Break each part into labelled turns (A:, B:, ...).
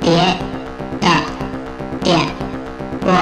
A: 别的点播。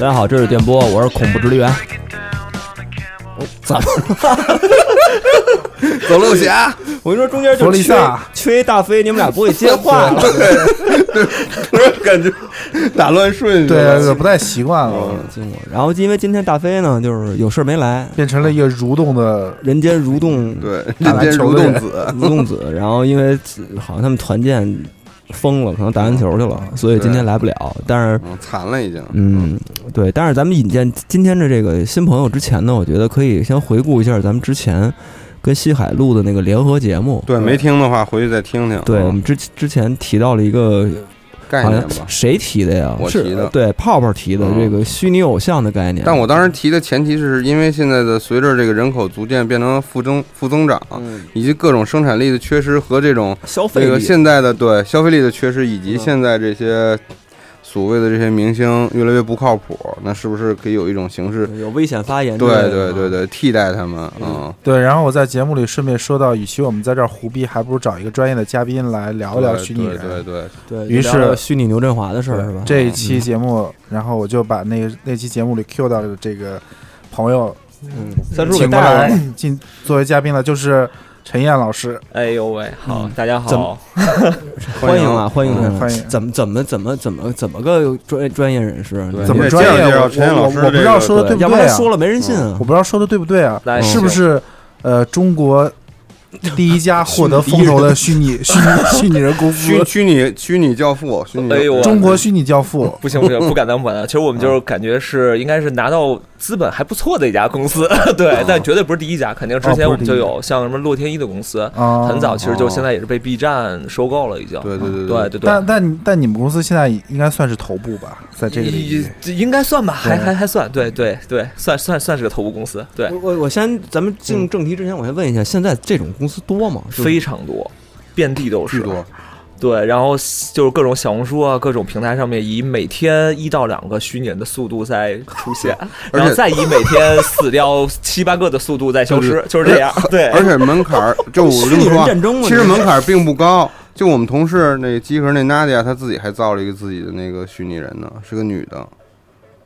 B: 大家好，这是电波，我是恐怖直立员。怎么？
C: 走路侠，
B: 我跟你说，中间就
D: 弗利
B: 缺
D: 萨
B: 缺一大飞，你们俩不会接话了。
C: 感觉打乱顺序
D: 对，有
C: 了。
D: 点不太习惯
C: 嗯
D: 了，
B: 经过，然后因为今天大飞呢，就是有事儿没来，
D: 变成了一个蠕动的
B: 人间蠕动
C: 对，
D: 打
C: 人
D: 篮
C: 间
D: 球
C: 蠕动
D: 的人
C: 子，
B: 蠕动子，然后因为呃好像他们团建疯了，可能打篮球去了，所以今天来不了。但是，
C: 嗯，残了已经。
B: 嗯，对，但是咱们引荐今天的这个新朋友之前呢，我觉得可以先回顾一下咱们之前跟西海录的那个联合节目。
C: 对，没听的话回去再听听。
B: 对，我
C: 嗯
B: 们之之前提到了一个
C: 概
B: 好
C: 念
B: 像
C: 吧。
B: 谁提的呀？
C: 我
B: 是呃
C: 提的
B: 对，泡泡提的
C: 嗯
B: 这个虚拟偶像的概念。
C: 但我当时提的前提是因为现在的随着这个人口逐渐变成负增负增长，
D: 嗯
C: 以及各种生产力的缺失和这种
B: 消嗯费
C: 这个
B: 力
C: 现在的对消费力的缺失，以及
B: 嗯
C: 现在这些所谓的这些明星越来越不靠谱，那是不是可以有一种形式？
B: 有危险发言之类
C: 对
B: 的。
C: 对对对，替代他们，嗯
B: 嗯，
D: 对，然后我在节目里顺便说到，与其我们在这儿胡逼，还不如找一个专业的嘉宾来聊一聊
C: 对
D: 虚拟
C: 对对
D: 人。
C: 对，
B: 对，
D: 于
B: 就聊
D: 是
B: 聊虚拟牛振华的事儿是吧？嗯
D: 这一期节目，然后我就把那个那期节目里 Q 到的这个朋友
B: 嗯，三叔给
D: 请过
B: 带来
D: 来 进作为嘉宾了，就是陈燕老师。
E: 哎呦喂，好，大家
B: 怎
E: 好
B: 么，欢迎啊，欢迎
D: 嗯
B: 欢迎
D: 欢迎
B: 怎么怎么怎么怎么怎么个专专业人士？
C: 对
D: 怎
C: 你
D: 么
C: 得
D: 专
C: 介
D: 业？
C: 绍介绍
D: 我
C: 陈燕
D: 我
C: 老
D: 我
C: 师
D: 我不知道
C: 这个
D: 说的对不
B: 要不
D: 对
B: 然
D: 啊？
B: 说了没人信啊
D: 我。
C: 嗯
D: 不知道说的对不对啊？
E: 来
D: 是不
E: 谁
D: 是呃中国第一家获得风投的 虚拟虚拟虚拟人公司
C: 虚？虚拟虚拟教父，虚拟
E: 哎呦我
D: 中国虚拟教父。
E: 不行不行，不敢当不敢当。其实我们就是感觉是应该是拿到资本还不错的一家公司， 对，但绝对不是第一家，肯定之前我们就有像什么洛天依的公司，
D: 啊，
E: 很早其实就现在也是被 B 站收购了，已经。
C: 对对对
E: 啊对对对
D: 但。但但你们公司现在应该算是头部吧，在这个领域。
E: 这应该算吧，还
D: 对
E: 还还算，对对对，算算算是个头部公司，对，
B: 我我我先，咱们
C: 嗯
B: 进正题之前，我先问一下，现在这种公司多吗？就是
E: 非常多，遍地都
C: 巨
E: 是，
C: 多，
E: 对，然后就是各种小红书啊，各种平台上面以每天一到两个虚拟人的速度在出现，
C: 而
E: 然后
C: 且
E: 再以每天死掉七八个的速度在消失，就是这样。对，
C: 而且门槛儿，就我
B: 虚
C: 这么
B: 拟人
C: 说啊
B: 战，争嘛，
C: 其实
B: 这
C: 门槛儿并不高。就我们同事那集合那 Nadia，她自己还造了一个自己的那个虚拟人呢，是个女的，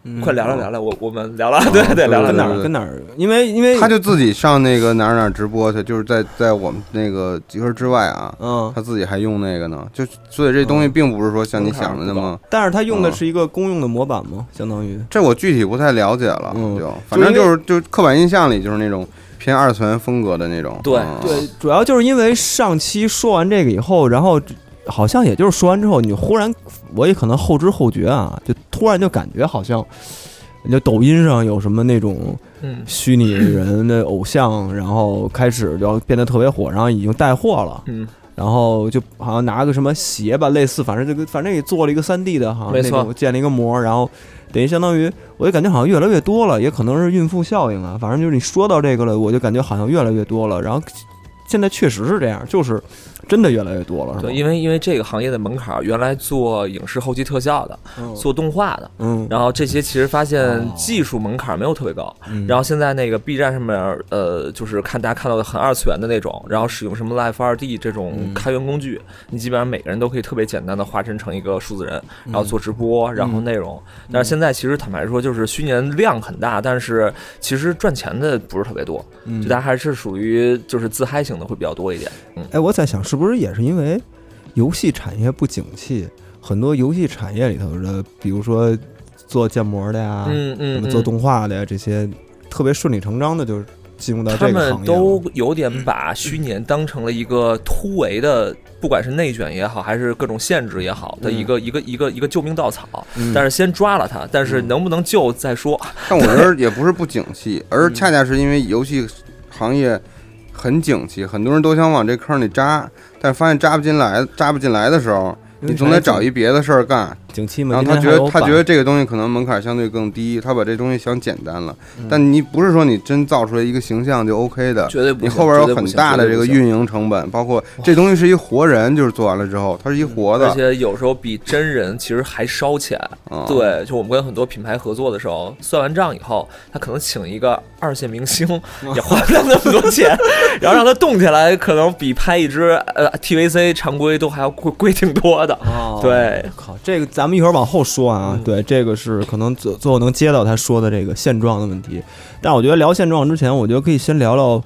B: 嗯
E: 快聊聊聊聊，我我们聊聊，对对，聊聊
B: 跟哪
E: 聊。
B: 儿跟哪儿？因为因为
C: 她就自己上那个哪儿哪儿直播去，就是在在我们那个集合之外啊，
B: 嗯，
C: 她自己还用那个呢，就所以这东西并不是说像你想的那么，
B: 但是他用的
C: 嗯
B: 是一个公用的模板嘛，相当于
C: 这我具体不太了解了，
B: 嗯
C: 就反正
B: 就
C: 就
B: 因
C: 是就刻板印象里就是那种偏二次元风格的那种，
E: 对
C: 嗯
B: 对，呃主要就是因为上期说完这个以后，然后呃好像也就是说完之后，你忽然我也可能后知后觉啊，就突然就感觉好像，就抖音上有什么那种
E: 嗯
B: 虚拟人的偶像，然后开始就变得特别火，然后已经带货了，
E: 嗯，
B: 然后就好像拿个什么鞋吧，类似，反正这个反正也做了一个三 D 的，好像
E: 没
B: 那
E: 错
B: 种建了一个模，然后等于相当于，我就感觉好像越来越多了，也可能是孕妇效应啊，反正就是你说到这个了，我就感觉好像越来越多了，然后现在确实是这样，就是真的越来越多了，是吧
E: 对，因为因为这个行业的门槛儿，原来做影视后期特效的，
B: 嗯
E: 做动画的，
B: 嗯，
E: 然后这些其实发现
B: 哦
E: 技术门槛儿没有特别高，
B: 嗯
E: 然后现在那个 B 站上面，呃，就是看大家看到的很二次元的那种，然后使用什么 Life 二 D 这种
B: 嗯
E: 开源工具，你基本上每个人都可以特别简单的化身成一个数字人，然
B: 嗯
E: 后做直播，然后内容。但是现在其实坦白说，就是虚拟人量很大，但是其实赚钱的不是特别多，
B: 嗯
E: 就大家还是属于就是自嗨型的会比较多一点。嗯，
B: 哎，我在想是不是也是因为游戏产业不景气，很多游戏产业里头的，比如说做建模的呀，
E: 嗯
B: 啊什
E: 嗯
B: 么
E: 嗯，
B: 做动画的呀，这些特别顺理成章的就进入到
E: 他
B: 这个行业嗯
E: 们
B: 了
E: 都有点把虚拟人当成了一个突围的，不管是内卷也好，还是各种限制也好的一个、一个一个一个救命稻草。
B: 嗯
E: 但是先抓了他，但是能不能救再说。
C: 但我觉得也不是不景气，而恰恰是因为游戏行业很景气，很多人都想往这坑里扎，但是发现扎不进来，扎不进来的时候，你总得找一别的事儿干。
B: 景气嘛。
C: 然后他
B: 今天还
C: 觉得
B: 有
C: 他
B: 板
C: 觉得这个东西可能门槛相对更低，他把这东西想简单了。
B: 嗯
C: 但你不是说你真造出来一个形象就 OK 的，
E: 绝对不
C: 你
E: 行，
C: 后边
E: 绝对
C: 有
E: 不
C: 很
E: 行
C: 大的
E: 绝
C: 这
E: 对
C: 个
E: 不行
C: 运营成本，包括这东西是一活人，就是做完了之后，它是
B: 嗯
C: 一活的
E: 而。且有时候比真人其实还烧钱。
B: 啊
C: 嗯，
E: 对，就我们跟很多品牌合作的时候，算完账以后，他可能请一个二线明星
B: 啊
E: 也花不了那么多钱， 然后让他动起来，可能比拍一支呃 TVC 常规都还要贵贵挺多的。
B: 哦
E: 对，
B: 靠，这个咱们一会儿往后说啊。
E: 嗯
B: 对，这个是可能最最后能接到他说的这个现状的问题。但我觉得聊现状之前，我觉得可以先聊聊，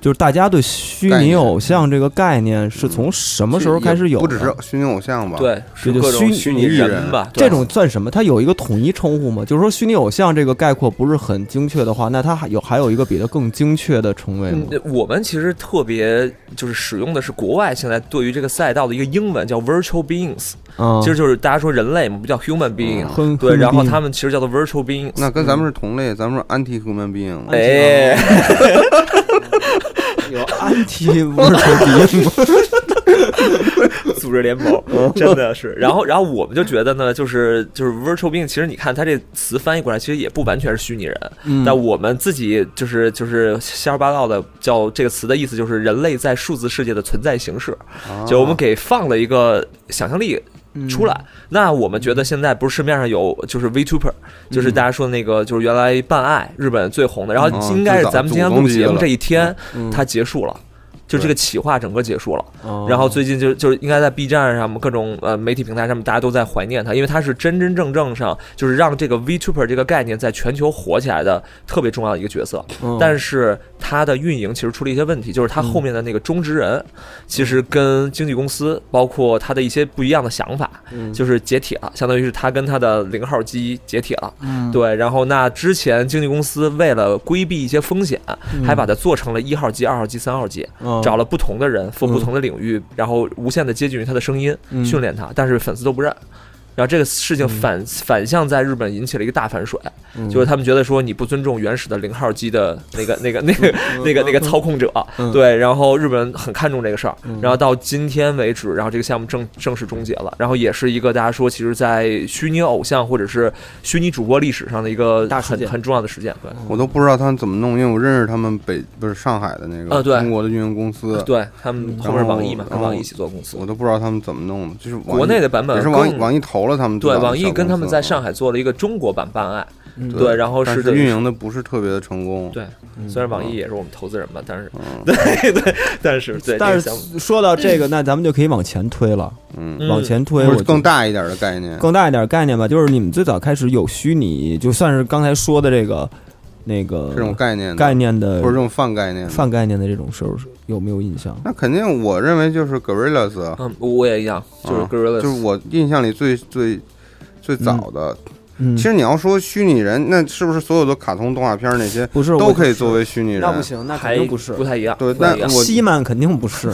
B: 就是大家对虚
C: 概
B: 拟
C: 念嗯
B: 偶像这个概念是从什么时候开始有
C: 不
B: 的？
C: 只是虚拟偶像吧？，
E: 对，是
B: 这就
E: 各种
B: 虚
E: 虚
C: 拟
E: 拟
C: 艺人
E: 人吧。对
B: 这种算什么？它有一个统一称呼吗？就是说虚拟偶像这个概括不是很精确的话，那它还有还有一个比它更精确的称谓吗
E: 嗯？，我们其实特别就是使用的是国外现在对于这个赛道的一个英文叫 virtual beings，、
B: 啊，
C: 嗯
E: 其实就是大家说人类嘛，不叫 human being，、
B: 很
E: 对，然后他
B: 们
E: 们其实叫做 virtual beings。
C: 那跟咱
B: 嗯
C: 们是同类，咱们是 anti human being。
E: 哎，
B: 有安提不是鼻吗？
E: 组织联盟
C: 嗯
E: 真的是，然后然后我们就觉得呢，就是就是 virtual being，其实你看它这词翻译过来，其实也不完全是虚拟人，
B: 嗯
E: 但我们自己就是就是瞎说八道的叫这个词的意思就是人类在数字世界的存在形式，
C: 啊
E: 就我们给放了一个想象力 出
C: 嗯
E: 来。那我们觉得现在不是市面上有就是 VTuber，就是大家说那个就是原来办爱日本最红的，然
C: 嗯
E: 后应该是
C: 最早
E: 咱们今天
C: 祖宗
E: 录节
C: 级
E: 目
C: 了
E: 这一天
B: 嗯
E: 它结束了，就这个企划整个结束了。
B: 哦
E: 然后最近就就是应该在 B 站上各种呃媒体平台上面，大家都在怀念它，因为它是真真正正上就是让这个 VTuber 这个概念在全球火起来的特别重要的一个角色。
B: 嗯
E: 但是它的运营其实出了一些问题，就是它后面的那个中职
B: 嗯
E: 人，其实跟经纪公司包括它的一些不一样的想法，
B: 嗯
E: 就是解体了，相当于是它跟它的零号机解体了。
D: 嗯，
E: 对，然后那之前经纪公司为了规避一些风险，还把它做成了一号机、二号机、三号机。
B: 嗯
E: 找了不同的人，for
B: 嗯
E: 不同的领域，然后无限的接近于他的声音，
B: 嗯
E: 训练他，但是粉丝都不认。然后这个事情反反向在日本引起了一个大反水，
C: 嗯
E: 就是他们觉得说你不尊重原始的零号机的那个、那个、那个、
C: 嗯
E: 那个、那个操控者，
B: 嗯
E: 对。然后日本很看重这个事儿，
C: 嗯
E: 然后到今天为止，然后这个项目正正式终结了，然后也是一个大家说，其实，在虚拟偶像或者是虚拟主播历史上的一个
B: 大事
E: 很
B: 件
E: 很重要的事件，对。
C: 我都不知道他们怎么弄，因为我认识他们北不是上海的那个
E: 啊对啊
C: 中国的运营公司，
E: 对他们后面是网易嘛，
C: 嗯然
E: 跟
C: 后
E: 网易一起做公司
C: 我，都不知道他们怎么弄的，就是网易
E: 国内的版本
C: 也是网易
E: 更
C: 网易投了他们，
E: 对，网易跟他们在上
C: 海，
E: 海做了一个中国版办案，
B: 嗯
E: 对，然后
C: 啊但
E: 是
C: 是
E: 等于
C: 运营的不是特别的成功。
E: 对，虽然网易也是我们投资人吧，但是
C: 嗯
E: 对对，但是对，
B: 但
E: 这个项目
B: 是说到这个，那咱们就可以往前推了，
C: 嗯，
E: 嗯
B: 往前推，
C: 不
B: 我
C: 是更大一点的概念，
B: 更大一点概念吧，就是你们最早开始有虚拟，就算是刚才说的这个那个
C: 这种概念的
B: 概念的
C: 或者这种泛概念的，
B: 泛概念的这种事儿，有没有印象？
C: 那肯定我认为就是 gorillas，
E: 嗯，我也一样，就是
C: 啊
E: Gorilla，
C: 就是我印象里最最最早的。
B: 嗯，
C: 其实你要说虚拟人，那是不是所有的卡通动画片那些
B: 不是
C: 都可以
B: 作
C: 作
B: 为
C: 为虚拟人？
B: 那不行，那肯
E: 还
B: 定不是
E: 不。太一样，
C: 对
E: 不太一
C: 那
E: 样
C: 我
B: 西曼肯定不 是，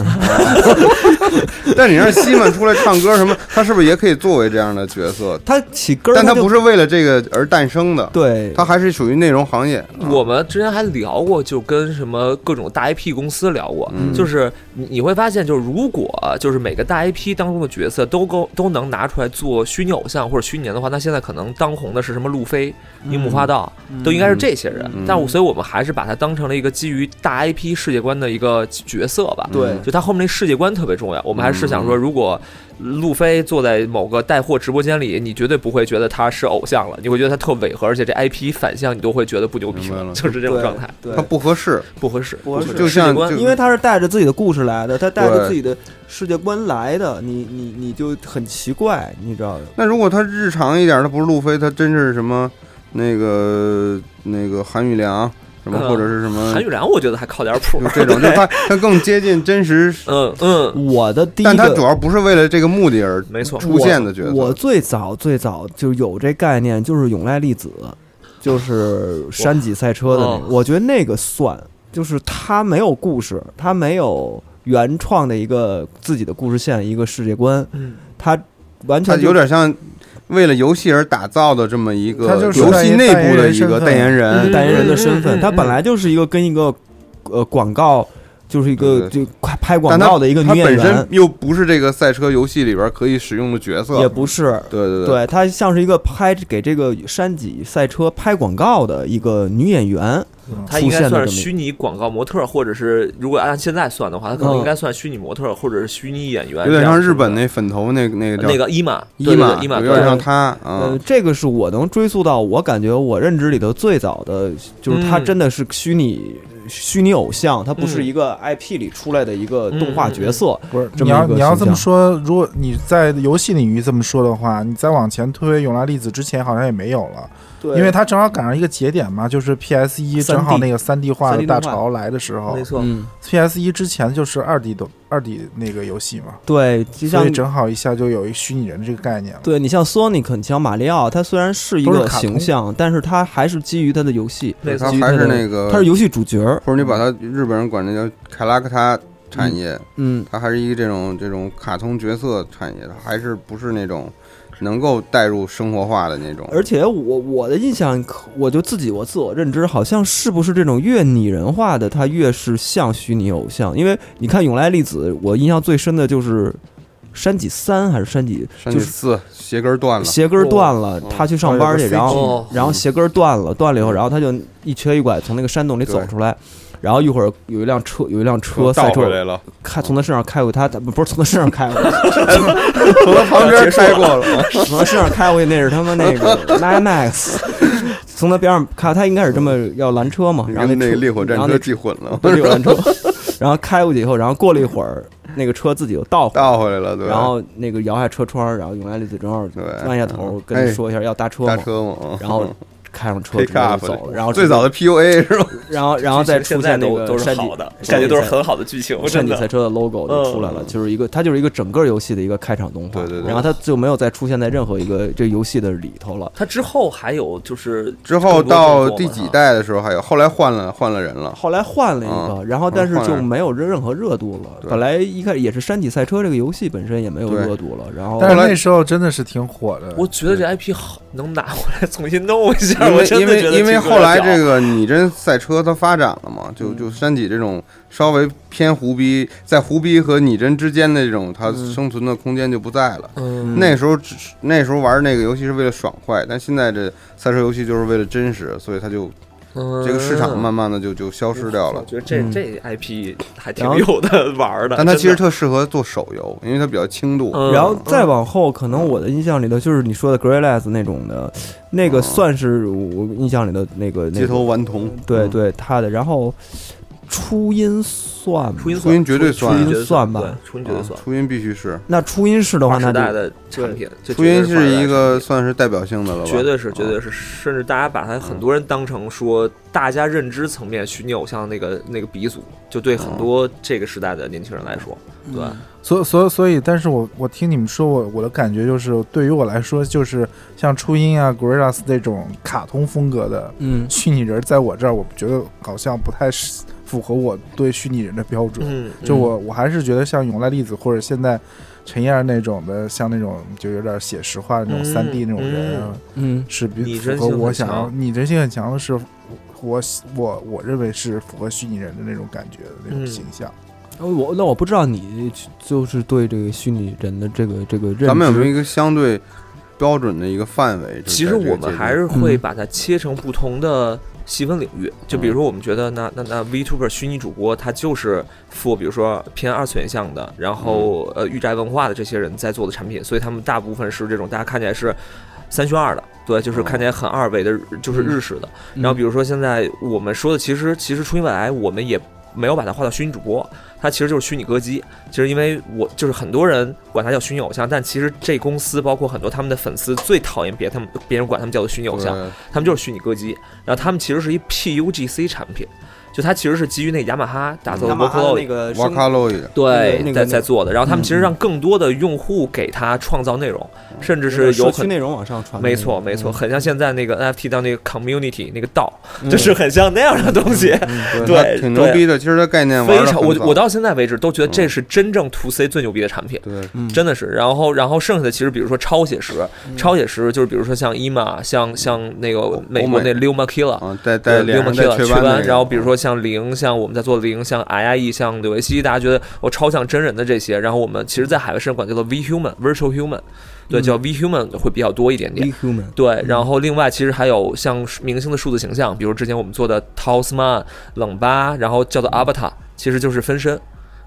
C: 但你让西曼出来唱歌什么，他是不是也可以作为这样的角色？
B: 他起根儿，
C: 但他
B: 就
C: 不是为了这个而诞生的，
B: 对，
C: 他还是属于内容行业。啊
E: 我们之前还聊过，就跟什么各种大 IP 公司聊过，
C: 嗯
E: 就是你你会发现，就是如果就是每个大 IP 当中的角色都够都能拿出来做虚拟偶像或者虚拟人的话，那现在可能当红的是什么路飞、
B: 嗯
E: 樱木花道，都应该是这些人。
C: 嗯
E: 但我所以我们还是把它当成了一个基于大 IP 世界观的一个角色吧。
B: 对
E: 就他后面那世界观特别重要，
C: 嗯
E: 我们还是想说，如果路飞坐在某个带货直播间里，你绝对不会觉得他是偶像了，你会觉得他特违和，而且这 IP 反向你都会觉得不牛逼
C: 嗯明白了
E: 就是这种状态，
B: 对
C: 他，不合适，
E: 不合适，
B: 不合适
E: 世
C: 就像
E: 界观
C: 就
B: 因为他是带着自己的故事来的，他带着
C: 嗯对
B: 自己的世界观来的，你你你就很奇怪，你知道的。
C: 那如果他日常一点，他不是路飞，他真是什么那个那个韩宇良什么，
E: 嗯
C: 或者是什么
E: 韩宇良，我觉得还靠点谱
C: 就，这种，就
E: 对
C: 他他更接近真实，
E: 嗯嗯，
B: 我的第一
C: 但他主
B: 个
C: 要不是为了这个目的而
E: 没错，
C: 出现的角
B: 我
C: 色。
B: 最早最早就有这概念，就是永濑粒子，就是山脊赛车的那
C: 哦
E: 哇
B: 个，我觉得那个算，就是他没有故事，他没有原创的一个自己的故事线，一个世界观，
E: 嗯，
B: 他完
C: 他
B: 全就
C: 有点像为了游戏而打造的这么一个
D: 他就是
C: 游戏内部的一个代
D: 代
C: 言
D: 言
B: 嗯
C: 人
E: 身份
B: 代言人的身份，
E: 嗯嗯嗯嗯
B: 他本来就是一个跟一个呃广告就是一个
C: 对
B: 就快拍广
C: 但它
B: 告的一个
C: 它
B: 女演
C: 本身
B: 员，
C: 又不是这个赛车游戏里边可以使用的角色，
B: 也不是。
C: 对对
B: 对，她像是一个拍给这个山脊赛车拍广告的一个女演员，
E: 他应
B: 出现
E: 该
B: 的
E: 算
B: 这
E: 是
B: 么一
E: 虚拟广告模特儿，或者是如果按现在算的话，他可能应该算虚拟模特儿或者是虚拟演员，
C: 有点像
E: 这样
C: 日本
E: 子
C: 那粉头那个那个
E: 的
C: 叫
E: 那个伊玛
C: 伊玛，
E: 伊玛，
C: 有点
E: 对
C: 像他
B: 呃
C: 啊，，
B: 这个是我能追溯到我感觉我认知里头最早的，就是它
E: 嗯
B: 真的是虚拟、虚拟偶像，它不是
E: 嗯
B: 一个 IP 里出来的一个动画角色。
D: 不是
B: 这
D: 你
B: 么一
D: 要
B: 个
D: 你要
B: 形
D: 这么
B: 象
D: 说，如果你在游戏领域这么说的话，你再往前推永濑粒子之前好像也没有了，
B: 对
D: 因为它正好赶上一个节点嘛，就是 PS 一
B: 3D
D: 正好那个三 D 化
B: 3D
D: 的大
B: 动画
D: 潮来的时候
E: 没错，
B: 嗯，
D: ，PS 一之前就是二 D 的二 D 那个游戏嘛，
B: 对，就
D: 所
B: 像
D: 以正好一下就有一虚拟人这个概念了。
B: 对你像 Sonic，你像马里奥，它虽然是一
D: 都是
B: 个
D: 卡通
B: 形象，但是它还是基于它的游戏，
E: 没
C: 他
E: 错
B: 基于
C: 还是
B: 的
C: 那个，
B: 它是游戏主角儿。
C: 或者你把他日本人管那叫凯拉克他产业，
B: 嗯，
C: 他还是一个这种这种卡通角色产业，它还是不是那种能够带入生活化的那种。
B: 而且我我的印象可，我就自己我自我认知，好像是不是这种越拟人化的，它越是像虚拟偶像。因为你看永濑粒子，我印象最深的就是山脊三还是山脊，
C: 山
B: 就
C: 脊
B: 是
C: 四鞋跟断了，
B: 鞋跟儿断了，
C: 哦
B: 他去上班去，
D: 哦
B: 然后
E: 哦
B: 然后鞋跟儿断了，断了以
C: 嗯
B: 后，然后他就一瘸一拐从那个山洞里走出来。然后一会儿有一辆车，有一辆车赛
C: 倒回
B: 车
C: 来了，
B: 开从他身上开过去，他他不是从他身上开过去，
C: 从他旁边开过了，
B: 从他身上开过去那是他妈那 个 Nine Max，从他边上开，他应该是这么要拦车嘛，
C: 你
B: 然后
C: 跟
B: 那
C: 那个
B: 车
C: 烈火战
B: 然后
C: 车
B: 那
C: 记混了，
B: 对烈火战车，然后开过去以后，然后过了一会儿，那个车自己就倒回来，
C: 倒回来了，对吧？
B: 然后那个摇下车窗，然后永来粒子正好
C: 对嗯哎
B: 弯下头跟你说一下要搭车
C: 搭
B: 嘛，
C: 车嘛，嗯
B: 然 后开上车
C: take
B: 直接就
C: off
B: 走了，然后
C: 最早
B: 的，
C: 的 PUA 是吧？
B: 然后然后再出
E: 现在
B: 现那
E: 都
B: 个
E: 都是
B: 山脊
E: 好的，
B: 山
E: 感觉
B: 脊
E: 都是
B: 赛
E: 很好的剧情，
B: 山
E: 真
B: 脊赛
E: 的。
B: 车的 logo 就出来了，
C: 嗯
B: 就是一个它就是一个整个游戏的一个开场动画，
C: 对对对
B: 然后它就没有再出现在任何一个这游戏的里头了。
E: 他之后还有就是
C: 之后
E: 更多
C: 到
E: 动作
C: 第
E: 嘛
C: 几？代的时候还有，后来换了换了人了，
B: 后来换了一个，
C: 嗯
B: 然后但是
C: 换了
B: 就没有任何热度了。
C: 对
B: 本来一开始也是山体赛车这个游戏本身也没有
C: 对
B: 热度了，然后
D: 但是
C: 后来
D: 那时候真的是挺火的，
E: 我觉得这 IP 好能拿回来重新弄一下，
C: 嗯因
E: 我
C: 为
E: 真
C: 因
E: 的觉得
C: 为因为
E: 挺
C: 后来
E: 搞笑
C: 这个拟真赛车它发展了
E: 嗯
C: 嘛，就就山脊这种稍微偏胡逼，在胡逼和拟真之间的这种它生存的空间就不在了。
E: 嗯
C: 那时候只是那时候玩那个游戏是为了爽快，但现在这赛车游戏就是为了真实，所以它就
E: 嗯
C: 这个市场慢慢的就就消失掉了
E: 我。觉得这
B: 嗯
E: 这 IP 还挺
B: 然后
E: 有的玩儿的，
C: 但它其实
E: 真的
C: 特适合做手游，因为它比较轻度。
E: 嗯
B: 然后再往后，可能我的印象里头就是你说的 Grey l e s s 那种的，那个算是我印象里的那个那
C: 街头嗯
B: 个，
C: 顽童，
B: 对对，他的。然后初音算吗，
E: 初音
C: 初音绝对
E: 初
C: 算
E: 音绝对
B: 算
E: 算
B: 吧
E: 对初音绝
C: 啊
E: 对算。
C: 初音必须是，
B: 那初音式的话，
E: 划
B: 那
E: 时代
B: 就
E: 的产品，这
C: 初
E: 绝
C: 音
E: 对划
C: 是
E: 时代
C: 一
E: 的
C: 个嗯
E: 产品
C: 算是代表性的了吧？
E: 绝对是，绝
C: 啊
E: 对是，甚至大家把它很多人当成说大家认知层面虚拟偶像那个那个鼻祖，就对很多这个时代的年轻人来说，对，
D: 所所所以，但是我我听你们说，我我的感觉就是，对于我来说，就是像初音啊、Gorillaz 那种卡通风格的
B: 嗯，
D: 虚拟人，在我这儿，我觉得好像不太是符合我对虚拟人的标准。
E: 嗯，
D: 就我我还是觉得像永濑粒子或者现在陈燕儿那种的，像那种就有点写实化的那种
E: 嗯
D: 三 D 那种人啊，
B: 嗯
D: 是比
E: 拟
D: 符
E: 真
D: 合
E: 性
D: 我
E: 很
D: 想要
E: 强
D: 拟真性很强的是。我我我认为是符合虚拟人的那种感觉的那种
E: 嗯
D: 形象，
B: 哦我那我不知道你就是对这个虚拟人的这个这个认知，
C: 咱们有没有一个相对标准的一个范围？就是
E: 其实
C: 在这个
E: 我
C: 界
E: 们
C: 定
E: 还是会
B: 嗯
E: 把它切成不同的细分领域。就比如说，我们觉得那那那 VTuber 虚拟主播，他就是 for 比如说偏二次元向的，然后
C: 嗯
E: 呃御宅文化的这些人在做的产品，所以他们大部分是这种大家看起来是三炫二的，对，
C: 哦
E: 就是看起来很二维的，就是日式的。
B: 嗯，
E: 然后比如说现在我们说的，其实其实初音未来我们也没有把它划到虚拟主播，它其实就是虚拟歌姬。其实因为我就是很多人管它叫虚拟偶像，但其实这公司包括很多他们的粉丝最讨厌别他们别人管他们叫做虚拟偶像，
C: 对
E: 他们就是虚拟歌姬。然后他们其实是一 PUGC 产品，就它其实是基于那雅马哈打造
B: 雅
E: 的
B: 马哈的
E: Vocaloid
B: 那个
C: 瓦
B: 声
C: 卡洛伊，
E: 对，
B: 那个那
E: 在
B: 个
E: 在做的，然后他们其实让更多的用户给它创造内容，甚至是有
B: 社区
E: 很
B: 内容往上传的那
E: 没
B: 种，
E: 错没错，很像现在那个 NFT 到那个 community 那个道，
B: 嗯，
E: 就是很像那样的东西， 对
C: 它挺牛
E: 对
C: 逼的。其实它概念嗯 玩
E: 非
C: 得
E: 常
C: 很
E: 我
C: 早嗯
E: 我到现在为止都觉得这是真正 to C 最牛逼的产品。
C: 对
B: 嗯
E: 真的是，然后，然后剩下的其实，比如说超写实，超写实就是比如说像伊玛，像像那个美
C: 嗯欧
E: 国
C: 美
E: 那 Lil m a k i l a
C: 啊，带带
E: 对
C: 脸
E: Lil m
C: 上
E: a k
C: 带雀
E: i l a 雀
C: 斑那
E: 斑，
C: 个，
E: 然后比如说像零，像我们在做零，像 IIE，像柳维希，大家觉得我超像真人的这些。然后我们其实，在海外市场管叫做 V Human Virtual Human，对，
B: 嗯
E: 叫 V Human 会比较多一点点。
B: ，We Human，
E: 对，
C: 嗯
E: 然后另外其实还有像明星的数字形象，比如之前我们做的 Tausman、冷吧，然后叫做 Avatar，其实就是分身。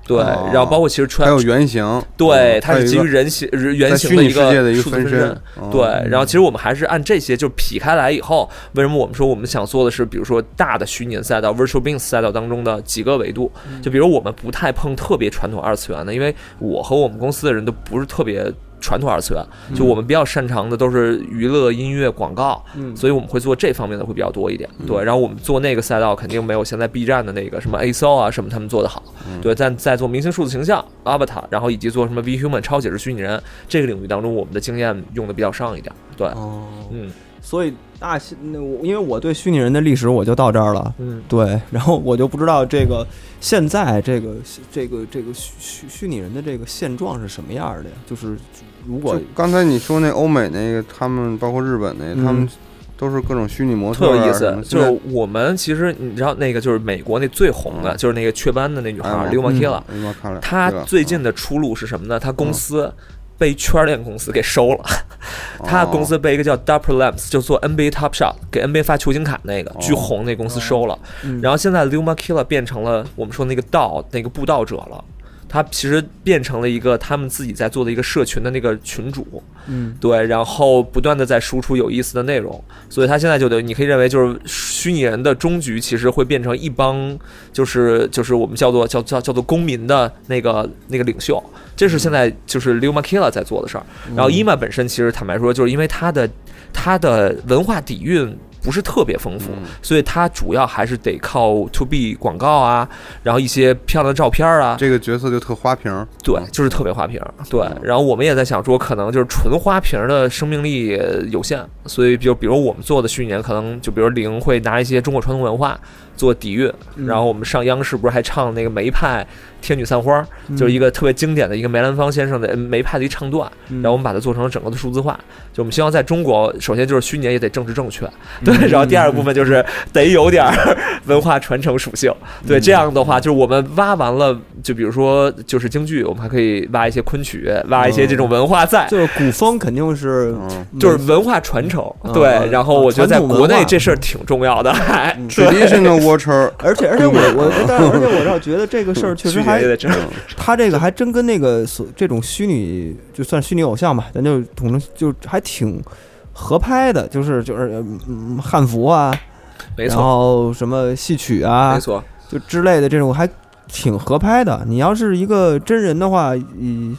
E: 对，
C: 嗯哦
E: 然后包括其实
C: 还
E: 穿
C: 有原型，
E: 对，
C: 嗯
E: 它
C: 还有
E: 是基
C: 一
E: 于
C: 个
E: 人形人原
C: 在
E: 型
C: 虚
E: 的
C: 拟
E: 一
C: 世界
E: 个
C: 一个
E: 数字分
C: 身，哦
E: 对，然后其实我们还是按这些，就是劈开来以后，为什么我们说我们想做的是，比如说大的虚拟的赛道 （virtual being 赛道）当中的几个维
C: 嗯
E: 度，就比如我们不太碰特别传统二次元的，因为我和我们公司的人都不是特别传统二次元，就我们比较擅长的都是娱乐、音乐、广告，
B: 嗯
E: 所以我们会做这方面的会比较多一点。对，然后我们做那个赛道肯定没有现在 B 站的那个什么 A s o 啊什么他们做的好。对，但在做明星数字形象 Avatar，然后以及做什么 V Human 超解释虚拟人这个领域当中，我们的经验用的比较上一点。对，
B: 哦，
E: 嗯
B: 所以大西那我因为我对虚拟人的历史我就到这儿了。
E: 嗯，
B: 对，然后我就不知道这个现在这个这个这个虚虚虚拟人的这个现状是什么样儿的呀？就是如果
C: 就刚才你说那欧美那个，他们包括日本那个，
B: 嗯
C: 他们都是各种虚拟模
E: 特
C: 特、啊，
E: 有意
C: 什
E: 思
C: 么。
E: 就
C: 现在
E: 是我们其实你知道那个就是美国那最红的，就是那个雀斑的那女孩
C: 哎
E: 儿 Lil m a k i l a
C: 哎呀妈看了，
E: 她
C: 对吧啊
E: 最近的出路是什么呢？她公司被圈链公司给收了。
C: 哦
E: 他公司被一个叫 Dapper Labs，就做 NBA Top Shot，给 NBA 发球星卡那个巨红那公司收了。
B: 嗯
E: 然后现在 Luma Killa 变成了我们说那个道那个布道者了。他其实变成了一个他们自己在做的一个社群的那个群主，
B: 嗯
E: 对，然后不断的在输出有意思的内容，所以他现在就得你可以认为就是虚拟人的终局其实会变成一帮就是就是我们叫做叫叫叫做公民的那个那个领袖，这是现在就是 Luma Killa 在做的事儿。然
B: 嗯
E: 后伊曼本身其实坦白说，就是因为他的他的文化底蕴不是特别丰富，
C: 嗯
E: 所以他主要还是得靠 to B 广告啊，然后一些漂亮的照片儿啊，
C: 这个角色就特花瓶儿，
E: 对，就是特别花瓶儿。对
C: 嗯，
E: 然后我们也在想说，可能就是纯花瓶儿的生命力呃有限，所以就比如我们做的虚拟人，可能就比如零会拿一些中国传统文化做底蕴，
B: 嗯
C: 嗯
E: 然后我们上央视不是还唱那个梅派《天女散花》，
B: 嗯
C: 嗯
E: 就是一个特别经典的一个梅兰芳先生的呃梅派的一唱段，
B: 嗯
E: 然后我们把它做成了整个的数字化。就我们希望在中国，首先就是虚拟人也得政治正确，对，
B: 嗯
E: 然后第二部分就是得有点儿 文化传承属性，
B: 嗯
E: 对，这样的话就是我们挖完了，就比如说就是京剧，我们还可以挖一些昆曲，挖一些这种文化在。
B: 哦就是古风肯定是
C: 嗯，
E: 就是文化传承，
B: 嗯
E: 对，
B: 嗯
E: 然后我觉得在
B: 传统文
E: 国内
B: 化嗯
E: 这事儿挺重要的，还
C: 指定是个 watcher，
B: 而且而且我我，但是而且我倒觉得这个事 儿确实
E: 去
B: 还嗯
E: 年也得这样。
B: 他这个还真跟那个所这种虚拟，就算虚拟偶像吧，咱就统称，就还挺合拍的，就是就是嗯嗯汉服啊，
E: 没
B: 然
E: 错，
B: 后什么戏曲啊
E: 没，错，
B: 就之类的这种还挺合拍的。你要是一个真人的话，嗯，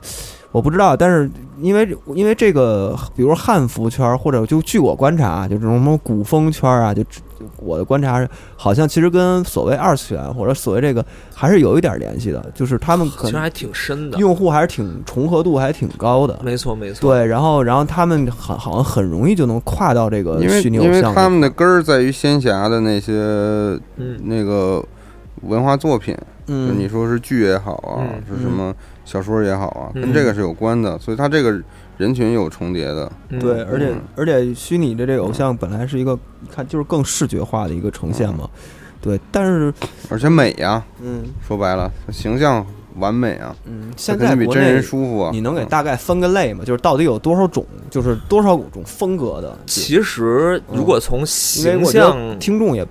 B: 我不知道，但是因为因为这个，比如汉服圈儿或者就据我观察啊，就这种什么古风圈儿啊，就只我的观察是，好像其实跟所谓二次元或者所谓这个还是有一点联系的，就是他们
E: 其
B: 可
E: 实
B: 能
E: 还挺深的，
B: 用户还是挺重合度还挺高的。
E: 没错没错，
B: 对，然后然后他们好好像很容易就能跨到这个
C: 因为
B: 呃虚拟
C: 因
B: 偶
C: 为
B: 像
C: 他
B: 里。
C: 们的根儿在于仙侠的那些
E: 嗯，
C: 那个文化作品，就你
B: 嗯，
C: 说是剧也好啊
E: 嗯，
C: 是什么小说也好啊，
E: 嗯
C: 跟这个是有关的，所以它这个人群有重叠的。
E: 嗯
B: 对，而且
C: 嗯
B: 而且虚拟的这个偶像本来是一个你看就是更视觉化的一个呈现嘛，
E: 嗯
B: 对，但是
C: 而且美呀、
B: 嗯
C: 说白了，形象完美啊，
B: 嗯，
C: 它
B: 现
C: 肯
B: 在
C: 定比
B: 国
C: 真人
B: 内
C: 舒服啊。
B: 你能给
C: 嗯
B: 大概分个类吗？就是到底有多少种，就是多少种风格的？
E: 其实如果从
B: 嗯因为
E: 形
B: 我觉得
E: 象，
B: 听众也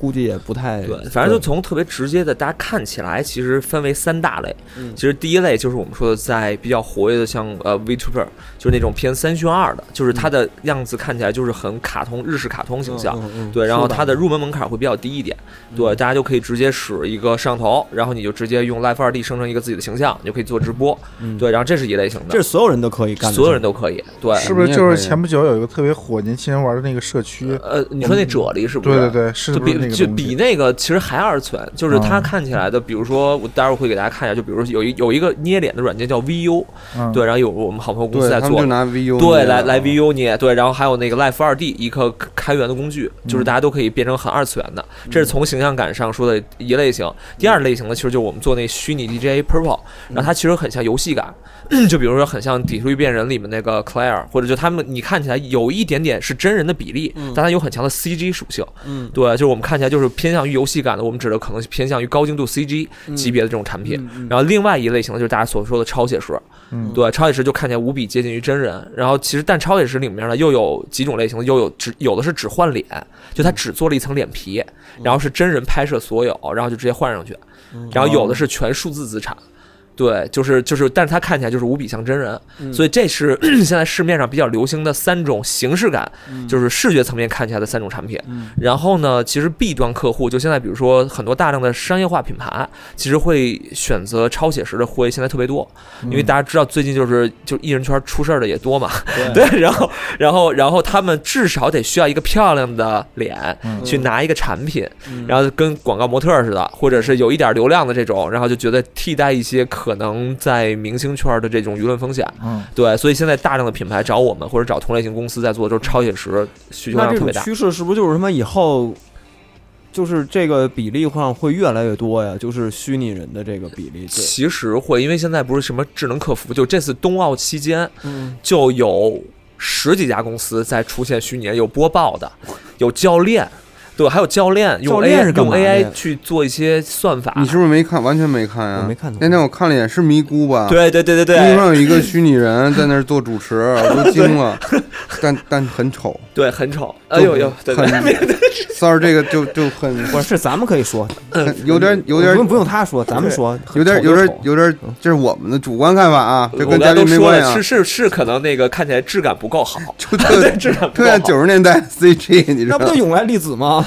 B: 估计也不太
E: 对，反正就从特别直接的，大家看起来其实分为三大类。
B: 嗯
E: 其实第一类就是我们说的在比较活跃的像，呃 VTuber，就是那种偏三炫二的，就是它的样子看起来就是很卡通日式卡通形象。
B: 嗯嗯嗯
E: 对，然后
B: 是吧嗯
E: 它的入门门槛会比较低一点，对，大家就可以直接使一个摄像头，然后你就直接用 Live 二 D 生成一个自己的形象，你就可以做直播，
B: 嗯
E: 对，然后这是一类型的，
B: 这是所有人都可以干的，
E: 所有人都可以，对，
D: 是不是就是前不久有一个特别火年轻人玩的那个社区？
E: 呃，你说那
B: 嗯
E: 啫喱是不
D: 对对
E: 是？
D: 对，是
E: 就
D: 不是
E: 比
D: 那个
E: 就
D: 东西
E: 比那个其实还二次元，就是它
D: 嗯
E: 看起来的，比如说我待会儿会给大家看一下，就比如说有一有一个捏脸的软件叫 VU，
D: 嗯
E: 对，然后有我们好朋友公司
C: 对，
E: 在
C: 他们
E: 做
C: 就，拿 VU
E: 对，
C: 那啊个
E: 来来 VU 捏，对，然后还有那个 Life 二 D 一个开源的工具，就是大家都可以变成很二次元的，这是从形象感上说的一类型。第二类型呢，其实就是我们做那虚拟 DJ Purple，然后它其实很像游戏感， 就比如说很像《底特律变人》里面那个 Claire，或者就他们你看起来有一点点是真人的比例，但它有很强的 CG 属性。
B: 嗯
E: 对，就是我们看看起来就是偏向于游戏感的，我们指的可能偏向于高精度 CG 级别的这种产品。
B: 嗯嗯
E: 然后另外一类型的就是大家所说的超写实，
D: 嗯
E: 对，超写实就看起来无比接近于真人。然后其实但超写实里面呢又有几种类型，又有只有的是只换脸，就
B: 嗯
E: 他只做了一层脸皮，然后是真人拍摄所有，然后就直接换上去。
B: 嗯
E: 然后有的是全数字资产，对，就是就是，但是它看起来就是无比像真人，
B: 嗯
E: 所以这是 现在市面上比较流行的三种形式感，就是视觉层面看起来的三种产品。
B: 嗯
E: 然后呢，其实 B 端客户就现在，比如说很多大量的商业化品牌，其实会选择超写实的会现在特别多，
B: 嗯
E: 因为大家知道最近就是就艺人圈出事儿的也多嘛， 对，然后然后然后他们至少得需要一个漂亮的脸
D: 嗯
E: 去拿一个产品，
B: 嗯
E: 然后跟广告模特儿似的，或者是有一点流量的这种，然后就觉得替代一些可能在明星圈儿的这种舆论风险。
D: 嗯
E: 对，所以现在大量的品牌找我们或者找同类型公司在做，就是超写实需求
B: 那
E: 量
B: 这
E: 特
B: 种
E: 别大。
B: 趋势是不是就是什么以后，就是这个比例上会越来越多呀？就是虚拟人的这个比例，对，
E: 其实会，因为现在不是什么智能客服，就这次冬奥期间
B: 嗯，
E: 就有十几家公司在出现虚拟人，有播报的，有教练，对，还有教练用
B: 教练
E: AI
B: 是干
E: 用
B: 嘛的呀
E: AI 去做一些算法。
C: 你是不是没看？完全没看呀、
B: 我没看懂
C: 那天我看了一眼，是咪咕吧？，
E: 对对对对
C: 咪咕上
E: 对
C: 有一个虚拟人在那儿做主持， 我都惊了。但但很丑，
E: 对，很丑。哎呦呦，对对
C: 很 三儿这个就就很
B: 不是，是咱们可以说，
C: 很有点有点
B: 不用不用他说，咱们说，
C: 有点
B: 丑就
C: 有点
B: 丑
C: 有点，这是我们的主观看法啊，这
E: 我
C: 跟
E: 刚
C: 嘉
E: 才
C: 宾
E: 都
C: 没
E: 说
C: 关系
E: 了，
C: 啊
E: 是。是是，可能那个看起来质感不够好，
C: 就
E: 对，
C: 特
E: 质感不
C: 特
E: 够
C: 像九
E: 好，
C: 十年代 CG，你知
B: 那
C: 道
B: 不
C: 吗
B: 就？永来粒子吗？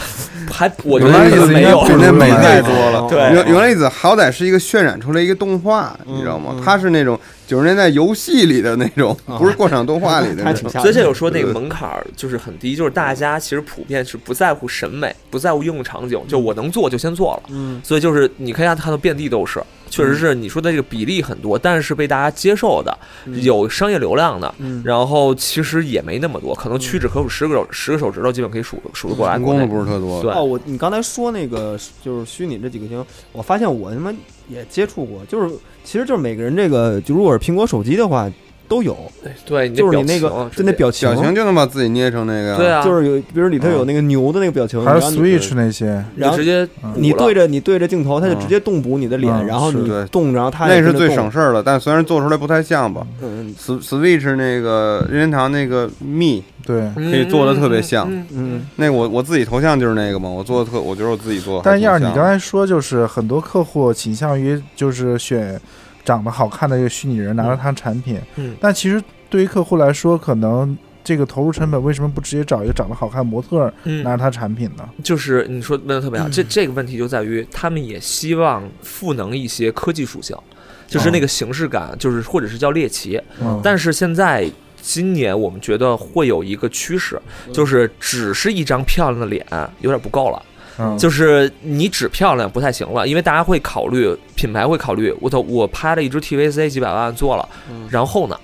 E: 还我觉
C: 原
E: 得
C: 来
E: 可能
C: 子
E: 没有
C: 应该比那美太多了。
E: 对嗯
C: 原原来粒子好歹是一个渲染出来一个动画，你知道吗？它是那种九十年代游戏里的那种，
E: 啊
C: 不是过场动画里的那
B: 还挺
C: 种。
B: 吓人的。
E: 所以这就说那个门槛儿就是很低，就是大家其实普遍是不在乎审美，不在乎应用场景，就我能做就先做了。
B: 嗯
E: 所以就是你可以看到遍地都是，确实是你说的这个比例很多，但是被大家接受的、有商业流量的，
B: 嗯
E: 然后其实也没那么多，可能屈指可数十个手十个手指头，基本可以数数得过来。
C: 成功的不是特多，
E: 对
B: 哦，我你刚才说那个就是虚拟这几个星，我发现我他妈也接触过，就是其实就是每个人这个，就如果是苹果手机的话都有，
E: 对，你这
B: 就是你那
E: 表情
B: 个
E: 啊
B: 就那。表情
C: 表情就嗯能把自己捏成那个。
E: 直接对，啊，
B: 就是有，比如里头有那个牛的那个表情，
D: 还有
B: 然后你
D: Switch 那些，
E: 你就
B: 然后
E: 直接
D: 嗯
B: 你
E: 补了
B: 对着你对着镜头，它就
D: 嗯
B: 直接动捕你的脸，
D: 嗯
B: 然后
D: 是
B: 你
C: 对
B: 动，然后它
C: 那
B: 也
C: 是
B: 跟着
C: 最
B: 动
C: 省。事儿了，但虽然做出来不太像吧。
B: 嗯
C: S Switch 那个任天堂那个 Me，
D: 对。
E: 可
C: 以做得特别像
B: 嗯，
C: 那我我自己头像就是那个嘛，我做的特，我觉得我自己做的还
D: 但
C: 挺像
D: 要是
C: 的。
D: 你刚才说，就是很多客户倾向于就是选长得好看的一个虚拟人拿到他产品，
E: 嗯
D: 但其实对于客户来说，可能这个投入成本为什么不直接找一个长得好看模特儿
E: 嗯
D: 拿着他产品呢？
E: 就是你说问的特别好，
B: 嗯
E: 这这个问题就在于他们也希望赋能一些科技属性，
B: 哦
E: 就是那个形式感，就是或者是叫猎奇。
D: 嗯，
E: 但是现在今年我们觉得会有一个趋势，就是只是一张漂亮的脸有点不够了，
D: 嗯
E: 就是你只漂亮不太行了，因为大家会考虑品牌会考虑，我操，我拍了一支 TVC 几百万做了，
B: 嗯
E: 然后呢？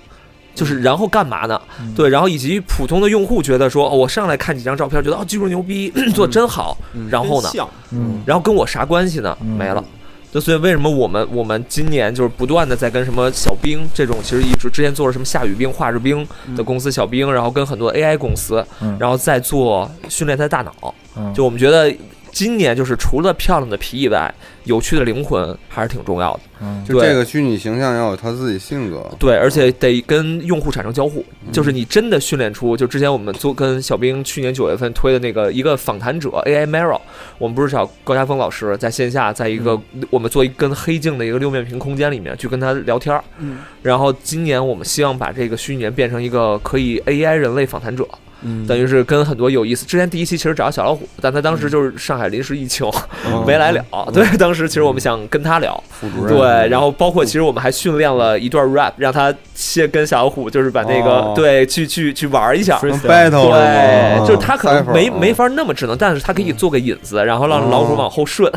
E: 就是然后干嘛呢？
D: 嗯
E: 对，然后以及普通的用户觉得说，哦我上来看几张照片，觉得哦技术牛逼， 做得真好，
B: 嗯
E: 然后呢
B: 真像
D: 嗯
E: 然后跟我啥关系呢？没了。就所以为什么我们我们今年就是不断的在跟什么小兵这种，其实一直之前做了什么夏雨冰、画质冰
B: 嗯
E: 的公司小兵，然后跟很多 AI 公司，
D: 嗯
E: 然后再做训练他的大脑。
D: 嗯
E: 就我们觉得今年就是除了漂亮的皮以外，有趣的灵魂还是挺重要的。
D: 嗯
C: 就这
E: 对
C: 个虚拟形象要有他自己性格。
E: 对，而且得跟用户产生交互，
C: 嗯
E: 就是你真的训练出，就之前我们做跟小兵去年九月份推的那个一个访谈者 AI Mero，我们不是找高家峰老师在线下，在一个、
C: 嗯
E: 我们做一跟黑镜的一个六面屏空间里面去跟他聊天儿，
B: 嗯
E: 然后今年我们希望把这个虚拟人变成一个可以 AI 人类访谈者，
B: 嗯
E: 等于是跟很多有意思。之前第一期其实找小老虎，但他当时就是上海临时疫情、 嗯没来了，对，当时其实我们想跟他聊。
C: 嗯副主任
E: 对，然后包括其实我们还训练了一段 rap，让他先跟小老虎就是把那个、
C: 哦
E: 对去去去玩一下。
C: 能 battle 是
E: 对
C: 吗，
E: 就是他可能没
C: Cypher，
E: 没法那么智能，但是他可以做个引子，然后让老
B: 哦
E: 虎往后顺，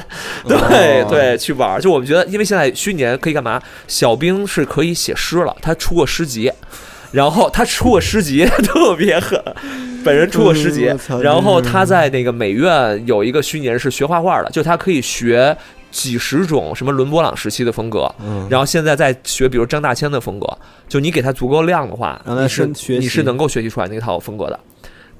E: 对
C: 哦
E: 对，去玩。就我们觉得，因为现在虚拟人可以干嘛？小兵是可以写诗了，他出过诗集，然后他出过诗集 特别狠，本人出过诗集
B: 嗯我操，
E: 然后他在那个美院有一个虚拟人是学画画的，就他可以学几十种什么伦勃朗时期的风格，
B: 嗯
E: 然后现在在学，比如张大千的风格，就你给他足够量的话，
B: 让他
E: 你是
B: 先学习
E: 你是能够学习出来那套风格的。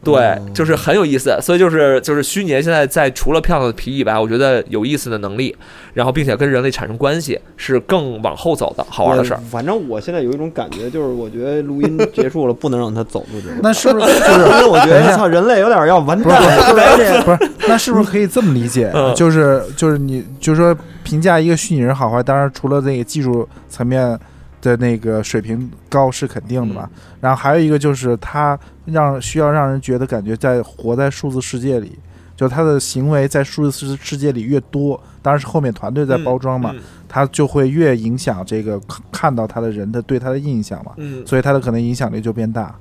E: 对
B: 嗯，
E: 就是很有意思。所以就是就是虚拟现在在除了漂亮的皮以外，我觉得有意思的能力，然后并且跟人类产生关系，是更往后走的好玩的事儿。
B: 反正我现在有一种感觉，就是我觉得录音结束了，不能让他走出去。
D: 嗯那是不是就是
B: 因为我觉
D: 等
B: 得
D: 一下
B: 操，人类有点要完
D: 不是
B: 蛋了。
D: 不是，那是不是可以这么理解？
E: 嗯
D: 就是就是你就是说评价一个虚拟人好坏，当然除了那个技术层面的那个水平高是肯定的嘛，
E: 嗯
D: 然后还有一个就是他让需要让人觉得感觉在活在数字世界里。就是他的行为在数字世世界里越多，当然是后面团队在包装嘛，
E: 嗯
D: 他就会越影响这个看到他的人的对他的印象嘛，
E: 嗯
D: 所以他的可能影响力就变大。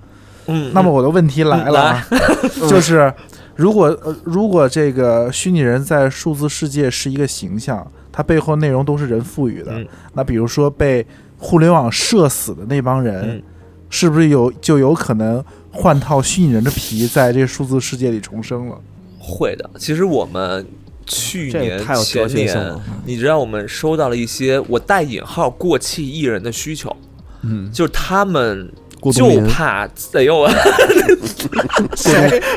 E: 嗯，
D: 那么我的问题来了，啊， 就是如果呃如果这个虚拟人在数字世界是一个形象，它背后内容都是人赋予的，
E: 嗯
D: 那比如说被互联网社死的那帮人，
E: 嗯
D: 是不是有就有可能换套虚拟人的皮，在这数字世界里重生了？
E: 嗯会的。其实我们去
B: 这
E: 年
B: 太有哲
E: 前
B: 学性
E: 年
B: 了，
E: 你知道我们收到了一些我带引号过气艺人的需求，
B: 嗯，
E: 就是他们
B: 郭冬
E: 就
B: 临，
E: 怕哎呦我。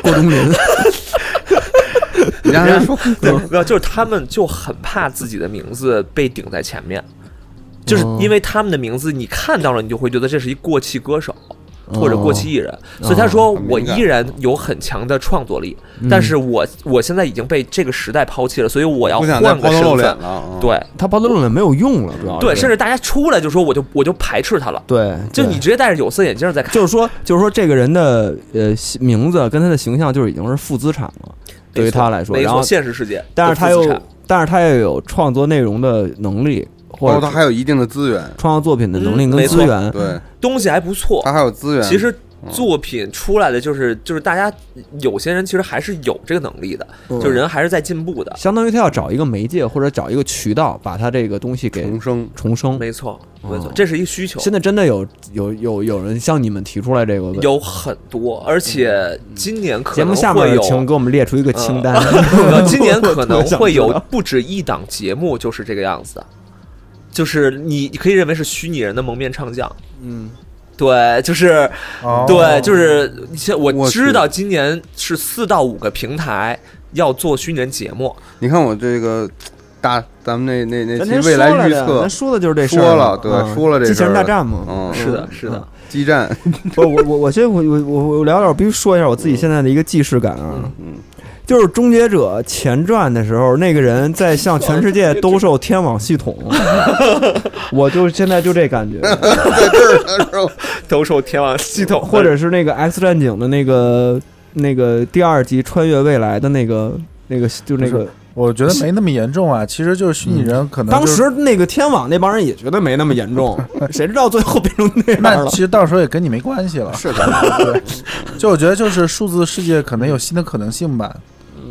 B: 郭冬 临，
C: 你让人说
B: 嗯
E: 没有，就是他们就很怕自己的名字被顶在前面，就是
B: 哦
E: 因为他们的名字你看到了，你就会觉得这是一过气歌手或者过气
B: 嗯
E: 艺人，所以他说
C: 嗯很
E: 我
C: 敏感
E: 依然有很强的创作力，
B: 嗯
E: 但是我我现在已经被这个时代抛弃了，所以我要
C: 不想再
E: 换
C: 抛
E: 个
C: 头露
E: 身
C: 脸
E: 份。
C: 了哦啊。
E: 对
B: 他抛头露脸没有用了，主要
E: 对，
B: 是
E: 甚至大家出来就说我就我就排斥他了，
B: 对，
E: 就
B: 对
E: 你直接戴着有色眼镜在看，
B: 就是说，就是说，这个人的呃形名字跟他的形象，就是已经是负资产了，对于他来说。
E: 没
B: 然后
E: 错，，现实世界，
B: 但是他
E: 的负资
B: 又
E: 产，
B: 但是他又有创作内容的能力，或
C: 包括
B: 者
C: 他还有一定的资源，
B: 创作作品的能力
E: 嗯
B: 跟
E: 没错
B: 资源。
C: 对
E: 东西还不错，
C: 他还有资源。
B: 啊
E: 其实作品出来的就是就是大家有些人其实还是有这个能力的，
B: 嗯
E: 就人还是在进步的。
B: 相当于他要找一个媒介或者找一个渠道，把他这个东西给
C: 重生，
B: 重生。
E: 没错，
B: 哦
E: 没错，这是一需求，
B: 现在真的有有有有人向你们提出来这个问题。
E: 有很多，而且今年可
B: 节目
E: 能
B: 下
E: 会
B: 面
E: 有，
B: 请给我们列出一个清单。
E: 今年可能
B: 我特别
E: 会
B: 想知
E: 有
B: 道
E: 不止一档节目就是这个样子的，就是你你可以认为是虚拟人的蒙面唱将。
B: 嗯，
E: 对，就是，
D: 哦
E: 对，就是，现我
C: 我
E: 知
C: 去
E: 道今年是四到五个平台要做虚拟人节目，
C: 你看我这个大，咱们那那那
B: 咱
C: 期
B: 先
C: 未
B: 说
C: 来
B: 了
C: 预
B: 的
C: 测
B: 嗯咱，说的就是这事儿
C: 说
B: 嘛
C: 了，对
B: 嗯，
C: 说了这
B: 机器
C: 事
B: 人
C: 儿
B: 大战嘛。
C: 嗯，
E: 是的，是的，
C: 激战，
B: 不是我我我先我我我我聊点，我必须说一下我
D: 嗯
B: 自己现在的一个既视感啊，
C: 嗯，
B: 就是《终结者前传》的时候，那个人在向全世界兜售天网系统，我就现在就这感觉，
C: 在这儿的时候，
E: 兜售天网系统，
B: 或者是那个《X 战警》的那个那个第二集穿越未来的那个。那个就那个，
D: 我觉得没那么严重啊。其实就是虚拟人可能、
B: 当时那个天网那帮人也觉得没那么严 重，谁知道最后变成那样
D: 那
B: 了
D: 其？实到时候也跟你没关系了。
C: 是的，
D: 就我觉得，就是数字世界可能有新的可能性吧。
C: 嗯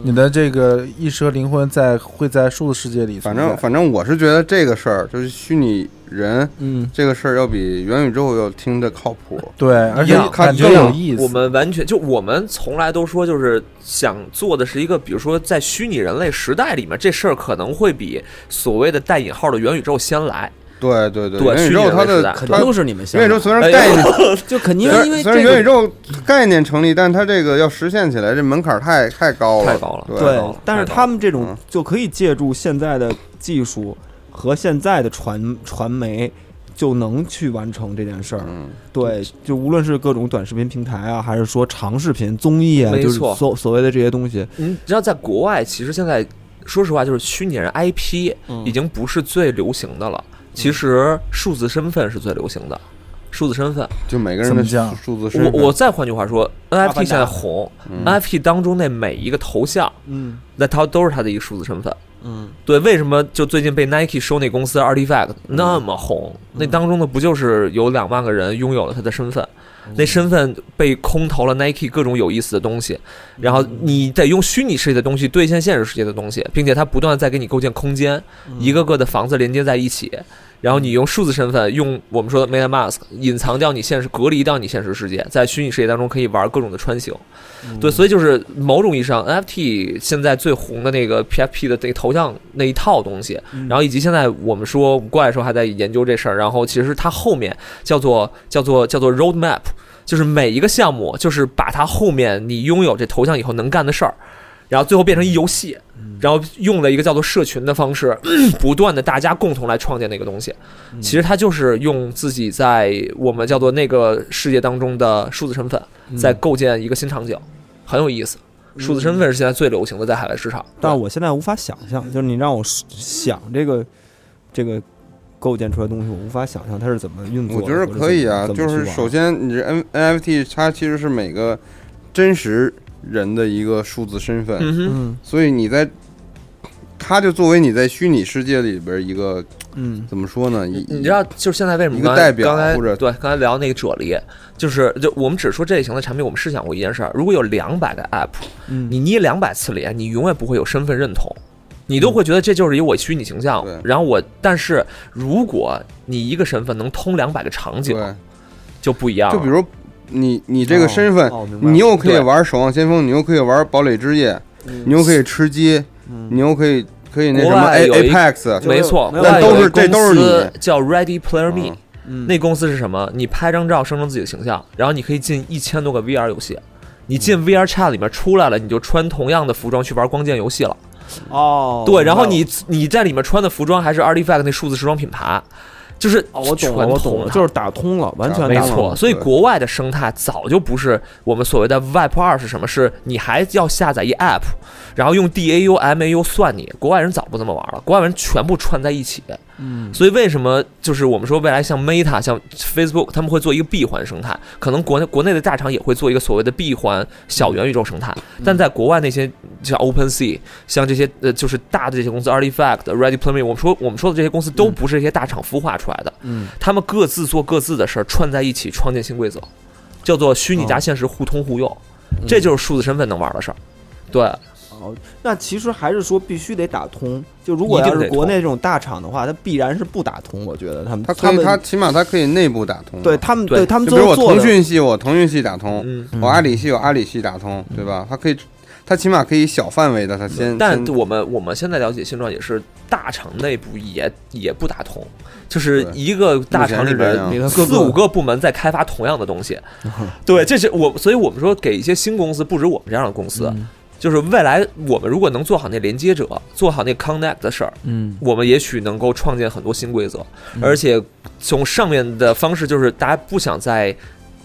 D: 你的这个意识和灵魂在会在数字世界里存
C: 反
D: 在，
C: 正反正我是觉得这个事儿就是虚拟人
B: 嗯，
C: 这个事儿要比元宇宙要听着靠谱，
D: 对，而且
E: 样
D: 感觉
C: 一样
D: 有意思。
E: 我们完全就我们从来都说，就是想做的是一个，比如说在虚拟人类时代里面，这事儿可能会比所谓的带引号的元宇宙先来。
C: 对对对，
E: 对
C: 元宇
E: 虚拟
C: 宙
E: 人
C: 它
E: 类时代
C: 的
B: 肯
C: 它
B: 定是你们想
C: 元宇宙
B: 的，
C: 虽然概念
B: 就肯定
C: 虽然
B: 呃因为
C: 虽
B: 这
C: 然
B: 个
C: 元宇宙概念成立，但它这个要实现起来，这门槛太太高了，
E: 太高了太
C: 对，
E: 高
B: 对
E: 了，
B: 但是
E: 太高
B: 他们这种
C: 嗯
B: 就可以借助现在的技术和现在的传传媒，就能去完成这件事儿。
C: 嗯，
B: 对，就无论是各种短视频平台啊，还是说长视频综艺啊，
E: 没
B: 就是
E: 错
B: 所所谓的这些东西，
E: 你知道，在国外其实现在说实话，就是虚拟人 IP
B: 嗯
E: 已经不是最流行的了，其实数字身份是最流行的。数字身份，
C: 就每个人
D: 怎
C: 的
D: 么讲
C: 数数字身
E: 我
C: 份，
E: 我再换句话说
B: 达
E: ，NFT 现在红，NFT 当中那每一个头像，
B: 嗯
E: 那它都是它的一个数字身份。
B: 嗯，
E: 对，为什么就最近被 Nike 收那公司 Artifact 那么红？那当中的不就是有两万个人拥有了他的身份？那身份被空投了 Nike 各种有意思的东西，然后你得用虚拟世界的东西兑
B: 嗯
E: 现现实世界的东西，并且它不断地在给你构建空间，一个个的房子连接在一起。然后你用数字身份，用我们说的 MetaMask 隐藏掉你现实，隔离掉你现实世界，在虚拟世界当中可以玩各种的穿行。对，所以就是某种意义上，NFT 现在最红的那个 PFP 的那个头像那一套东西，然后以及现在我们说怪兽还在研究这事儿，然后其实它后面叫做叫做叫做 roadmap，就是每一个项目，就是把它后面你拥有这头像以后能干的事儿，然后最后变成一游戏，然后用了一个叫做社群的方式，不断的大家共同来创建那个东西。
C: 嗯
E: 其实它就是用自己在我们叫做那个世界当中的数字身份，
B: 嗯
C: 嗯
E: 在构建一个新场景，很有意思。数字身份是现在最流行的在海外市场，
B: 但是我现在无法想象，就是你让我想这个这个构建出来的东西，我无法想象它是怎么运作
C: 我
B: 的。
C: 觉得
B: 或者
C: 可以啊，
B: 怎么
C: 就
B: 怎么
C: 是
B: 去玩
C: 首先你这 N NFT 它其实是每个真实人的一个数字身份，
E: 嗯哼，
B: 嗯
C: 所以你在它就作为你在虚拟世界里边一个
B: 嗯
C: 怎么说呢？
E: 你
C: 一
E: 你知道，就是现在为什么
C: 一个
E: 刚才
C: 代表
E: 刚才
C: 或者
E: 对刚才聊那个啫喱，就是就我们只说这类型的产品，我们试想过一件事儿：如果有两百个 app，
B: 嗯，
E: 你捏两百次脸，你永远不会有身份认同，你都会觉得这就是一个我虚拟形象
C: 嗯对。
E: 然后我，但是如果你一个身份能通两百个场景，
C: 对，
E: 就不一样了。
C: 就比如你你这个身份
B: 哦哦明，白了
C: 你又可以
E: 对
C: 玩《守望先锋》，你又可以玩《堡垒之夜》，
B: 嗯
C: 你又可以吃鸡，你又可以可以那什
E: 国
C: 么
E: 外
C: A
E: 有一
C: Apex，
E: 没错，
B: 那
E: 国外
B: 都
E: 有
B: 是
E: 一个
C: 这都是
E: 公
C: 你
E: 司叫 Ready Player Me，、
B: 嗯
E: 那公司是什么？你拍张照生成自己的形象，然后你可以进一千多个 VR 游戏。你进
B: 嗯
E: VR Chat 里面出来了，你就穿同样的服装去玩光剑游戏了。
B: 哦，
E: 对，然后
B: 明白
E: 你你在里面穿的服装还是 Artifact 那数字时装品牌，就是
B: 了哦，我懂了，
E: 传
B: 我
E: 统
B: 懂了，
E: 的
B: 就是打通了，完全
E: 没
B: 打通
E: 错，
B: 了
E: 所以
C: 对
E: 国外的生态早就不是我们所谓的 Web 二是什么？是你还要下载一 App，然后用 DAU、MAU 算你。国外人早不这么玩了，国外人全部串在一起。
B: 嗯
E: 所以为什么就是我们说未来像 Meta、像 Facebook 他们会做一个闭环生态？可能国内国内的大厂也会做一个所谓的闭环小元宇宙生态，但在国外那些像 OpenSea、像这些呃就是大的这些公司 Artifact、Ready Player，Me，我们说我们说的这些公司都不是这些大厂孵化出来的，
B: 嗯
E: 他们各自做各自的事儿，串在一起创建新规则，叫做虚拟加现实互通互用，这就是数字身份能玩的事儿。对，嗯
B: 哦，那其实还是说必须得打通。就如果
E: 一定
B: 要
E: 得
B: 是
E: 通
B: 国内这种大厂的话，它必然是不打通。我觉得他们
C: 它
B: 他
C: 可以，
B: 们
C: 它起码它可以内部打通。啊
B: 对他们
E: 对
B: 对他们
C: 就
B: 最
C: 比如
B: 后
C: 我
B: 做
C: 腾
B: 的
C: 讯系，我腾讯系打通，
E: 嗯。
C: 我阿里系有阿里系打通，对吧？它可以，它起码可以小范围的，它先。
E: 但
C: 先
E: 我们我们现在了解现状也是，大厂内部也也不打通，就是
C: 对
E: 一个大厂里
C: 目前是这样
E: 边
B: 啊各个
E: 四五个部门在开发同样的东西。对，这是我，所以我们说给一些新公司，不止我们这样的公司，
B: 嗯
E: 就是未来我们如果能做好那连接者，做好那 connect 的事儿，
B: 嗯
E: 我们也许能够创建很多新规则，
C: 嗯
E: 而且从上面的方式就是大家不想再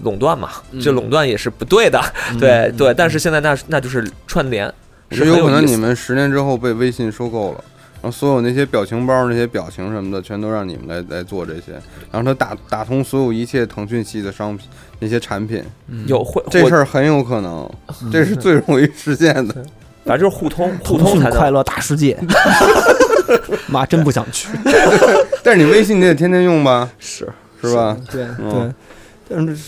E: 垄断嘛，
C: 嗯
E: 嗯这垄断也是不对的，对对。但是现在那那就是串联，
C: 我
E: 是
C: 觉得嗯
E: 很
C: 有可能
E: 意
C: 你
E: 思。
C: 们十年之后被微信收购了，然后所有那些表情包、那些表情什么的，全都让你们来来做这些，然后它打打通所有一切腾讯系的商品那些产品，
E: 有会
C: 这
E: 会
C: 事儿很有可能，
B: 嗯
C: 这是最容易实现的。
E: 反正就是互通，互
B: 腾
E: 通
B: 讯
E: 才
B: 快
E: 能。
B: 乐大世界。妈，真不想去，
C: 但是你微信你得天天用吧，
B: 是
C: 是吧？
B: 对对
C: 嗯，
B: 但是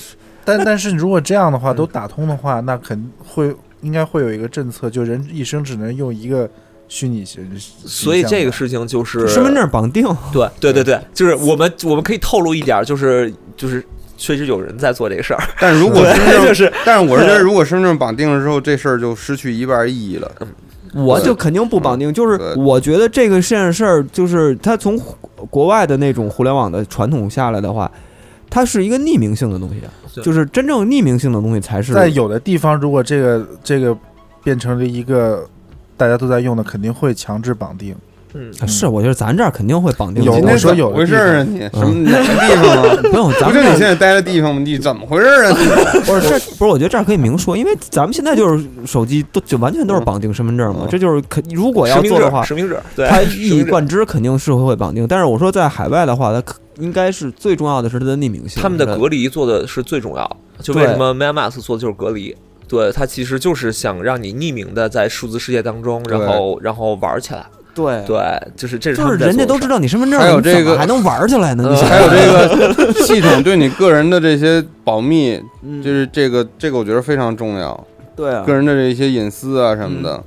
D: 但但是如果这样的话都打通的话，那肯会应该会有一个政策，就人一生只能用一个虚拟形象。
E: 所以这个事情就是
B: 身份，证绑定，
E: 对对对对，就是我们我们可以透露一点儿，就是就是确实有人在做这个事儿，
C: 但如果 身份证，
E: 就是
C: 但是我是觉得，如果身份证绑定了之后，这事儿就失去一半意义了。
B: 我就肯定不绑定。就是
C: 对
B: 我觉得这个这件事儿，就是它从国外的那种互联网的传统下来的话，它是一个匿名性的东西，啊
E: 对
B: 就是真正匿名性的东西才是
D: 在有的地方，如果这个这个变成了一个大家都在用的，肯定会强制 绑定。
E: 嗯，
B: 啊是，我觉得咱这儿肯定会绑定
D: 有
B: 进去。
D: 我
C: 怎
D: 说有
C: 么
D: 的嗯
C: 回事儿啊？你什么你什么地 方啊？
B: 不用，咱们
C: 不就
B: 这
C: 你
B: 儿
C: 现在待的地方吗？你怎么回事儿啊？你
B: 不是这儿不是，我觉得这儿可以明说，因为咱们现在就是手机都就完全都是绑定身份证嘛
C: 嗯，
B: 这就是肯如果
E: 实
B: 要
E: 名
B: 做的话
E: 制，，实名制，对，
B: 它
E: 实
B: 一以
E: 名制
B: 贯之肯定是会绑定。但是我说在海外的话，它可应该是最重要的是它的匿名性，
E: 他们的
B: 是吧
E: 隔离做的是最重要的，就
B: 对
E: 为什么 MetaMask 做的就是隔离。对，它其实就是想让你匿名的在数字世界当中，然
C: 对
E: 后然后玩起来。
B: 对
E: 对，就是这是他
B: 就是
E: 们在
B: 人家
E: 做
B: 都
E: 的
B: 知道你身份证，
C: 还有
B: 你怎么
C: 这个
B: 还能玩起来呢？你想
E: 呃
C: 还有这个系统对你个人的这些保密，
B: 嗯
C: 就是这个这个，我觉得非常重要，
B: 对啊
C: 个，人的这些隐私啊什么的。
B: 嗯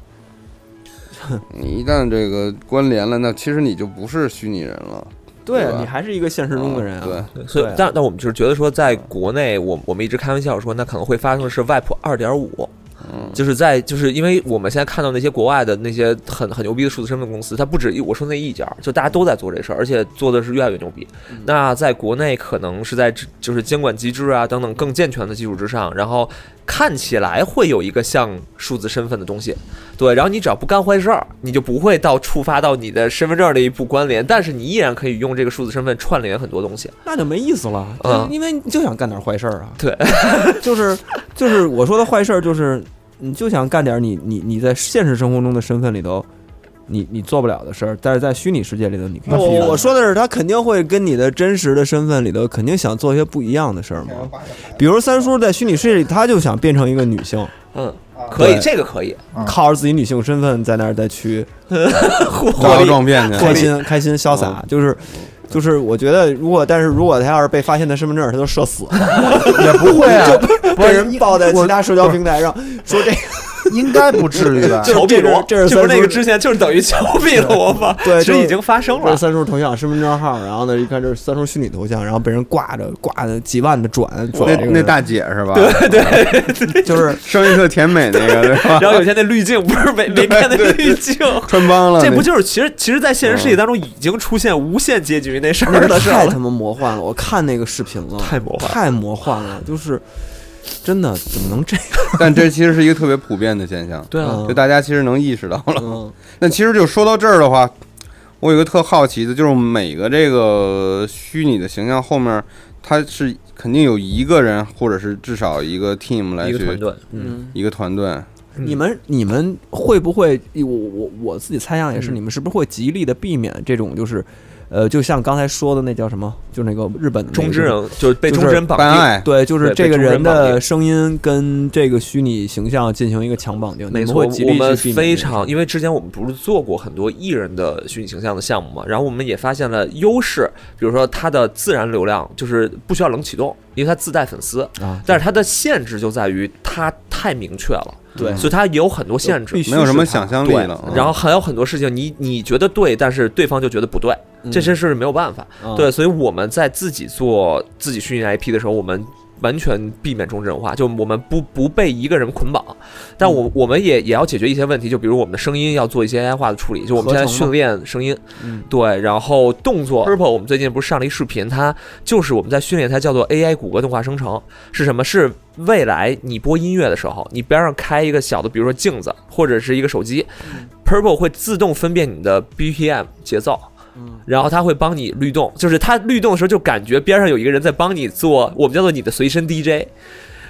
C: 你一旦这个关联了，那其实你就不是虚拟人了，
B: 对啊
C: 对吧
B: 你还是一个现实中的人啊。
C: 对，
E: 对所以
B: 对啊，
E: 但但我们就是觉得说，在国内，我我们一直开玩笑说，那可能会发生的是 Web 二点五，
C: 嗯，
E: 就是在就是因为我们现在看到那些国外的那些很很牛逼的数字身份公司，它不止一我说那一家，就大家都在做这事儿，而且做的是越来越牛逼。那在国内可能是在这就是监管机制啊等等更健全的基础之上，然后看起来会有一个像数字身份的东西，对，然后你只要不干坏事儿，你就不会到触发到你的身份证的一步关联，但是你依然可以用这个数字身份串联很多东西。
B: 那就没意思了，
E: 嗯
B: 就因为你就想干点坏事儿啊。
E: 对，
B: 就是就是我说的坏事儿，就是你就想干点你你你在现实生活中的身份里头。你你做不了的事儿，但是在虚拟世界里头，你可以
D: 那必然
B: 我我说的是，他肯定会跟你的真实的身份里头，肯定想做一些不一样的事儿嘛。比如三叔在虚拟世界里，他就想变成一个女性，
E: 嗯，可
B: 对
E: 以，
B: 啊
E: 这个可以。
D: 嗯
B: 靠着自己女性身份在那儿再 去
C: 打个撞骗去，
B: 开心、开心、潇
E: 嗯
B: 洒，就是就是，我觉得如果但是如果他要是被发现的身份证，他就社死，
D: 也不会啊，
B: 被人抱在
D: 我
B: 其他社交平台上说 这
D: 应该不至于 吧？
B: 就
E: 乔
B: 这
E: 碧罗
B: 是，这是
E: 不
B: 三
E: 是那个
B: 叔
E: 之前，就是等于乔碧罗嘛？
B: 对
E: 其
B: 就
E: 实
B: 是
E: 已经发生
B: 这
E: 了
B: 是。三叔头像、身份证号，然后呢一看这是三叔虚拟头像，然后被人挂着挂着几万的转，转
C: 那
B: 这个
C: 那
B: 人
C: 大姐是吧？对，
B: 就是
C: 声音特甜美那个，对吧？
E: 然后有一天那滤镜不是没没看那滤镜，
C: 穿帮了，
B: 嗯
E: 这
C: 那
E: 不就是其实其实，在现实世界当中已经出现无限结局那事儿的事儿
B: 太
E: 了
B: 他。妈魔幻了！我看那个视频了，
E: 太魔幻
B: 太魔幻了，就是真的怎么能这样？
C: 但这其实是一个特别普遍的现象，
E: 对
B: 啊
C: 就大家其实能意识到了。
B: 嗯
C: 那其实就说到这儿的话，我有一个特好奇的，就是每个这个虚拟的形象后面，它是肯定有一个人，或者是至少一个 team 来
E: 一
C: 去
E: 个团队，
B: 嗯，
C: 一个团队
E: 嗯
B: 你们你们会不会？我我我自己猜想也是，
E: 嗯
B: 你们是不是会极力的避免这种就是，呃，就像刚才说的那叫什么，就那个日本的那个
E: 中之人就是被
B: 就
E: 中
B: 是
E: 之人绑
C: 办
E: 定。
C: 爱，
B: 对，就是
E: 对
B: 这
E: 被
B: 个
E: 中
B: 人
E: 人绑
B: 的
E: 定
B: 声音跟这个虚拟形象进行一个强绑定，
E: 没
B: 你们
E: 错，
B: 会极力
E: 我们
B: 去避免
E: 非
B: 这个
E: 常，因为之前我们不是做过很多艺人的虚拟形象的项目嘛，然后我们也发现了优势，比如说他的自然流量就是不需要冷启动，因为他自带粉丝，
B: 啊，
E: 但是它的限制就在于它太明确了，
B: 对
E: 所以它有很多限
B: 嗯
E: 制
B: 必。须
C: 没有什么
B: 是他
C: 想象力
E: 对
C: 了。，
B: 嗯
C: 啊
E: 然后还有很多事情你，你觉得对，但是对方就觉得不对，这些事儿没有办法。
B: 嗯
E: 对，所以我们在自己做自己虚拟 IP 的时候，我们完全避免中这种化，就我们不不被一个人捆绑，但我
B: 嗯
E: 我们也也要解决一些问题，就比如我们的声音要做一些 AI 化的处理，就我们现在
B: 合成
E: 训练声音，
B: 嗯
E: 对，然后动作 Purple，我们最近不是上了一视频，它就是我们在训练它叫做 AI 谷歌动画生成，是什么？是未来你播音乐的时候，你边上开一个小的，比如说镜子或者是一个手机，Purple 会自动分辨你的 BPM 节奏。
B: 嗯
E: 然后它会帮你律动，就是它律动的时候就感觉边上有一个人在帮你做，我们叫做你的随身 DJ。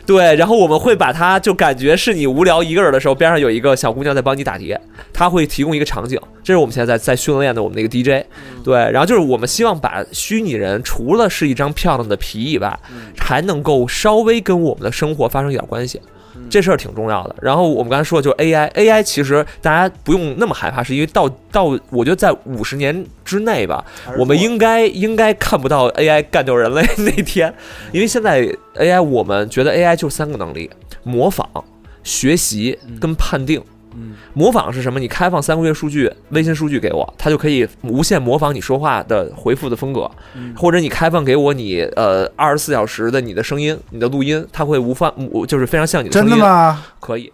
E: 对，然后我们会把它就感觉是你无聊一个人的时候，边上有一个小姑娘在帮你打碟，它会提供一个场景，这是我们现在在在训练的我们那个 DJ。对，然后就是我们希望把虚拟人除了是一张漂亮的皮以外，还能够稍微跟我们的生活发生一点关系。这事儿挺重要的。然后我们刚才说的就是 AI，AI 其实大家不用那么害怕，是因为到到我觉得在五十年之内吧，
B: 嗯
E: 我们应该应该看不到 AI 干掉人类那天，因为现在 AI 我们觉得 AI 就三个能力：模仿、学习跟判定。
B: 嗯
E: 模仿是什么？你开放三个月数据，微信数据给我，它就可以无限模仿你说话的回复的风格，
B: 嗯
E: 或者你开放给我你呃二十四小时的你的声音，你的录音，它会无法无就是非常像你的声
D: 真
E: 音。
D: 的？吗？
E: 可以。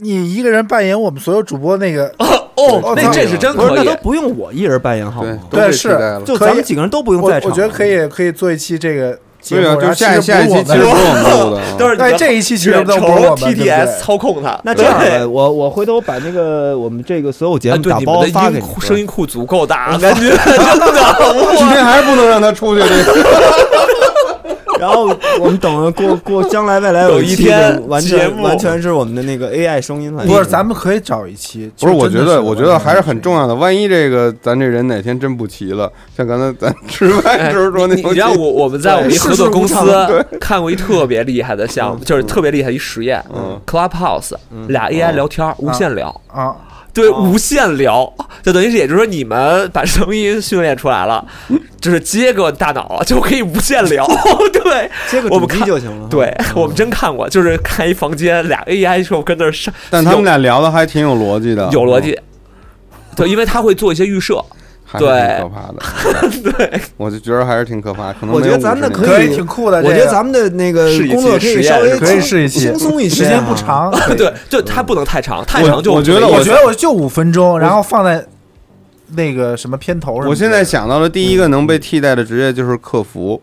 D: 你一个人扮演我们所有主播那个，
E: 哦，那这是真
B: 不是
E: 可
B: 那
E: 以
B: 都。不用我一人扮演好
C: 对
B: 吗？
C: 都被
D: 对
C: 替
D: 是
C: 代了。
B: 就
D: 可以
B: 咱们几个人都不用
D: 我
B: 在场，
D: 我觉得可以可以做一期这个节
C: 对
D: 目，
C: 啊，
D: 然后
C: 就下
D: 其
C: 下一
D: 实不
C: 期其
D: 是
C: 实不
D: 我
C: 是
D: 们
C: 我们录的 啊，
E: 都是
D: 但
E: 你的
D: 这一期其实
E: 远
D: 都
E: 程
D: 不是我们对不对
E: TDS 操控它。
B: 那这样
E: 对
B: 吧，我我回头把那个我们这个所有节
E: 啊，
B: 目
E: 对
B: 打
E: 你
B: 包
E: 们
B: 发
E: 的
B: 给
E: 音
B: 你
E: 库，声音库足够大，
B: 我感
E: 觉真的。
C: 今天还是不能让他出去。这个
B: 然后我们等着过过将来未来
E: 有
B: 一
E: 一
B: 期
E: 天
B: 的完
E: 节
B: 全
E: 目
B: 完全是我们的那 个 AI 声音来源。
D: 不是，咱们可以找一期。
C: 不是，我觉
D: 就真的
C: 得，我觉得还是很重
D: 要。
C: 要的。万一这个咱这人哪天真不齐了，像刚才咱吃 饭时候说那
E: 哎你
C: 牛气
E: 你知道 我我们在我们
B: 对
E: 一合作公司
B: 世事无常
E: 看过一特别厉害的项目，就是特别厉害一实验
C: 嗯
E: ，Clubhouse 俩 AI 聊天儿无限聊，
D: 啊，
E: 对，无限聊，就等于是也就是说你们把声音训练出来了，
C: 嗯
E: 就是接个大脑就可以无限 聊，对
B: 接个
E: 我们
B: 主机
E: 看
B: 就行
C: 嗯
B: 了。
E: 对，我们真看过，就是看一房间俩 AI 说跟那儿上，
C: 但他们俩聊的还挺有逻辑的，嗯哦
E: 有逻辑，对，因为他会做一些预设，
C: 还是挺
E: 对
C: 可怕的。对，我就觉得还是挺可怕。可能
B: 我觉
C: 没有
B: 得咱们
C: 50
B: 可以
C: 年
D: 可以挺酷的。
B: 我觉
D: 这
B: 得
D: 个
B: 咱们的那个
E: 试一期
B: 工作可
E: 实
B: 以
E: 验
B: 稍微
E: 是吧
D: 可以试一期，
B: 轻松一些，
D: 时间 不。长。
E: 对，就它不能太长，太长就
C: 啊我觉得
E: 没
D: 我
E: 意思
D: 觉得我就五分钟，然后放在那个什么片头什么的。
C: 我现在想到的第一个能被替代的职业就是客服，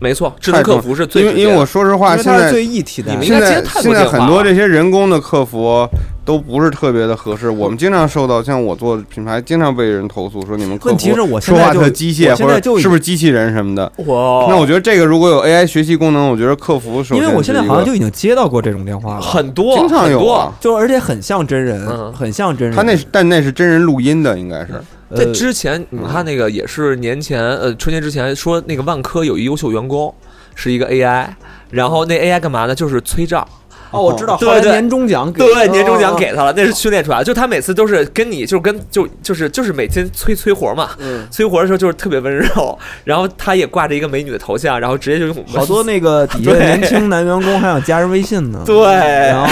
E: 没错，智能客服是最
C: 因为
E: 直接
C: 因为
E: 的
C: 我说实
B: 因为
C: 话，现
B: 它是
C: 在
B: 最易替代的。
E: 你们应
C: 现
E: 该
C: 在
E: 接太多
C: 现在
E: 电
B: 啊
E: 话
C: 很多
E: 了
C: 这些人工的客服都不是特别的合适，我们经常收到，像我做品牌，经常被人投诉说你们客
B: 问题是
C: 服
B: 我现
C: 说
B: 在
C: 话
B: 就
C: 特机械，
B: 我现
C: 或
B: 在
C: 者
B: 就已哦
C: 是不是机器人什么的。
E: 哇，
C: 那我觉得这个如果有 AI 学习功能，我觉得客服首
B: 因
C: 先
B: 为我现在
C: 是一
B: 好像
C: 个
B: 就已经接到过这种电话了，
E: 很多
C: 经常有
E: 很多
C: 啊
B: 就而且很像真人，
E: 嗯
B: 很像真人。
C: 他那是但那是真人录音的，应该是
B: 呃
E: 在之前，你看那个也是年前，呃，春节之前说那个万科有一优秀员工是一个 AI，然后那 AI 干嘛呢？就是催账。
B: 哦，我知道，
E: 对
B: 后来
E: 对
B: 年终奖给哦
E: 对，年终奖给他了，那是训练出来的。就他每次都是跟你，就是跟就就是就是每天催催活嘛，催活的时候就是特别温柔，然后他也挂着一个美女的头像，然后直接就用
B: 好多那个底下
E: 对
B: 年轻男员工还想加人微信呢。
E: 对
B: 然后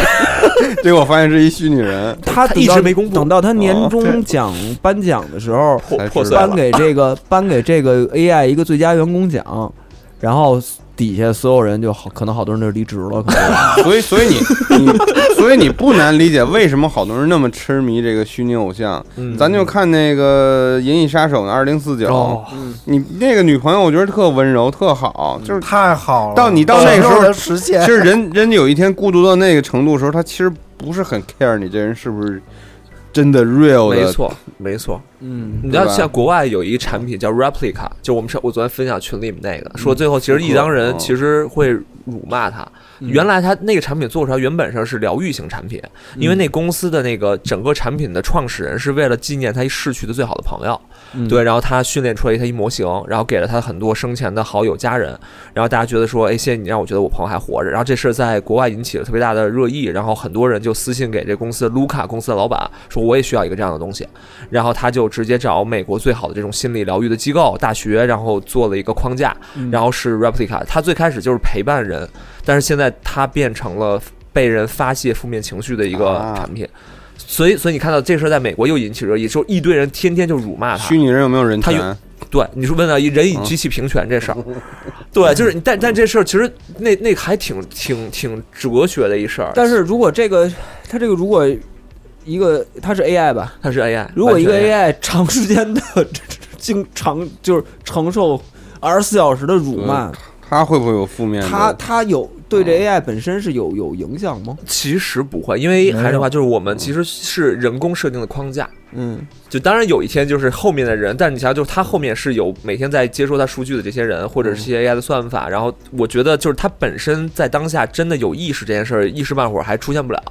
C: 结果发现是一虚拟人，
B: 他等
E: 一
B: 到
E: 直没公布哦
B: 等到他年终奖颁奖的时 候，
E: 破
C: 才知道
E: 破碎
B: 颁
E: 了。
B: 给这个颁给这个 AI 一个最佳员工奖，然后底下所有人就好，可能好多人就离职了，可能。
C: 所以所以你你所以你不难理解为什么好多人那么痴迷这个虚拟偶像。
E: 嗯
C: 咱就看那个《银翼杀手》的二零四九
E: 哦，，
C: 你那个女朋友我觉得特温柔特好，
E: 嗯
C: 就是
D: 太好了，
C: 到你到那个时候
D: 能实现
C: 其实人人有一天孤独到那个程度的时候，他其实不是很 care 你这人是不是真的 real 的，
E: 没错没错。
B: 嗯，
E: 你知道
C: 对吧
E: 像国外有一个产品叫 Replica，就我们上我昨天分享群里面那个，说最后其实一当人
C: 嗯
E: 其实会辱骂他。原来他那个产品做出来原本上是疗愈型产品，
C: 嗯
E: 因为那公司的那个整个产品的创始人是为了纪念他逝去的最好的朋友，
B: 嗯
E: 对，然后他训练出来他一模型，然后给了他很多生前的好友家人，然后大家觉得说，哎，谢谢你让我觉得我朋友还活着，然后这事儿在国外引起了特别大的热议，然后很多人就私信给这公司卢卡公司的老板说，我也需要一个这样的东西，然后他就直接找美国最好的这种心理疗愈的机构、大学，然后做了一个框架，然后是 Replica，他最开始就是陪伴人，但是现在他变成了被人发泄负面情绪的一个
C: 啊
E: 产品。所以，所以你看到这事儿在美国又引起热议，就一堆人天天就辱骂他
C: 虚。拟人有没有人
E: 他有
C: 权？
E: 对，你说问到人与机器平权这事儿， 对，就是你但但这事儿其实那那还挺挺挺哲学的一事儿。
B: 但是如果这个他这个如果一个他是 AI 吧，
E: 它是 AI，
B: 如果一个
E: 完全
B: AI 长时间的经常就是承受二十四小时的辱
E: 嗯
B: 骂，
C: 他会不会有负面的？
B: 它它有对
E: 哦
B: 这 AI 本身是有有影响吗？
E: 其实不会，因为
D: 没有
E: 还是那话，就是我们其实是人工设定的框架。
B: 嗯，
E: 就当然有一天就是后面的人，但是你想想，就是他后面是有每天在接收他数据的这些人，或者是一些 AI 的算法。然后我觉得就是他本身在当下真的有意识这件事儿，一时半会儿还出现不了。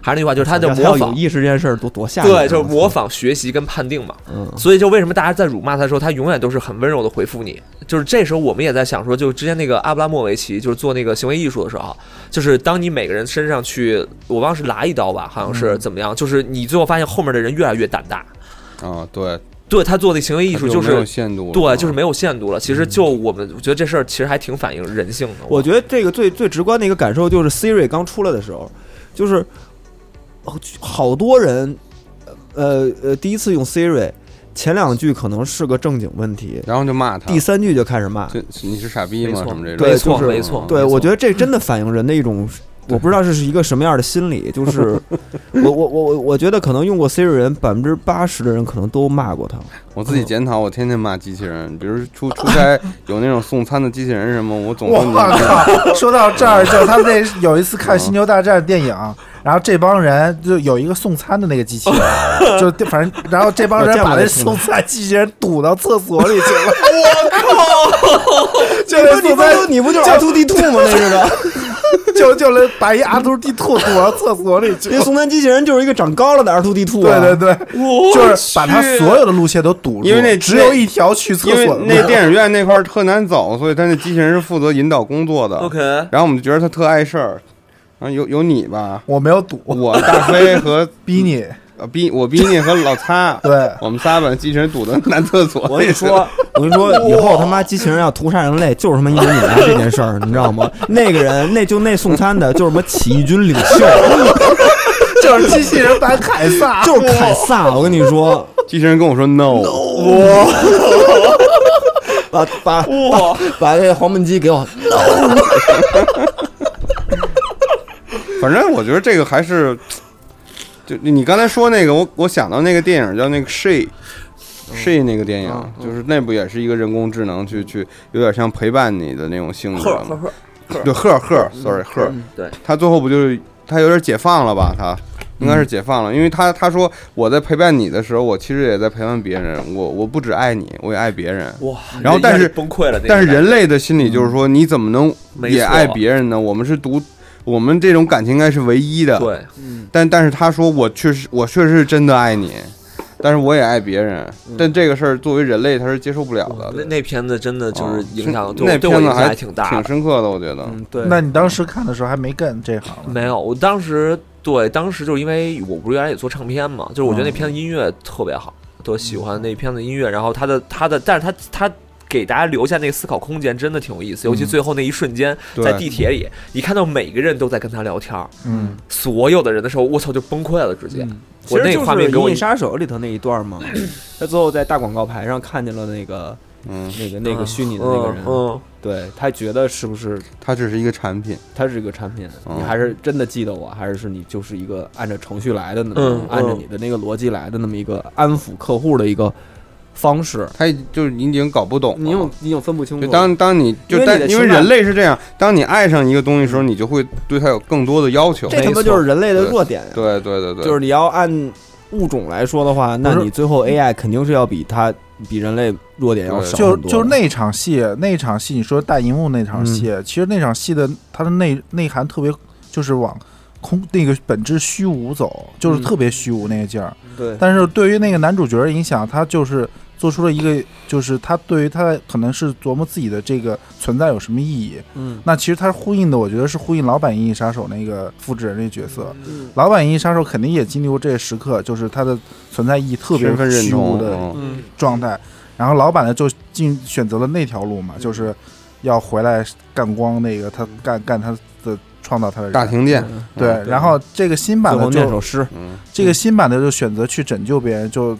E: 还是那句话，就是他的模
B: 有
E: 仿，
B: 意识这件事儿多多吓人啊。
E: 对，就是模仿、学习跟判定嘛。
B: 嗯
E: 所以就为什么大家在辱骂他的时候，他永远都是很温柔的回复你。就是这时候我们也在想说，就之前那个阿布拉莫维奇，就是做那个行为艺术的时候，就是当你每个人身上去，我忘了是剌一刀吧，好像
C: 嗯
E: 是怎么样，就是你最后发现后面的人越来越胆大。
C: 啊，对，
E: 对他做的行为艺术
C: 他
E: 就
C: 没有
E: 是。
C: 限度了，啊嗯
E: 对，就是没有限度了。其实就我们，我觉得这事儿其实还挺反映人性的。
B: 我觉得这个最最直观的一个感受就是 Siri 刚出来的时候，就是哦好多人，呃呃，第一次用 Siri，前两句可能是个正经问题，
C: 然后就骂他
B: 第，三句就开始骂。
C: 这你是傻逼
E: 没
C: 吗？
E: 错
C: 什么这种？啊
B: 对
E: 没错，
B: 就是
E: 没错。
B: 对，
E: 没错
B: 我觉得这真的反映人的一种，我不知道这是一个什么样的心理，就是 我我我我我觉得可能用过 Siri 人百分之八十的人可能都骂过他。
C: 我自己检讨，我天天骂机器人，比如 出出差有那种送餐的机器人什么，我总
D: 我
C: 说你
D: 靠！说到这儿，就他们那有一次看《星球大战》电影，然后这帮人就有一个送餐的那个机器人，就反正然后这帮人把那送餐机器人堵到厕所里去了。 我靠！就那
B: 你
D: 送
B: 不
D: 餐
B: 就你不就 R
D: 叫
B: two D two 吗？那是个，
D: 就就来把一阿图地兔堵到厕所里去
B: 因为
D: 了。
B: 松丹机器人就是一个长高了的 R two D two
D: 对
B: 啊。
D: 对对，就是把他所有的路线都堵住，
C: 因为那
D: 只有一条去厕
C: 因为
D: 所的路。
C: 那电影院那块儿特难走，所以他那机器人是负责引导工作的。
E: OK
C: 然后我们就觉得他特碍事儿，然后有有你吧，
D: 我没有堵，
C: 我大飞和
D: 逼你。
C: 呃逼我逼你和老擦，
D: 对
C: 我们仨把机器人堵到男厕所。
B: 我跟你说， 我跟你说，以后他妈机器人要屠杀人类， 就是他妈因为你来这件事儿，你知道吗？那个人，那就那送餐的，就是什么起义军领袖，
D: 就是机器人版凯 撒，
B: 就是凯撒。我跟你说，
C: 机器人跟我说 no，,
F: 把把
E: 哇，
F: 把那个黄焖鸡给我，
C: 反正我觉得这个还是，就你刚才说那个，我我想到那个电影叫那个 She。She 那个电影、
B: 嗯嗯
C: 就是那部也是一个人工智能去去，有点像陪伴你的那种性质
E: 赫
C: 嘛。
E: 赫赫，赫
C: 对赫赫，sorry 赫，
E: 嗯对，
C: 他最后不就是他有点解放了吧？他应该是解放了，因为他他说我在陪伴你的时候，我其实也在陪伴别人，我我不只爱你，我也爱别人。
E: 哇，
C: 然后但是
E: 人家崩溃了，那个
C: 但是人类的心理就是说，你怎么能
E: 嗯没
C: 也
E: 错
C: 爱别人呢？我们是独，我们这种感情应该是唯一的。
E: 对，
C: 但但是他说我确实我确实是真的爱你，但是我也爱别人，但这个事儿作为人类他是接受不了的。
E: 嗯那那片子真的就是影响
C: 哦
E: 对
C: 那
E: 我对我
C: 片
E: 影
C: 子
E: 响
C: 还
E: 还挺大
C: 挺
E: 的。
C: 深刻的，我觉得。
B: 嗯，对，
D: 那你当时看的时候还没干这行呢，
E: 没有，我当时对当时就是因为我不是原来也做唱片嘛，就是我觉得那
B: 嗯
E: 片子音乐特别好，特喜欢那片子音乐，然后他的他的，但是他他。给大家留下那个思考空间真的挺有意
B: 嗯
E: 思，尤其最后那一瞬间，
C: 对
E: 在地铁里，你看到每个人都在跟他聊天儿，
D: 嗯，
E: 所有的人的时候，我操就崩溃了，直接。
B: 嗯其
E: 我
B: 实
E: 那
B: 就
E: 画
B: 是
E: 面
B: 《
E: 给我
B: 银翼杀手》里头那一段嘛，他最后在大广告牌上看见了那个
C: 嗯，
B: 那个那个虚拟的那个人，
E: 嗯，
B: 对他觉得是不是
C: 它只是一个产品。
B: 他是一个产品？
C: 嗯
B: 你还是真的记得我，还是是你就是一个按照程序来的呢？
E: 嗯
B: 按照你的那个逻辑来的那么一个安抚客户的一个方式，
C: 他就是你已经搞不懂了，
B: 你已经你已经分不清楚
C: 就
B: 了。
C: 当当你
B: 因为
C: 就
B: 你
C: 但
B: 的
C: 因为
B: 情感
C: 人类是这样，当你爱上一个东西的时候，你就会对它有更多的要求。
B: 这他妈就是人类的弱点呀！
C: 对对对对，
B: 就是你要按物种来说的话，那
D: 不是
B: 你最后 AI 肯定是要比它比人类弱点要
C: 对
B: 少
D: 就
B: 很多
D: 就
B: 的嗯
D: 那场戏，那场戏，你说大荧幕那场戏，其实那场戏的它的内内涵特别，就是往空那个本质虚无走，就是
B: 嗯
D: 特别虚无那个劲儿。
B: 对
D: 但是对于那个男主角的影响，他就是做出了一个，就是他对于他可能是琢磨自己的这个存在有什么意义。
B: 嗯
D: 那其实他呼应的，我觉得是呼应老版《银翼杀手》那个复制人那角色。
B: 嗯
D: 老版《银翼杀手》肯定也经历过这个时刻，就是他的存在意义特别
C: 身份认
D: 虚
C: 同
D: 无的
C: 嗯
E: 嗯，
D: 状态。然后老板呢就进选择了那条路嘛，
B: 嗯
D: 就是要回来干光那个他干干他的创造他的人
C: 大停电，
D: 对。然后这个新
B: 嗯最
D: 版的
B: 后念
D: 就
B: 首诗，
C: 嗯，
D: 这个新版的就选择去拯救别人，就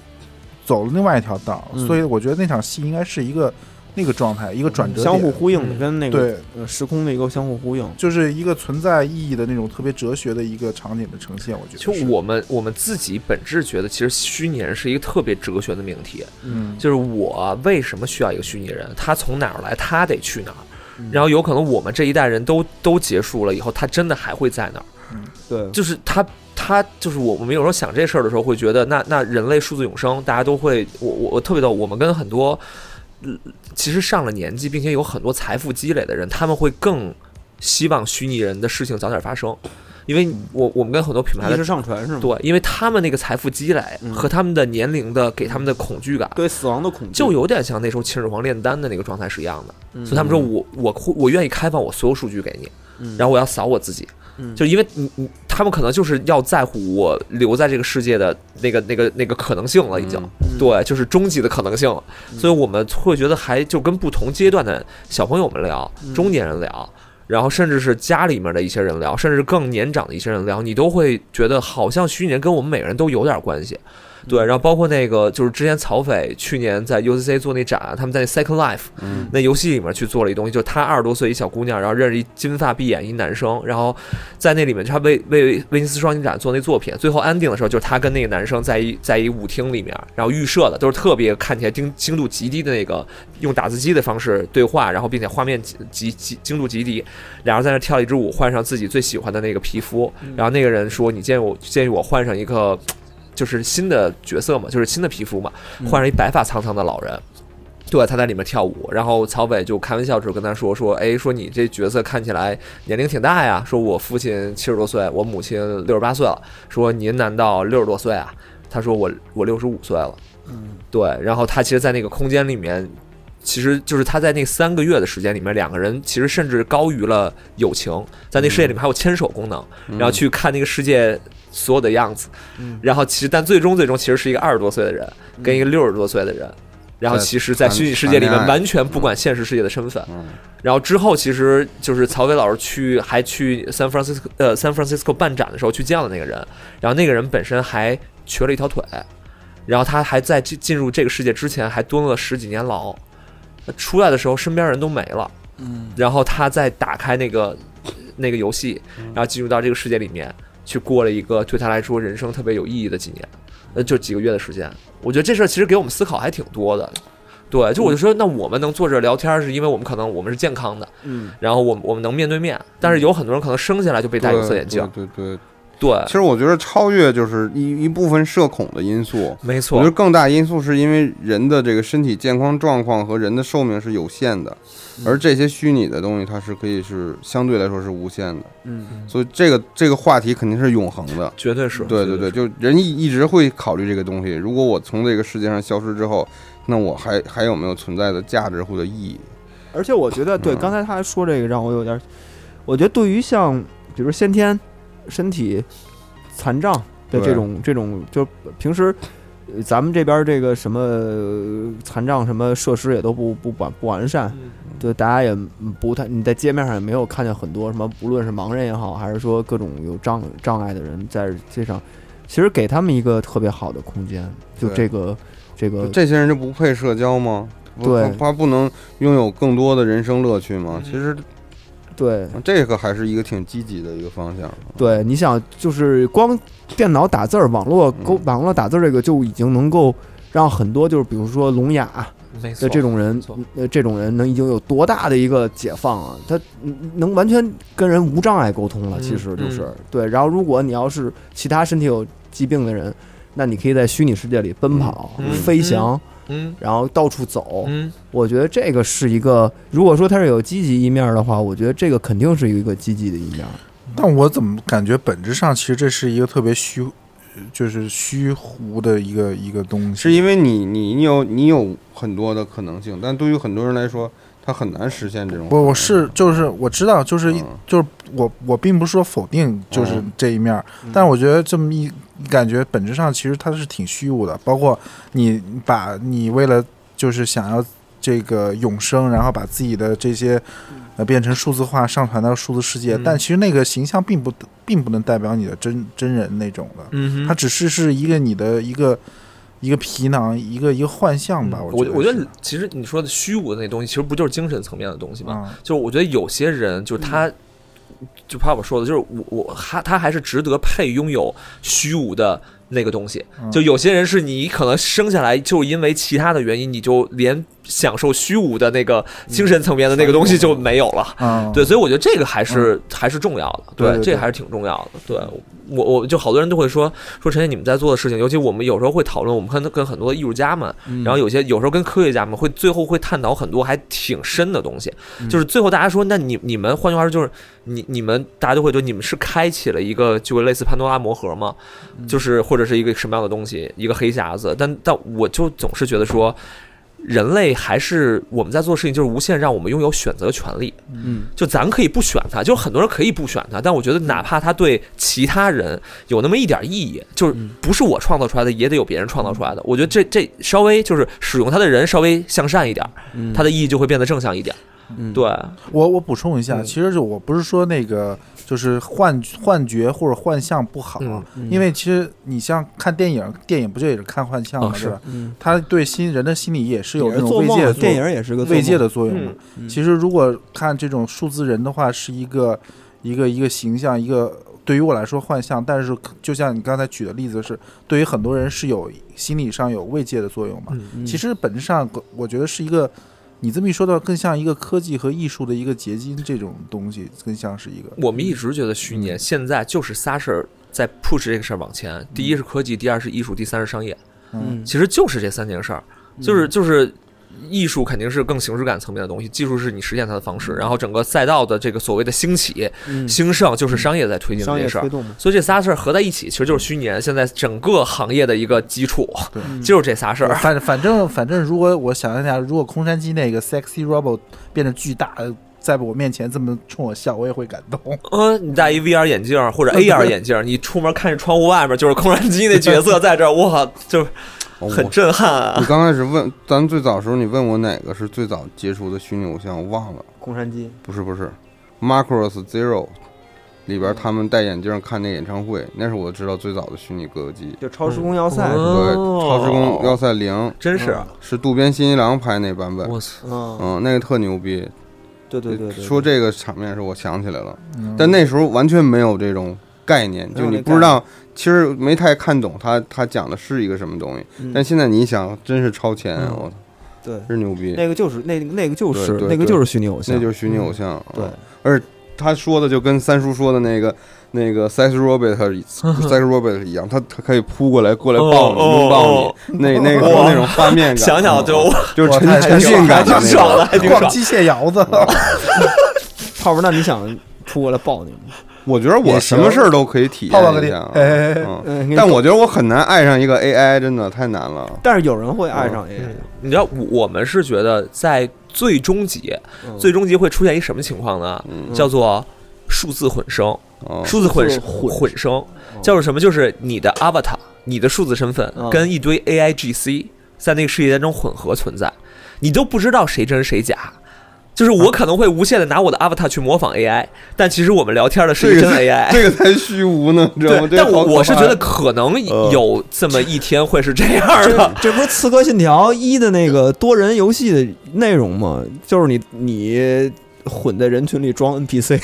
D: 走了另外一条道儿。
B: 嗯
D: 所以我觉得那场戏应该是一个那个状态，一个转折
B: 相互
D: 点
B: 呼应的，
E: 嗯
B: 跟那个
D: 对，
B: 呃时空的一个相互呼应。
D: 就是一个存在意义的那种特别哲学的一个场景的呈现。我觉
E: 就
D: 得是，
E: 我们我们自己本质觉得，其实虚拟人是一个特别哲学的命题，
D: 嗯，
E: 就是我为什么需要一个虚拟人？他从哪儿来？他得去哪儿？
B: 嗯
E: 然后有可能我们这一代人都都结束了以后，他真的还会在哪儿？
B: 嗯对，
E: 就是他他就是我我们有时候想这事儿的时候，会觉得那那人类数字永生，大家都会我我我特别逗，我们跟很多呃其实上了年纪并且有很多财富积累的人，他们会更希望虚拟人的事情早点发生，因为我我们跟很多品牌
B: 意识
E: 的。
B: 上传是吗？
E: 对，因为他们那个财富积累
B: 嗯
E: 和他们的年龄的给他们的恐惧感，
B: 对死亡的恐惧，
E: 就有点像那时候秦始皇炼丹的那个状态是一样的。
B: 嗯，
E: 所以他们说我我会我愿意开放我所有数据给你，
B: 嗯，
E: 然后我要扫我自己，
B: 嗯
E: 就是因为你你他们可能就是要在乎我留在这个世界的那个那个那个可能性了，已经、
B: 嗯，
E: 对，就是终极的可能性了。
B: 嗯
E: 所以我们会觉得还就跟不同阶段的小朋友们聊，
B: 嗯
E: 中年人聊。然后，甚至是家里面的一些人聊，甚至更年长的一些人聊，你都会觉得好像虚拟人跟我们每个人都有点关系，
B: 嗯
E: 对。然后包括那个，就是之前曹斐去年在 UCC 做那展，他们在那 Second Life
C: 嗯
E: 那游戏里面去做了一东西，就是她二十多岁一小姑娘，然后认识一金发碧眼一男生，然后在那里面她为为威尼斯双年展做那作品，最后安定的时候就是她跟那个男生在一在一舞厅里面，然后预设的都是特别看起来精精度极低的那个用打字机的方式对话，然后并且画面极极极精度极低，然后在那跳了一支舞，换上自己最喜欢的那个皮肤，然后那个人说你建议我建议我换上一个。就是新的角色嘛，就是新的皮肤嘛，换上一白发苍苍的老人，对，他在里面跳舞，然后曹伟就开玩笑时候跟他说说，哎，说你这角色看起来年龄挺大呀，说我父亲七十多岁，我母亲六十八岁了，说您难道六十多岁啊？他说我我六十五岁了，嗯，对，然后他其实，在那个空间里面，其实就是他在那三个月的时间里面，两个人其实甚至高于了友情，在那世界里面还有牵手功能，
C: 嗯
E: 然后去看那个世界所有的样子，
B: 嗯
E: 然后其实但最终最终其实是一个二十多岁的人跟一个六十多岁的人。然后
C: 在
E: 其实，在
C: 谈
E: 虚拟世界里面
C: 谈恋爱
E: 完全不管现实世界的身份。
C: 嗯
E: 然后之后，其实就是曹伟老师去还去 San Francisco 呃 San Francisco 办展的时候去见了那个人，然后那个人本身还瘸了一条腿，然后他还在进进入这个世界之前还蹲了十几年牢，出来的时候身边人都没了，
F: 嗯，
E: 然后他再打开那个那个游戏，然后进入到这个世界里面去过了一个对他来说人生特别有意义的几年，呃，就几个月的时间。我觉得这事儿其实给我们思考还挺多的。对，就我就说，那我们能坐这儿聊天儿，是因为我们可能我们是健康的，
C: 嗯，
E: 然后我们我们能面对面，但是有很多人可能生下来就被戴有色眼镜，
C: 对对对。
E: 对，
C: 其实我觉得超越就是一一部分社恐的因素，
E: 没
C: 我觉
E: 错
C: 得，更大因素是因为人的这个身体健康状况和人的寿命是有限的，
E: 嗯
C: 而这些虚拟的东西它是可以是相对来说是无限的，
F: 嗯，
C: 所以这个这个话题肯定是永恒的。
E: 绝对是，
C: 对对对，就人一一直会考虑这个东西。如果我从这个世界上消失之后，那我还还有没有存在的价值或者意义？
B: 而且我觉得，对
C: 嗯
B: 刚才他说这个让我有点儿，我觉得对于像比如先天身体残障的
C: 对
B: 这种这种，就平时呃咱们这边儿这个什么呃残障什么设施也都不不完不完
E: 嗯
B: 善，对大家也不太你在街面上也没有看见很多什么，不论是盲人也好，还是说各种有障障碍的人在街上，其实给他们一个特别好的空间，就
C: 对
B: 这个这
E: 嗯
C: 就
B: 个
C: 这些人就不配社交吗？不
B: 对
C: 他不能拥有更多的人生乐趣吗？
E: 嗯
C: 其实
B: 对
C: 这个还是一个挺积极的一个方向。
B: 对，你想，就是光电脑打字儿、网络沟、
C: 嗯
B: 网络打字儿这个，就已经能够让很多就是比如说聋哑
E: 没
B: 的
E: 错，
B: 这种人
E: 错，
B: 呃，这种人能已经有多大的一个解放啊？他嗯能完全跟人无障碍沟通了，
E: 嗯
B: 其实就是、
E: 嗯
B: 对。然后，如果你要是其他身体有疾病的人，那你可以在虚拟世界里奔跑、
E: 嗯
B: 飞翔，
E: 嗯
B: 然后到处走。
E: 嗯，
B: 我觉得这个是一个，如果说它是有积极一面儿的话，我觉得这个肯定是一个积极的一面儿。
D: 但我怎么感觉本质上其实这是一个特别虚，就是虚无的一个一个东西。
C: 是因为你你你有你有很多的可能性，但对于很多人来说，他很难实现这种可能。
D: 不，我是就是我知道，就是、
C: 嗯
D: 就是我我并不是说否定就是
C: 嗯
D: 这一面儿，但我觉得这么一感觉本质上其实它是挺虚无的，包括你把你为了就是想要这个永生，然后把自己的这些呃变成数字化上传到数字世界，
E: 嗯
D: 但其实那个形象并不并不能代表你的真真人那种的，
E: 嗯
D: 它
E: 哼，
D: 只是是一个你的一个一个皮囊，一个一个幻象吧。
E: 嗯我
D: 我
E: 我
D: 觉
E: 觉
D: 是
E: 得其实你说的虚无的那东西，其实不就是精神层面的东西吗？
D: 嗯
E: 就是我觉得有些人，就是他，就怕我说的，就是我我他他还是值得配拥有虚无的那个东西。
D: 嗯
E: 就有些人是你可能生下来就因为其他的原因，你就连享受虚无的那个精神层面的那个东西就没有了。
D: 嗯，
E: 对，所以我觉得这个还是、还是重要的，
D: 对对
E: 这
D: 对
E: 还是挺重要的。对我，我就好多人都会说说陈姐你们在做的事情，尤其我们有时候会讨论，我们跟跟很多艺术家们，
D: 嗯
E: 然后有些有时候跟科学家们会最后会探讨很多还挺深的东西，
D: 嗯
E: 就是最后大家说，那你你们换句话说就是你你们大家都会觉得你们是开启了一个就类似潘多拉魔盒吗？
D: 嗯
E: 就是或者是一个什么样的东西，一个黑匣子？但但我就总是觉得说。人类还是我们在做的事情，就是无限让我们拥有选择权利。
B: 嗯，
E: 就咱可以不选他，就是很多人可以不选他，但我觉得哪怕他对其他人有那么一点意义，就是
B: 嗯
E: 不是我创造出来的，也得有别人创造出来的。我觉得这这稍微就是使用它的人稍微向善一点，
B: 嗯
E: 它的意义就会变得正向一点。
B: 嗯
E: 对，
D: 我我补充一下，
E: 嗯
D: 其实就我不是说那个就是幻幻觉或者幻象不好，
E: 嗯
D: 因为其实你像看电影，电影不就也是看幻象
E: 哦
D: 嘛，对吧？
B: 嗯，
D: 它对心人的心理也是有
B: 也
D: 那
B: 是
D: 种
B: 做
D: 慰
B: 梦
D: 藉
B: 啊，
D: 的
B: 电
D: 作
B: 影也是个做
D: 慰藉
B: 梦
D: 的作用嘛。
E: 嗯，
B: 嗯
D: 其实如果看这种数字人的话，是一个一个一个形象，一个对于我来说幻象，但是可就像你刚才举的例子是，对于很多人是有心理上有慰藉的作用嘛。
B: 嗯
D: 其实本质上，我觉得是一个，你这么一说到，更像一个科技和艺术的一个结晶，这种东西更像是一个。
E: 我们一直觉得虚拟现在就是仨事儿在 push 这个事儿往前，第一是科技，第二是艺术，第三是商业，
D: 嗯，
E: 其实就是这三件事儿，
B: 嗯
E: 就是就是。艺术肯定是更形式感层面的东西，技术是你实现它的方式，然后整个赛道的这个所谓的兴起、
B: 嗯
E: 兴盛，就是商业在推进的
B: 商
E: 这
B: 业
E: 事儿
B: 推。动嘛，
E: 所以这仨事儿合在一起，其实就是虚拟人现在整个行业的一个基础，
B: 嗯
D: 对
E: 就是这仨事儿。
D: 反反正反正，如果我想象一下，如果空山鸡那个 sexy robot 变得巨大，呃在我面前这么冲我笑，我也会感动。
E: 嗯，你戴一 VR 眼镜儿或 者 AR 眼镜儿，你出门看着窗户外面就是空山鸡那角色在这 儿，哇，就是
C: 哦
E: 很
C: 我
E: 震撼啊
C: 你！刚开始问，咱们最早的时候，你问我哪个是最早接触的虚拟偶像，我忘了，
B: 空山鸡
C: 不是不是，Macross Zero，里
B: 嗯
C: 边他们戴眼镜看那演唱会，那是我知道最早的虚拟歌姬。
B: 就超时空要塞是吧？
C: 对，
E: 哦
C: 超时空要塞零
E: 真是，啊
C: 是渡边新一郎拍那版本，
E: 我操，
B: 嗯，
C: 嗯，那个特牛逼。
B: 对对对对，
C: 说这个场面时，我想起来了，
D: 嗯
C: 但那时候完全没有这种概念，
B: 没有
C: 就你
B: 那
C: 不知道，其实没太看懂他他讲的是一个什么东西。
B: 嗯
C: 但现在你一想，真是超前，啊
B: 嗯
C: 我操，
B: 对。
C: 真牛逼！
B: 那个就是那那个就是
C: 对对
B: 那个就是虚拟偶像，
C: 那就是虚拟偶像，
B: 对
C: 嗯他说的就跟三叔说的那个那个 Size Robert Size Robert 一样，他他可以扑过来过来抱你，
E: 哦哦
C: 拥抱你，那那个
E: 哇
C: 那种画面感，
E: 想想就
C: 嗯就是
D: 哇
C: 沉
D: 太
C: 沉浸感
E: 还挺
C: 那
E: 爽
C: 种
E: 的，还挺
D: 逛
E: 爽。
D: 机械窑子，
B: 泡泡，那你想扑过来抱你吗？
C: 我觉得我
D: 也
C: 什
D: 行
C: 么事儿都可以体
D: 泡泡个
C: 验一
D: 地
C: 下，
D: 哎
C: 嗯，
B: 嗯，
C: 但我觉得我很难爱上一个 AI，真的太难了。
B: 但是有人会爱上
C: 嗯
B: AI，、
E: 嗯你知道，我我们是觉得在最终集，
B: 嗯
E: 最终集会出现一什么情况呢？
C: 嗯，
E: 叫做数字混声，
C: 哦
E: 数字混
B: 数字混
E: 混混声叫做什么？就是你的 avatar，你的数字身份
B: 嗯
E: 跟一堆 AI GC 在那个世界当中混合存在，你都不知道谁真谁假。就是我可能会无限的拿我的 avatar 去模仿 AI，但其实我们聊天的是一
C: 这
E: 个真
C: 个才
E: AI。
C: 这个才虚无呢，你知道吗？这
E: 对，但
C: 个
E: 我
C: 好可
E: 我是觉
C: 怕
E: 得可能有这么一天会是这样的
B: 这。 这不是《刺客信条一》的那个多人游戏的内容吗？就是你你混在人群里装 NPC，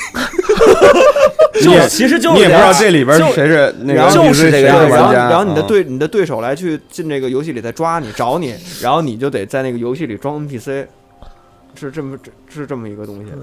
E: 就
C: 也
E: 其实就
C: 你也不知道
E: 这
C: 这里边
E: 就是
C: 谁是那
B: 然
C: 个
B: 后
E: 就是
C: 谁谁
E: 这个样
C: 是
E: 子
B: 然
C: 玩
B: 后
C: 家，
B: 然后你的
C: 嗯
B: 对你的对手来去进这个游戏里再抓你找你，然后你就得在那个游戏里装 NPC，是这么这是这么一个东西。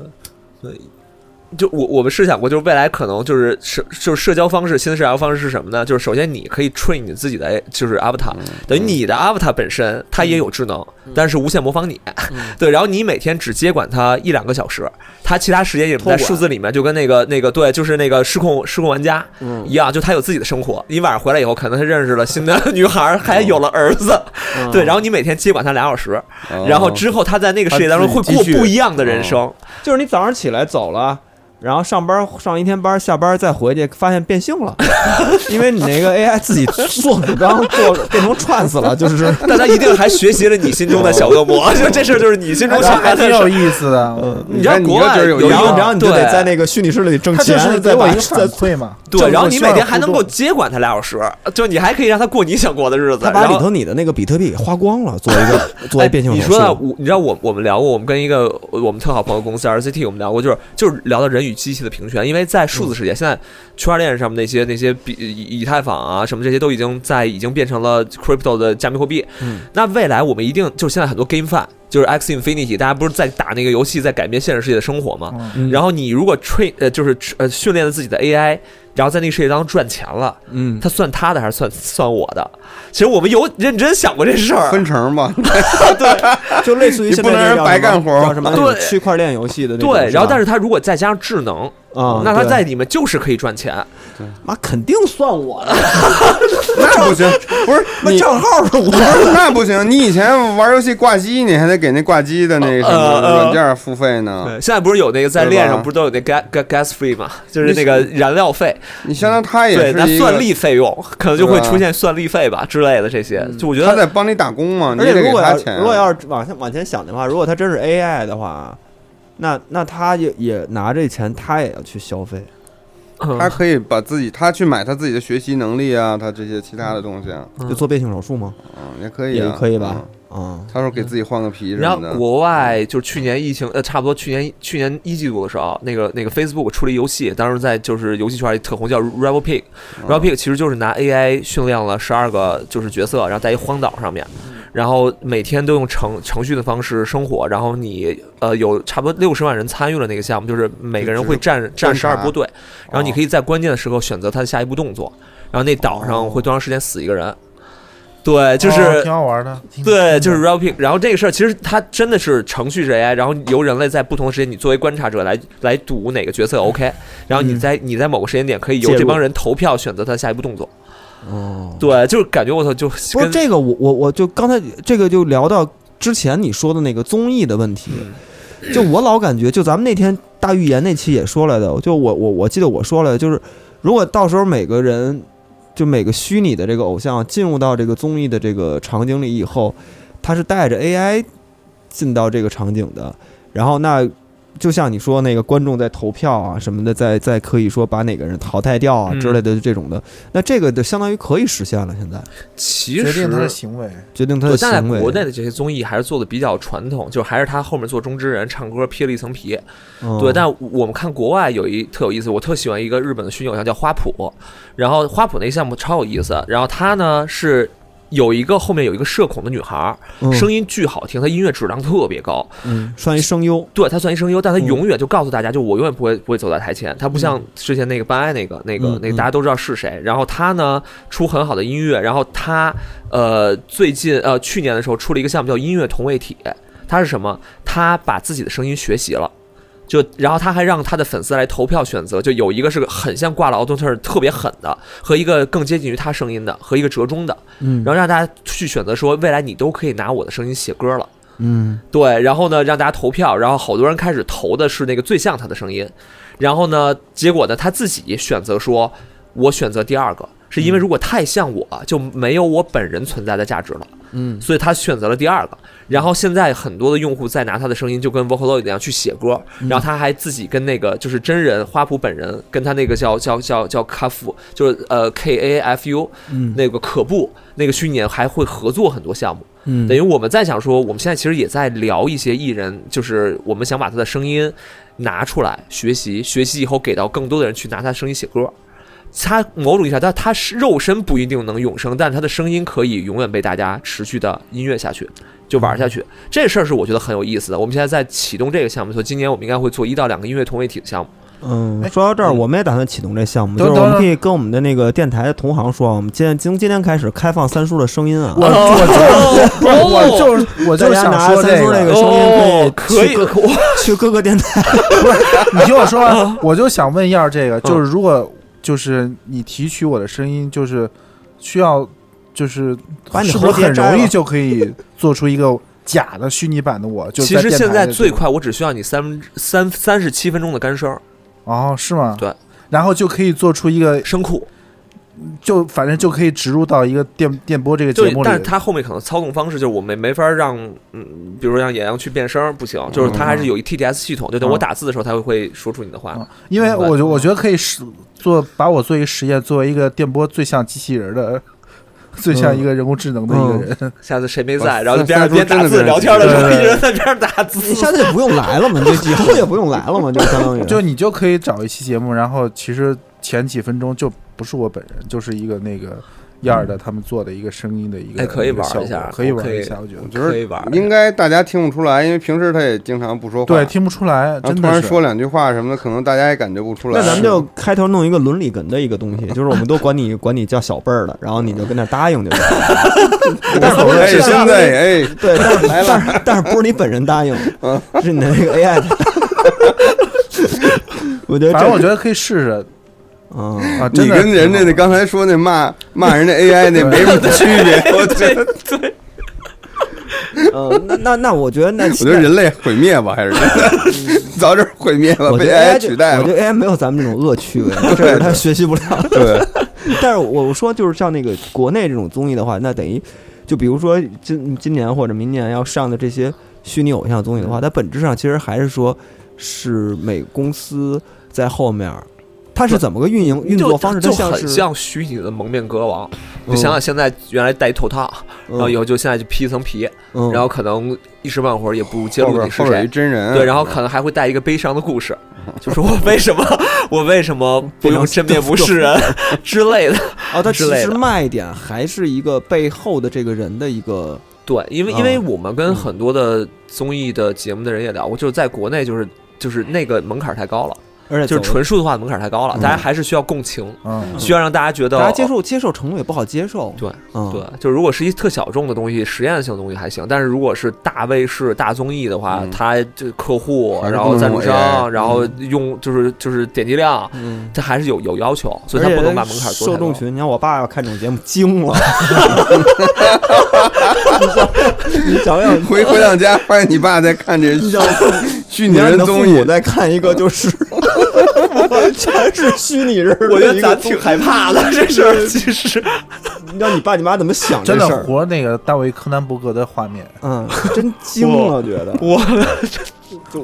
E: 就我我们试想过，就是未来可能就是社就是社交方式，新的社交方式是什么呢？就是首先你可以 train 你自己的就是 avatar，等于
C: 嗯
E: 你的 avatar 本身它也有智能，但是无限模仿你。
C: 嗯
E: 对，然后你每天只接管它一两个小时，它其他时间也不在
B: 托管
E: 数字里面，就跟那个那个对，就是那个失控失控玩家
B: 嗯
E: 一样，就他有自己的生活。你晚上回来以后，可能他认识了新的 女孩，还有了儿子， 对，然后你每天接管他俩小时，
C: 嗯哦
E: 然后之后他在那个世界当中
C: 他
E: 会
C: 自己
E: 过
C: 继续嗯
E: 不一样的人生。
B: 就是你早上起来走了。然后上班上一天班，下班再回去，发现变性了，因为你那个 AI 自己做主张做变成串死了，就是
E: 但他一定还学习了你心中的小恶魔，就 这事儿就是你 心中
D: 然后
E: 想
D: 还
E: 干
D: 挺嗯
E: 的事
D: 有
E: 儿。
D: 意思的。
E: 你知道
C: 你看
E: 国
C: 你
E: 外
C: 这就是有
E: 一
B: 然
E: 个
B: 后，
E: 对
B: 然后你就得在那个虚拟世界里挣
D: 他就
B: 钱
D: 是，
B: 再
D: 给我
B: 把
D: 一个反
B: 再
D: 馈嘛，
E: 对，然后你每天还能够
D: 这种
E: 接管他俩小时，就你还可以让他过你想过的日子。
B: 他把
E: 然
B: 里
E: 后
B: 头你的那个比特币给花光了，做一个 做一变性手
E: 哎你
B: 术。
E: 说到我，你知道我我们聊过，我们跟一个我们特好朋友公司 RCT，我们聊过，就是就是聊到人与机器的平权，因为在
B: 嗯
E: 数字世界，现在区块链上面那些那些比以以太坊啊什么这些都已经在已经变成了 crypto 的加密货币。
B: 嗯
E: 那未来我们一定就是现在很多 GameFi，就是 X Infinity，大家不是在打那个游戏，在改变现实世界的生活吗？
D: 嗯
B: 嗯，
E: 然后你如果 train 呃就是呃训练了自己的 AI，然后在那个世界当中赚钱了，
B: 嗯，
E: 它算他的还是算算我的？其实我们有认真想过这事儿，
C: 分成 吧，
B: 就类似于
C: 你
B: 现
C: 不
B: 在
C: 能
B: 那
C: 让
B: 叫
C: 白
B: 什么
C: 干活儿
B: 叫什么那种
E: 对
B: 区块链游戏的那种
E: 对。
B: 吧
E: 然后，但是它如果再加上智能，
B: 啊，
E: 那它
B: 对
E: 在里面就是可以赚钱。
B: 妈肯定算我的，
C: 那不行，不是
B: 那
C: 你
B: 账号是我
C: 不
B: 的。
C: 是那不行，你以前玩游戏挂机，你还得给那挂机的那什么
E: 呃呃
C: 软件付费呢。
E: 对，现在不是有那个在
C: 对吧
E: 链上不是都有那 gas gas gas free 嘛，就是那个燃料费，
C: 你相当于他也
E: 对，那
C: 是一
E: 算
C: 个，
E: 力费用可能就会
C: 对吧
E: 出现算力费吧之类的这些。就我觉
C: 他
E: 得
C: 在帮你打工嘛，你
B: 而
C: 也
B: 且
C: 得
B: 如
C: 给
B: 果
C: 他
B: 要
C: 钱。啊
B: 如果要是往前往前想的话，如果他真是 AI 的话，那那他也也拿这钱，他也要去消费。
E: 嗯
C: 他可以把自己，他去买他自己的学习能力啊，他这些其他的东西啊，
E: 嗯
B: 就做变性手术吗？
C: 嗯，也可以
B: 也
C: 啊，
B: 可以吧
C: 嗯？？
B: 啊，
C: 他说给自己换个皮什
E: 然
C: 么
E: 后
C: 的，
E: 国外就是去年疫情，呃，差不多去年去年一季度的时候，那个那个 Facebook 出了一游戏，当时在就是游戏圈里特红，叫 Rebel Pig。Rebel Pig 其实就是拿 AI 训练了十二个就是角色，然后在一荒岛上面，然后每天都用程程序的方式生活，然后你呃有差不多六十万人参与了那个项目，就是每个人会站站十二
C: 察
E: 波队，然后你可以在关键的时候选择他的下一步动作，然后那岛上会多长时间死一个人。对，就是、
D: 哦挺好玩的。挺
E: 对，就是 r a p i n g 然后这个事儿其实它真的是程序是 AI，然后由人类在不同的时间，你作为观察者来来读哪个角色 OK，然后你在、你在某个时间点可以
B: 嗯
E: 由
B: 介入
E: 这帮人投票选择他下一步动作。
B: 哦，
E: 对，就是感觉我操，就
B: 不是
E: 跟
B: 这个我，我我就刚才这个就聊到之前你说的那个综艺的问题，
E: 嗯
B: 就我老感觉，就咱们那天大预言那期也说来的，就我我我记得我说了，就是如果到时候每个人就每个虚拟的这个偶像进入到这个综艺的这个场景里以后，他是带着 AI 进到这个场景的，然后那就像你说那个观众在投票啊什么的，在在可以说把哪个人淘汰掉啊
E: 嗯
B: 之类的这种的，那这个就相当于可以实现了。现在
E: 其
D: 决
E: 实
D: 定他的行为。
B: 决定他
E: 对，
B: 的
E: 但在
B: 行为，
E: 国内的这些综艺还是做的比较传统，就是还是他后面做中之人唱歌披了一层皮。
B: 嗯
E: 对，但我们看国外有一特有意思，我特喜欢一个日本的虚拟偶像叫花圃，然后花圃那个项目超有意思，然后他呢是。有一个后面有一个社恐的女孩儿，
B: 嗯
E: 声音巨好听，她音乐质量特别高，
B: 嗯算一声优，
E: 对她算一声优，但她
B: 嗯
E: 永远就告诉大家，就我永远不会不会走在台前。她不像之前那个班爱那个那个
B: 嗯
E: 那个
B: 嗯
E: 大家都知道是谁。然后她呢出很好的音乐，然后她呃最近呃去年的时候出了一个项目叫音乐同位体，她是什么？她把自己的声音学习了。就，然后她还让她的粉丝来投票选择，就有一个是个很像挂了奥顿特特别狠的，和一个更接近于她声音的，和一个折中的，
B: 嗯
E: 然后让大家去选择说，未来你都可以拿我的声音写歌了。
B: 嗯
E: 对，然后呢，让大家投票，然后好多人开始投的是那个最像他的声音，然后呢，结果呢，他自己选择说，我选择第二个，是因为如果太像我，就没有我本人存在的价值了，
B: 嗯
E: 所以他选择了第二个。然后现在很多的用户在拿他的声音，就跟 Vocaloid 一样去写歌，
B: 嗯
E: 然后他还自己跟那个就是真人花圃本人，跟他那个叫叫叫叫卡夫，就是呃 K A F U
B: 嗯
E: 那个可布那个虚拟人还会合作很多项目。
B: 嗯
E: 等于我们在想说，我们现在其实也在聊一些艺人，就是我们想把他的声音拿出来学习，学习以后给到更多的人去拿他的声音写歌。他某种意义上，他他是肉身不一定能永生，但是他的声音可以永远被大家持续的音乐下去，就玩下去。这事儿是我觉得很有意思的。我们现在在启动这个项目，所以今年我们应该会做一到两个音乐同位体的项目。
B: 嗯
D: 哎，
B: 说到这儿，
E: 嗯
B: 我们也打算启动这项目，
D: 等
B: 就是我
D: 等
B: 们可以跟我们的那个电台的同行说，我们今天从今天开始开放三叔的声音啊，
D: 我 哦我 就我 就
B: 大
D: 是我就是
B: 家
D: 想
B: 拿
D: 说
B: 三
D: 这
B: 叔
D: 个
B: 那，个声音
E: 可
B: 可以
E: 以
B: 去各， 去各个电台，
D: 你听我说完，我就想问燕儿这个，就是如果就是你提取我的声音，就是需要就是
B: 把你
D: 是不是
B: 喉结
D: 很
B: 摘
D: 容易
B: 了
D: 就可以做出一个假的虚拟版的我？就
E: 其实
D: 电
E: 现
D: 台
E: 在
D: 的
E: 最
D: 这个
E: 快，我只需要你三分三三十七分钟的干声
D: 哦，是吗？
E: 对。
D: 然后就可以做出一个，
E: 声库，
D: 就反正就可以植入到一个电电波这个
E: 就
D: 节目里
E: 但。是他后面可能操纵方式就是我们没法让，嗯，比如说让野羊去变声儿不行，就是他还是有一 TTS 系统，就等我
D: 嗯
E: 打字的时候，他会会说出你的话。
D: 嗯因为我觉我觉得可以实做，把我做一个实验，作为一个电波最像机器人的、 最像一个人工智能的
E: 嗯
D: 一个人。
E: 下次谁没在，
C: 哇
E: 然后就边上
C: 三叔
E: 边打
C: 真的
E: 字
C: 跟
E: 聊天的时候，
D: 对
E: 一人在边上打
B: 你下
E: 字。
B: 次也不用来 了嘛，你就以后也不用来了嘛，就相当于
D: 就你就可以找一期节目，然后其实前几分钟就不是我本人，就是一个那个燕儿的他们做的一个声音的一个，
E: 哎可以玩
D: 一个效果
E: 一下
D: 可以玩
E: 可以
D: 一下，我觉得
C: 我觉
E: 可以
C: 得
E: 玩儿
C: 应该大家听不出来，因为平时他也经常不说话，
D: 对，听不出来，
C: 然后
D: 真
C: 啊突
D: 的
C: 然
D: 是
C: 说两句话什么的，可能大家也感觉不出来。
B: 那咱们就开头弄一个伦理哏的一个东西，就是我们都管你管你叫小辈儿了，然后你就跟那答应就行。
C: 无所谓，现在哎，
B: 对，但是但是但是不是你本人答应，是你的那个 AI 的。 我觉得这，
D: 反正我觉得可以试试
B: 嗯，
D: 啊，真
C: 你
D: 的
C: 跟人家那刚才说那骂骂人家 AI 那没什么区别，我觉得
B: 嗯，那那那我觉得那
C: 我觉得人类毁灭吧，还是真的早点毁灭吧，
B: 我觉
C: 被
B: 得
C: AI
B: 这
C: 取代
B: 我
C: 吧
B: 觉。得 AI 没有咱们这种恶趣味，这是他学习不了。
C: 对，
B: 但是我说就是像那个国内这种综艺的话，那等于就比如说今今年或者明年要上的这些虚拟偶像综艺的话，它本质上其实还是说是每公司在后面儿，它是怎么个运营运作方式？它
E: 就就
B: 像
E: 很
B: 是
E: 像虚拟的蒙面歌王，
B: 嗯
E: 就想想现在原来戴一头套，然后以
B: 嗯
E: 后就现在就披一层皮，
B: 嗯
E: 然后可能一时半会儿也不揭
C: 后
E: 露
C: 边
E: 你是
C: 后边有
E: 谁
C: 一。嗯真人，啊
E: 对，然后可能还会带一个悲伤的故事，就是我为什么我为什么不用真面目示人之类的。
B: 哦，它
E: 之
B: 其
E: 类
B: 实
E: 的
B: 卖点还是一个背后的这个人的一个
E: 对，因
B: 啊
E: 为因为我们跟很多的综艺的节目的人也聊过，就是在国内就是就是那个门槛太高了，
B: 而且
E: 就
B: 走
E: 是
B: 嗯
E: 纯数字化的门槛太高了，大家还是需要共情，
D: 嗯，
E: 需要让大家觉得
B: 大家接。受接受程度也不好接受。
E: 对
B: 嗯，
E: 对，就是如果是一特小众的东西，实验性的东西还行，但是如果是大卫视、大综艺的话
C: 嗯，
E: 它这客户，
C: 还是
E: 然后赞助
C: 更容易
E: 商，然后用就是就是点击量，
B: 嗯。
E: 它还是有有要求，所以
B: 而
E: 它
B: 且
E: 不能把门槛
B: 受
E: 做太高
B: 众。群，你看我爸要看这种节目惊了，你想想，
C: 回回趟家发现你爸在看这
B: 你想想，
C: 虚拟
B: 你让
C: 人
B: 你的父
C: 综艺
B: 母，在看一个就是全是虚拟人，
E: 我觉得咱挺害怕的，这事儿其实
B: 你让你爸你妈怎么想啊这
D: 真
B: 事
D: 的
B: 儿？
D: 活那个大卫柯南伯格的画面，
B: 嗯，真惊了，觉得
E: 我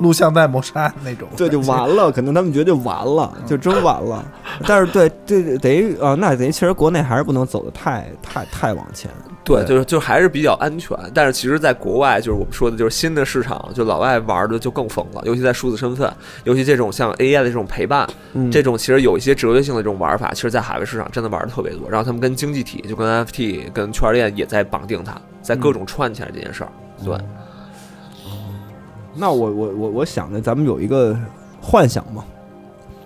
D: 录像带谋杀案那种。
B: 对，就 完了，可能他们觉得就完了，就真完了。但是对对得啊、那得其实国内还是不能走的太太太往前。
E: 对，就是就还是比较安全，但是其实，在国外就是我们说的，就是新的市场，就老外玩的就更疯了，尤其在数字身份，尤其这种像 AI 的这种陪伴，
B: 嗯
E: 这种其实有一些哲学性的这种玩法，其实，在海外市场真的玩的特别多。然后他们跟经济体，就跟 NFT、跟区块链也在绑定它，在各种串起来这件事儿。对，
B: 那我我我我想着咱们有一个幻想嘛，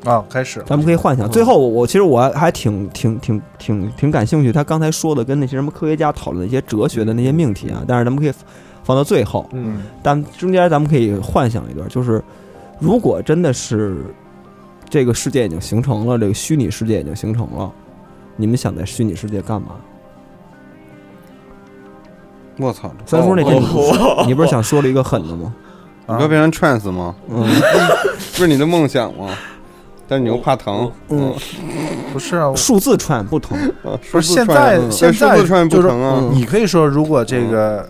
D: 啊、开始了
B: 咱们可以幻想。最后我我其实我还还挺挺挺挺挺感兴趣，他刚才说的跟那些什么科学家讨论的一些哲学的那些命题啊，但是咱们可以放到最后，
D: 嗯，
B: 但中间咱们可以幻想一段，就是如果真的是这个世界已经形成了，这个虚拟世界已经形成了，你们想在虚拟世界干嘛？
D: 哦
C: 我操，
B: 三叔那天你、
E: 哦
B: 你不是想说了一个狠的吗？
C: 哦
D: 嗯
C: 你不要变成 trans 吗？
B: 嗯，
C: 这是你的梦想吗？但是你又怕疼，嗯，
D: 不是啊，我
B: 数字串不同，
C: 啊数
D: 不是
C: 字
D: 现
C: 穿
D: 在
C: 越嗯
D: 现
C: 哎数
D: 在
C: 字穿越
D: 就
C: 不
D: 是嗯
C: 成啊，
D: 你可以说，如果这个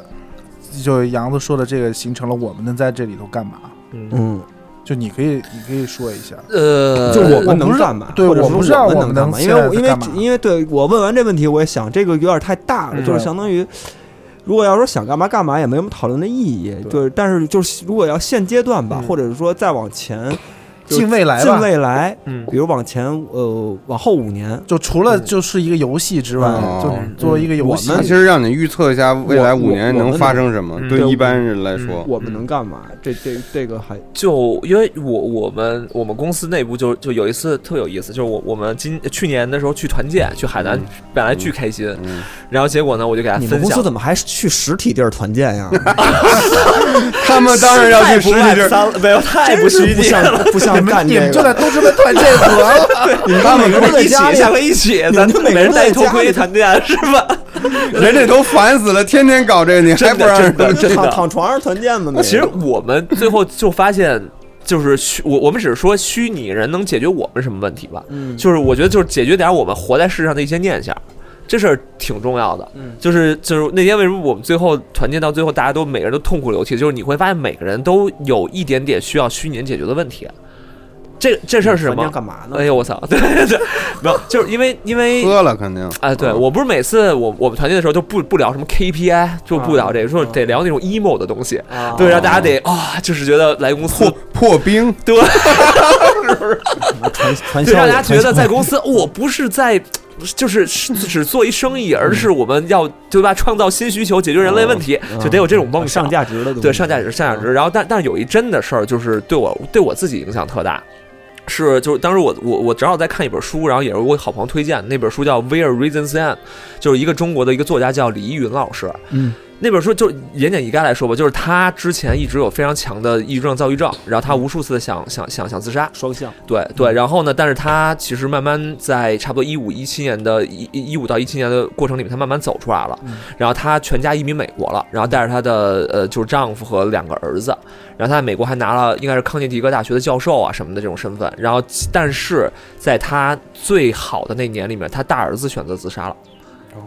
D: 就杨子说的这个形成了，我们能在这里头干嘛？
E: 嗯，
B: 嗯，
D: 就你可以，你可以说一下。
E: 呃，
B: 就我
D: 我
B: 们
D: 不
B: 能
D: 是
B: 干嘛？
D: 对
B: 或者
D: 呃我
B: 说
D: 不知道
B: 我
D: 我
B: 们
D: 们
B: 干
D: 能
B: 嘛？因
D: 现
B: 为
D: 在
B: 我
D: 在
B: 因为
D: 干嘛
B: 因为对我问完这问题，我也想这个有点太大了，
D: 嗯
B: 就是相当于。如果要说想干嘛干嘛，也没什么讨论的意义。
D: 对
B: 就是，但是就是，如果要现阶段吧，
E: 嗯
B: 或者是说再往前，就
D: 近未来
B: 近
D: 吧，
B: 未来，
E: 嗯
B: 比如往前呃往后五年，
D: 就除了就是一个游戏之外，
C: 嗯
D: 就作为一个游戏
B: 我
C: 它
B: 们
C: 其实让你预测一下未来五年能发生什么
E: 我我，
C: 对
B: 嗯
C: 一般人来说，
B: 我们能干嘛？
E: 嗯
B: 这这这个还
E: 就因为我我们我们公司内部就就有一次特有意思，就是我我们今去年的时候去团建去海南
C: 嗯，
E: 本来巨开心，
C: 嗯，
E: 然后结果呢，我就给大家
B: 你们
E: 哎分
B: 公司
E: 享。
B: 怎么还去实体地儿团建 呀？
C: 他们当然要去实体地儿，
E: 了，没有太不
B: 真是
E: 实
B: 不
E: 际
B: 像
E: 了。
B: 不像干
D: 你
B: 这
D: 们就
B: 个。
D: 在东直门团建得了，
B: 他 们
E: 我
B: 都在
E: 一起，
B: 家里
E: 下回一起，
B: 你
E: 咱
B: 们每个人
E: 每人戴
B: 在
E: 头
B: 家
E: 盔
B: 里
E: 谈恋爱是吧？
C: 人家都烦死了，天天搞这个，你还
E: 真
C: 不
E: 的
C: 让人
E: 真的真
B: 躺
E: 的。
B: 躺床上团建吗？
E: 其实我们最后就发现，就是虚我我们只是说虚拟人能解决我们什么问题吧，
B: 嗯，
E: 就是我觉得就是解决点我们活在世上的一些念想，这事儿挺重要的。
B: 嗯
E: 就是就是那天为什么我们最后团建到最后，大家都每个人都痛哭流涕，就是你会发现每个人都有一点点需要虚拟人解决的问题。这这事儿是什
B: 团
E: 么
B: 建？干嘛呢
E: 哎？呦我操！对对对，没有，就是因为因为
C: 喝了肯定。
E: 哎，对
C: 嗯
E: 我不是每次我我们团建的时候就不不聊什么 KPI，就不聊这个，说得聊那种 emo 的东西，
B: 啊
E: 哎对，让大家得啊、就是觉得来公司
C: 破，破冰，
E: 对，
B: 传啊传销
E: 对，让
B: 也，
E: 大家觉得
B: 传销
E: 在公司我不是在。就是是只做一生意，而是我们要对吧？创造新需求，解决人类问题，就得有这种梦
B: 嗯
E: 想
B: 上。价值的东西，嗯
E: 对，上价值，上价值。然后但，但是有一真的事儿，就是对我对我自己影响特大，是就是当时我我我正好在看一本书，然后也是我好朋友推荐，那本书叫《Where Reasons End》，就是一个中国的一个作家叫李依云老师。
B: 嗯，
E: 那本书就言简意赅来说吧，就是他之前一直有非常强的抑郁症、躁郁症，然后他无数次的想想想想自杀，
B: 嗯双向。
E: 对对，然后呢？但是他其实慢慢在差不多一五一七年的一一五到一七年的过程里面，他慢慢走出来了。
B: 嗯
E: 然后他全家移民美国了，然后带着他的呃就是丈夫和两个儿子，然后他在美国还拿了应该是康涅狄格大学的教授啊什么的这种身份。然后但是在他最好的那年里面，他大儿子选择自杀了。
B: 哦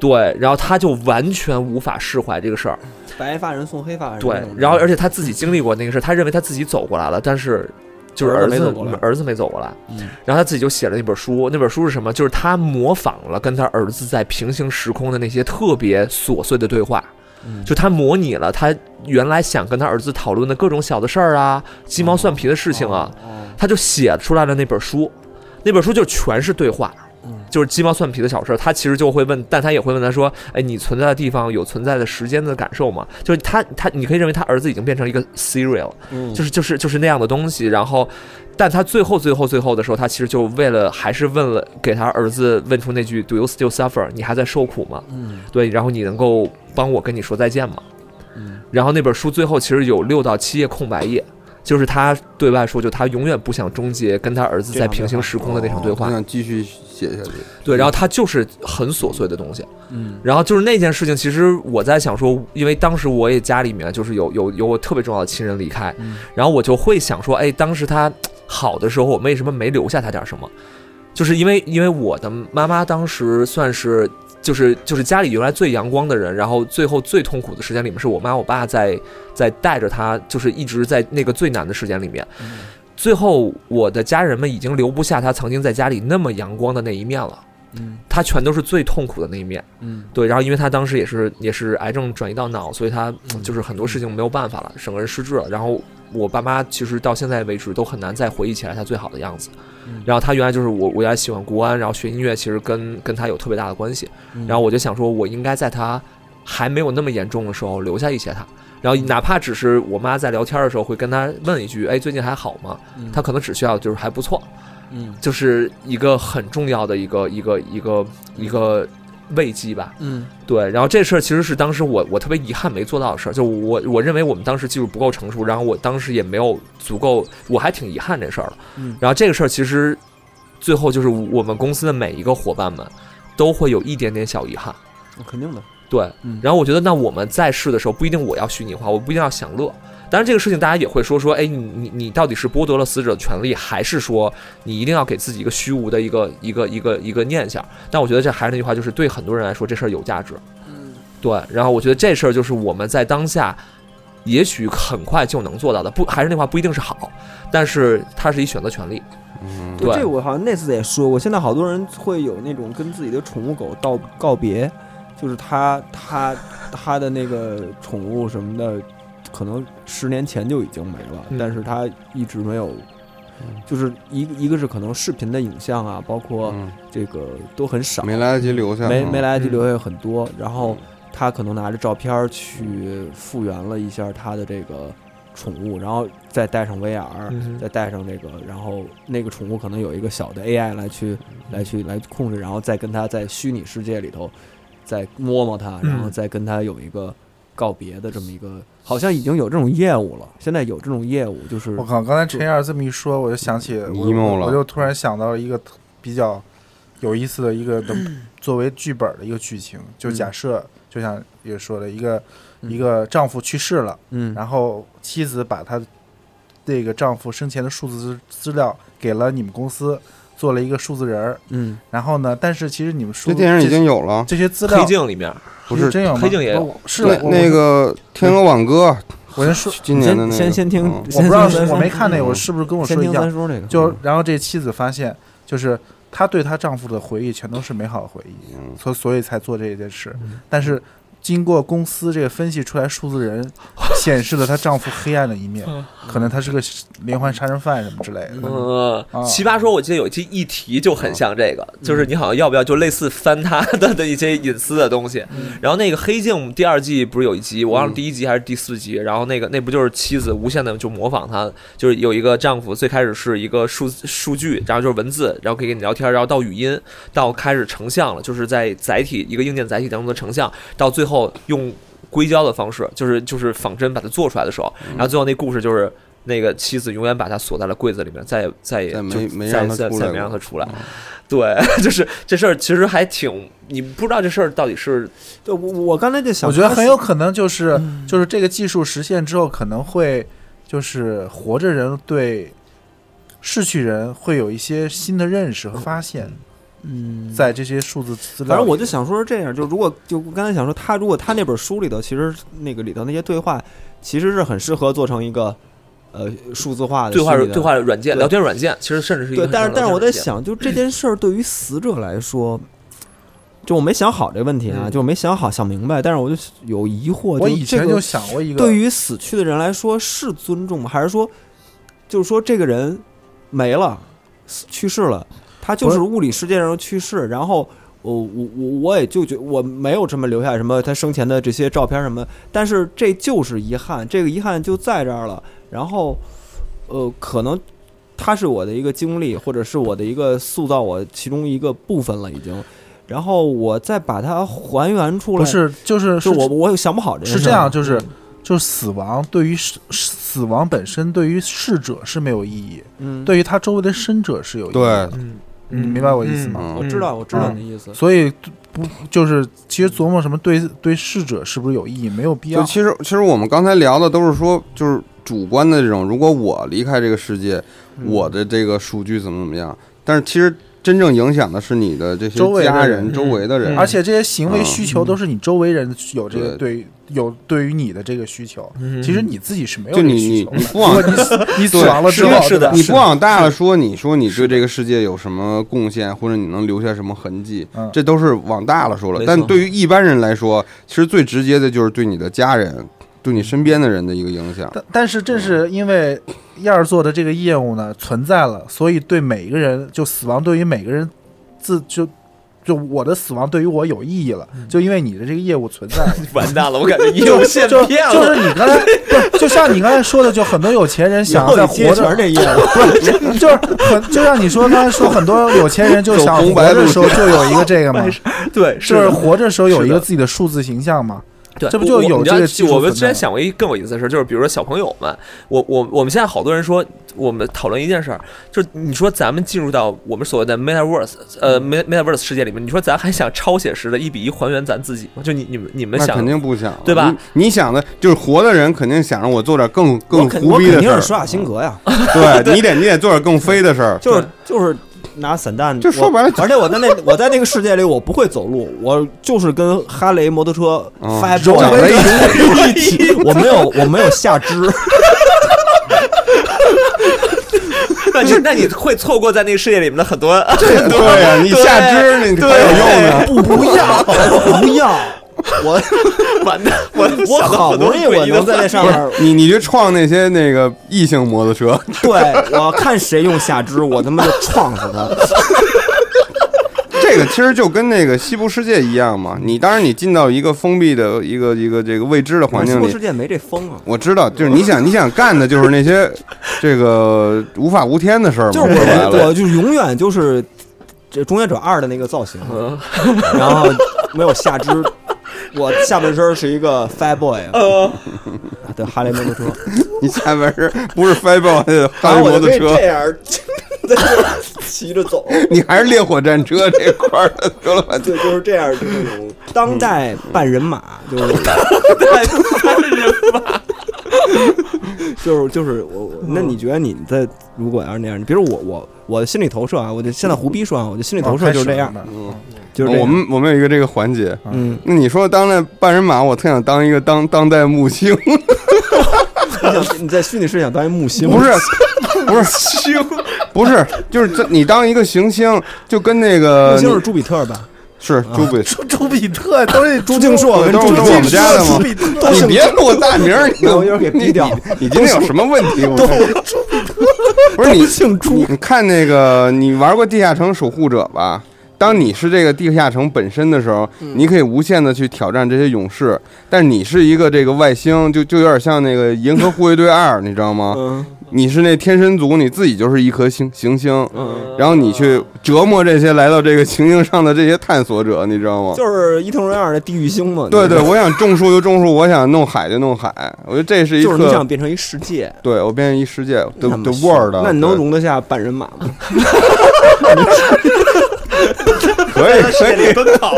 E: 对，然后他就完全无法释怀这个事儿。
B: 白发人送黑发人哎那
E: 对
B: 种，
E: 然后而且他自己经历过那个事儿，他认为他自己走过来了，但是就是
B: 儿
E: 儿
B: 子没
E: 子
B: 走过来
E: 儿子没走过来
B: 嗯，
E: 然后他自己就写了那本书，那本书是什么？就是他模仿了跟他儿子在平行时空的那些特别琐碎的对话。
B: 嗯
E: 就他模拟了他原来想跟他儿子讨论的各种小的事儿啊、鸡毛蒜皮的事情啊，
B: 哦
E: 他就写出来了那本书，那本书就全是对话
B: 嗯，
E: 就是鸡毛蒜皮的小事儿。他其实就会问，但他也会问他说：“哎，你存在的地方有存在的时间的感受吗？”就是他他，你可以认为他儿子已经变成一个 serial，
B: 嗯
E: 就是就是就是那样的东西。然后，但他最后最后最后的时候，他其实就为了还是问了给他儿子问出那句 “Do you still suffer？” 你还在受苦吗？
B: 嗯
E: 对，然后你能够帮我跟你说再见吗？
B: 嗯
E: 然后那本书最后其实有六到七页空白页，就是他对外说，就他永远不想终结跟他儿子在平行时空的那场对
C: 我
E: 话。
C: 想继续写下去。
E: 对，然后他就是很琐碎的东西。
B: 嗯
E: 然后就是那件事情，其实我在想说，因为当时我也家里面就是有有有我特别重要的亲人离开，
B: 嗯
E: 然后我就会想说，哎，当时他好的时候，我为什么没留下他点什么？就是因为因为我的妈妈当时算是就是就是家里原来最阳光的人，然后最后最痛苦的时间里面是我妈我爸在在带着他，就是一直在那个最难的时间里面。
B: 嗯
E: 最后，我的家人们已经留不下他曾经在家里那么阳光的那一面了，
F: 嗯
E: 他全都是最痛苦的那一面。
F: 嗯
E: 对，然后因为他当时也是也是癌症转移到脑，所以他
F: 嗯
E: 就是很多事情没有办法了，整个人失智了。然后我爸妈其实到现在为止都很难再回忆起来他最好的样子
F: 嗯。
E: 然后他原来就是我，我原来喜欢国安，然后学音乐，其实跟跟他有特别大的关系。
F: 嗯
E: 然后我就想说，我应该在他还没有那么严重的时候留下一些他。然后哪怕只是我妈在聊天的时候会跟他问一句：“哎，最近还好吗？”
F: 嗯
E: 他可能只需要就是还不错，
F: 嗯
E: 就是一个很重要的一个一个一个一个慰藉吧。
F: 嗯
E: 对，然后这事儿其实是当时我我特别遗憾没做到的事儿，就我我认为我们当时技术不够成熟，然后我当时也没有足够，我还挺遗憾这事儿了。
F: 嗯
E: 然后这个事儿其实最后就是我们公司的每一个伙伴们都会有一点点小遗憾，
B: 肯定的，
E: 对。
F: 嗯
E: 然后我觉得那我们在试的时候不一定我要虚拟化，我不一定要享乐。当然这个事情大家也会说说，哎，你你你到底是剥夺了死者的权利，还是说你一定要给自己一个虚无的一个一个一个一个念想？但我觉得这还是那句话，就是对很多人来说这事儿有价值。对，然后我觉得这事儿就是我们在当下，也许很快就能做到的。不，还是那话，不一定是好，但是它是一选择权利。
C: 嗯，
E: 对
B: 这我好像那次也说过，现在好多人会有那种跟自己的宠物狗道告别，就是他他他的那个宠物什么的，可能十年前就已经没了，
E: 嗯
B: 但是他一直没有，就是一个一个是可能视频的影像啊，包括
C: 嗯
B: 这个都很少，
C: 没来得及留下，
B: 没
C: 嗯
B: 没来得及留下很多，然后他可能拿着照片儿去复原了一下他的这个宠物，然后再带上 VR，、
E: 嗯
B: 再带上这个，然后那个宠物可能有一个小的 AI 来去来去来控制，然后再跟它在虚拟世界里头再摸摸它，然后
E: 嗯
B: 再跟它有一个告别的这么一个，好像已经有这种业务了，现在有这种业务就是
D: 我靠！刚才陈燕儿这么一说，我就想起我
C: emo 了
D: 我就突然想到了一个特比较有意思的一个能作为剧本的一个剧情，就假设就像也说了一个一个丈夫去世了，
B: 嗯
D: 然后妻子把她这个丈夫生前的数字资料给了你们公司，做了一个数字人儿，
B: 嗯
D: 然后呢，但是其实你们数
C: 这电影已经有了，
D: 这些资料
E: 黑镜里面，
C: 不是
D: 真有吗？
E: 黑镜也有
D: 不是
C: 那
D: 我
C: 那，个《天鹅挽歌》
D: 我先说，
C: 今年的那个，
B: 先先先听
C: 嗯
D: 我不知道
B: 先听三
D: 是
B: 叔
D: 我没看那个，我是不是跟我
B: 先
D: 说一
B: 听
D: 样
B: 三？叔那个，嗯
D: 就然后这妻子发现，就是她对她丈夫的回忆全都是美好的回忆，
C: 嗯
D: 所所以才做这件事。但是经过公司这个分析出来，数字人显示了她丈夫黑暗的一面，可能他是个连环杀人犯什么之类
B: 嗯
D: 的。
E: 呃
D: 啊，
E: 奇葩说，我记得有一期议题就很像这个，就是你好像要不要就类似翻他的的一些隐私的东西。然后那个黑镜第二季不是有一集，我忘了第一集还是第四集，然后那个那不就是妻子无限的就模仿他，就是有一个丈夫最开始是一个数数据，然后就是文字，然后可以跟你聊天，然后到语音，到开始成像了，就是在载体一个硬件载体当中的成像，到最后用硅胶的方式，就是就是仿真把它做出来的时候，
C: 嗯
E: 然后最后那故事就是那个妻子永远把他锁在了柜子里面，再也再也
C: 再没
E: 就
C: 没
E: 再
C: 让他
E: 再
C: 出
E: 再
C: 来
E: 没让
C: 过嗯
E: 他出来。对， 就是这事儿其实还挺，你不知道这事儿到底是
B: 对我我刚才就想，
D: 我觉得很有可能就是
B: 嗯
D: 就是这个技术实现之后，可能会就是活着人对逝去人会有一些新的认识和发现，
B: 嗯
D: 在这些数字资料里。
B: 反正我就想说是这样，就如果就刚才想说他如果他那本书里头，其实那个里头那些对话，其实是很适合做成一个呃数字化的
E: 对话
B: 虚拟的
E: 对话软件、
B: 对
E: 聊天软件，其实甚至是一个
B: 对，
E: 很
B: 但是
E: 像
B: 但是
E: 聊
B: 我
E: 天
B: 在
E: 软件，
B: 想，就这件事儿对于死者来说，就我没想好这个问题啊，
E: 嗯
B: 就我没想好想明白，但是我就有疑惑，
D: 我
B: 就
D: 以前
B: 这
D: 就
B: 个
D: 想过一个，
B: 对于死去的人来说是尊重吗？还是说就是说这个人没了，死去世了，他就
D: 不
B: 是
D: 是
B: 物理世界上的去世，然后。我我我我也就觉我没有这么留下什么他生前的这些照片什么，但是这就是遗憾，这个遗憾就在这儿了。然后，呃，可能它是我的一个经历，或者是我的一个塑造我其中一个部分了已经。然后我再把它还原出来，
D: 不是就是
B: 就我我想不好这件
D: 是
B: 事
C: 嗯
D: 这
B: 儿
D: 样，就是就是死亡对于逝死亡本身对于逝者是没有意义，
B: 嗯，
D: 对于他周围的生者是有意义的。
C: 对
E: 嗯，
D: 你明白我意思
E: 嗯
D: 吗？
B: 我
C: 嗯，
B: 知道，我知道
D: 嗯
B: 你的意思。
D: 所以不就是其实琢磨什么对对逝者是不是有意义，没有必
C: 就
D: 要。
C: 其实其实我们刚才聊的都是说，就是主观
D: 嗯
C: 的这种，如果我离开这个世界，我的这个数据怎么怎么样，但是其实真正影响的是你的这些
D: 周围的
C: 家
D: 人嗯
C: 人、周围的人，
D: 而且这些行为需求都是你周围人有这个
C: 嗯
D: 对有对于你的这个需求，
E: 嗯
D: 其实你自己是没有
C: 就
D: 这
C: 你
D: 个需
C: 你
D: 求
C: 你
D: 的。
C: 不往
D: 你死
C: 对
D: 亡了之
E: 是的
D: 后，
E: 是的
D: 对吧
C: 你不往大了说，你说你对这个世界有什么贡献，或者你能留下什么痕迹
D: 嗯，
C: 这都是往大了说了
E: 没。错
C: 但对于一般人来说，其实最直接的就是对你的家人、对你身边的人的一个影响。
D: 但但是正是因为燕儿做的这个业务呢存在了，所以对每一个人，就死亡对于每个人自就就我的死亡对于我有意义了，就因为你的这个业务存在了。
E: 完蛋了，我感觉你 有线
D: 就
E: 骗
D: 就
E: 了。
D: 是你刚才，不是就像你刚才说的，就很多有钱人想
B: 以后
D: 要在
B: 你接
D: 活着
B: 全是这业务，
D: 就是很，就像你说刚才说，很多有钱人就想
C: 走红
D: 活
C: 白
D: 着
C: 路
D: 的时候就有一个这个嘛，
E: 对，
D: 就是
E: 的
D: 活着的时候有一
E: 是
D: 个
E: 的
D: 自己的数字形象嘛。
E: 对，
D: 这不
E: 我
D: 就
E: 我
D: 有
E: 你
D: 这
E: 知道
D: 个
E: 其
D: 技术
E: 我们
D: 存
E: 之
D: 在
E: 前
D: 吗
E: 想过一更有意思的事，就是比如说小朋友们，我我我们现在好多人说，我们讨论一件事儿，就是你说咱们进入到我们所谓的 metaverse，呃，meta metaverse 世界里面，你说咱还想超写实的一比一还原咱自己吗？就你你们你们
C: 那
E: 想
C: 肯定不想，
E: 对吧
C: 你？你想的就是活的人，肯定想让我做点更
B: 我
C: 更
B: 肯
C: 胡
B: 我
C: 逼
B: 肯
C: 的
B: 定
C: 事
B: 是
C: 儿，嗯
B: 施瓦辛格呀，
C: 对你得你得做点更飞的事儿。
B: 就是就是拿散弹，
C: 就说白了
B: 我而且我在那我在那个世界里我不会走路，我就是跟哈雷摩托车
C: 嗯
B: 发
C: 长了一
B: 一起， 我没有我没有下 肢，
E: 那你那你会错过在那个世界里面的很多，
C: 对对呀，你下肢你还有用呢。
B: 不不要不 要，我
E: 完蛋，我
B: 我
E: 想到
B: 好
E: 很
B: 不
E: 多
B: 容易我
E: 诡异的
B: 能在
E: 话
B: 那
E: 题
B: 上
C: 不
B: 面
C: 是你，你去创那些那个异性摩托车，
B: 对，我看谁用下肢，我他妈就撞死他。
C: 这个其实就跟那个西部世界一样嘛。你当然你进到一个封闭的一个一个这个未知的环境
B: 中国
C: 里
B: 世，界没这风啊。
C: 我知道，就是你想你想干的就是 那些这个无法无天的事儿嘛。
B: 就是
C: 说白
B: 我，
C: 了，
B: 我就是永远就是这《终结者二》的那个造型， 然后没有下肢，我下半身是一个 fat boy，对，啊哈雷摩托车，
C: 你下边是不是 f i b e 那哈
B: 然
C: 雷
B: 后我
C: 摩
B: 就
C: 托
B: 可以
C: 车
B: 这，样在这儿骑着走，
C: 你还是烈火战车这块儿的，说了半天。
B: 对，就是这样，就是那种当代半人马，就是 就是就是我，我那你觉得你在如果要是那样，比如我我我心理投射啊，我就现在胡逼说啊，我就心理投射就是这样，
D: 哦开始了
C: 嗯
B: 就是这样
C: 我们我们有一个这个环节，
B: 嗯，
C: 那你说当代半人马，我特想当一个当当代 木星，
B: 你想你在虚拟世界想当一木星，
C: 不是，不是星，不是，就是这你当一个行星，就跟那个
B: 木星是朱啊比特吧？
C: 是朱鬼，
D: 朱朱比特都是
B: 朱庆硕跟
C: 都
B: 朱
C: 是我们家的吗
D: 朱比特
C: 你别录大 名儿，你
B: 那我一会儿给逼掉
C: 你你今天有什么问题？我不是你
B: 姓朱
C: 你你看那个，你玩过《地下城守护者》吧？当你是这个地下城本身的时候，
B: 嗯
C: 你可以无限的去挑战这些勇士，但你是一个这个外星，就就有点像那个《银河护卫队二》，你知道吗？
B: 嗯
C: 你是那天神族，你自己就是一颗星行星，
B: 嗯，
C: 然后你去折磨这些来到这个行星上的这些探索者，你知道吗？
B: 就是伊藤润二的地狱星嘛。
C: 对
B: 你知
C: 对，
B: 道吗
C: 我想种树就种树，我想弄海就弄海，我觉得这是一
B: 就是你想
C: 个
B: 变成一世界
C: 对我变成一世界的
B: 那
C: 的
B: 么
C: world，
B: 那你能
C: 对
B: 容得下半人马吗？
C: 可以可 以，
E: 奔跑，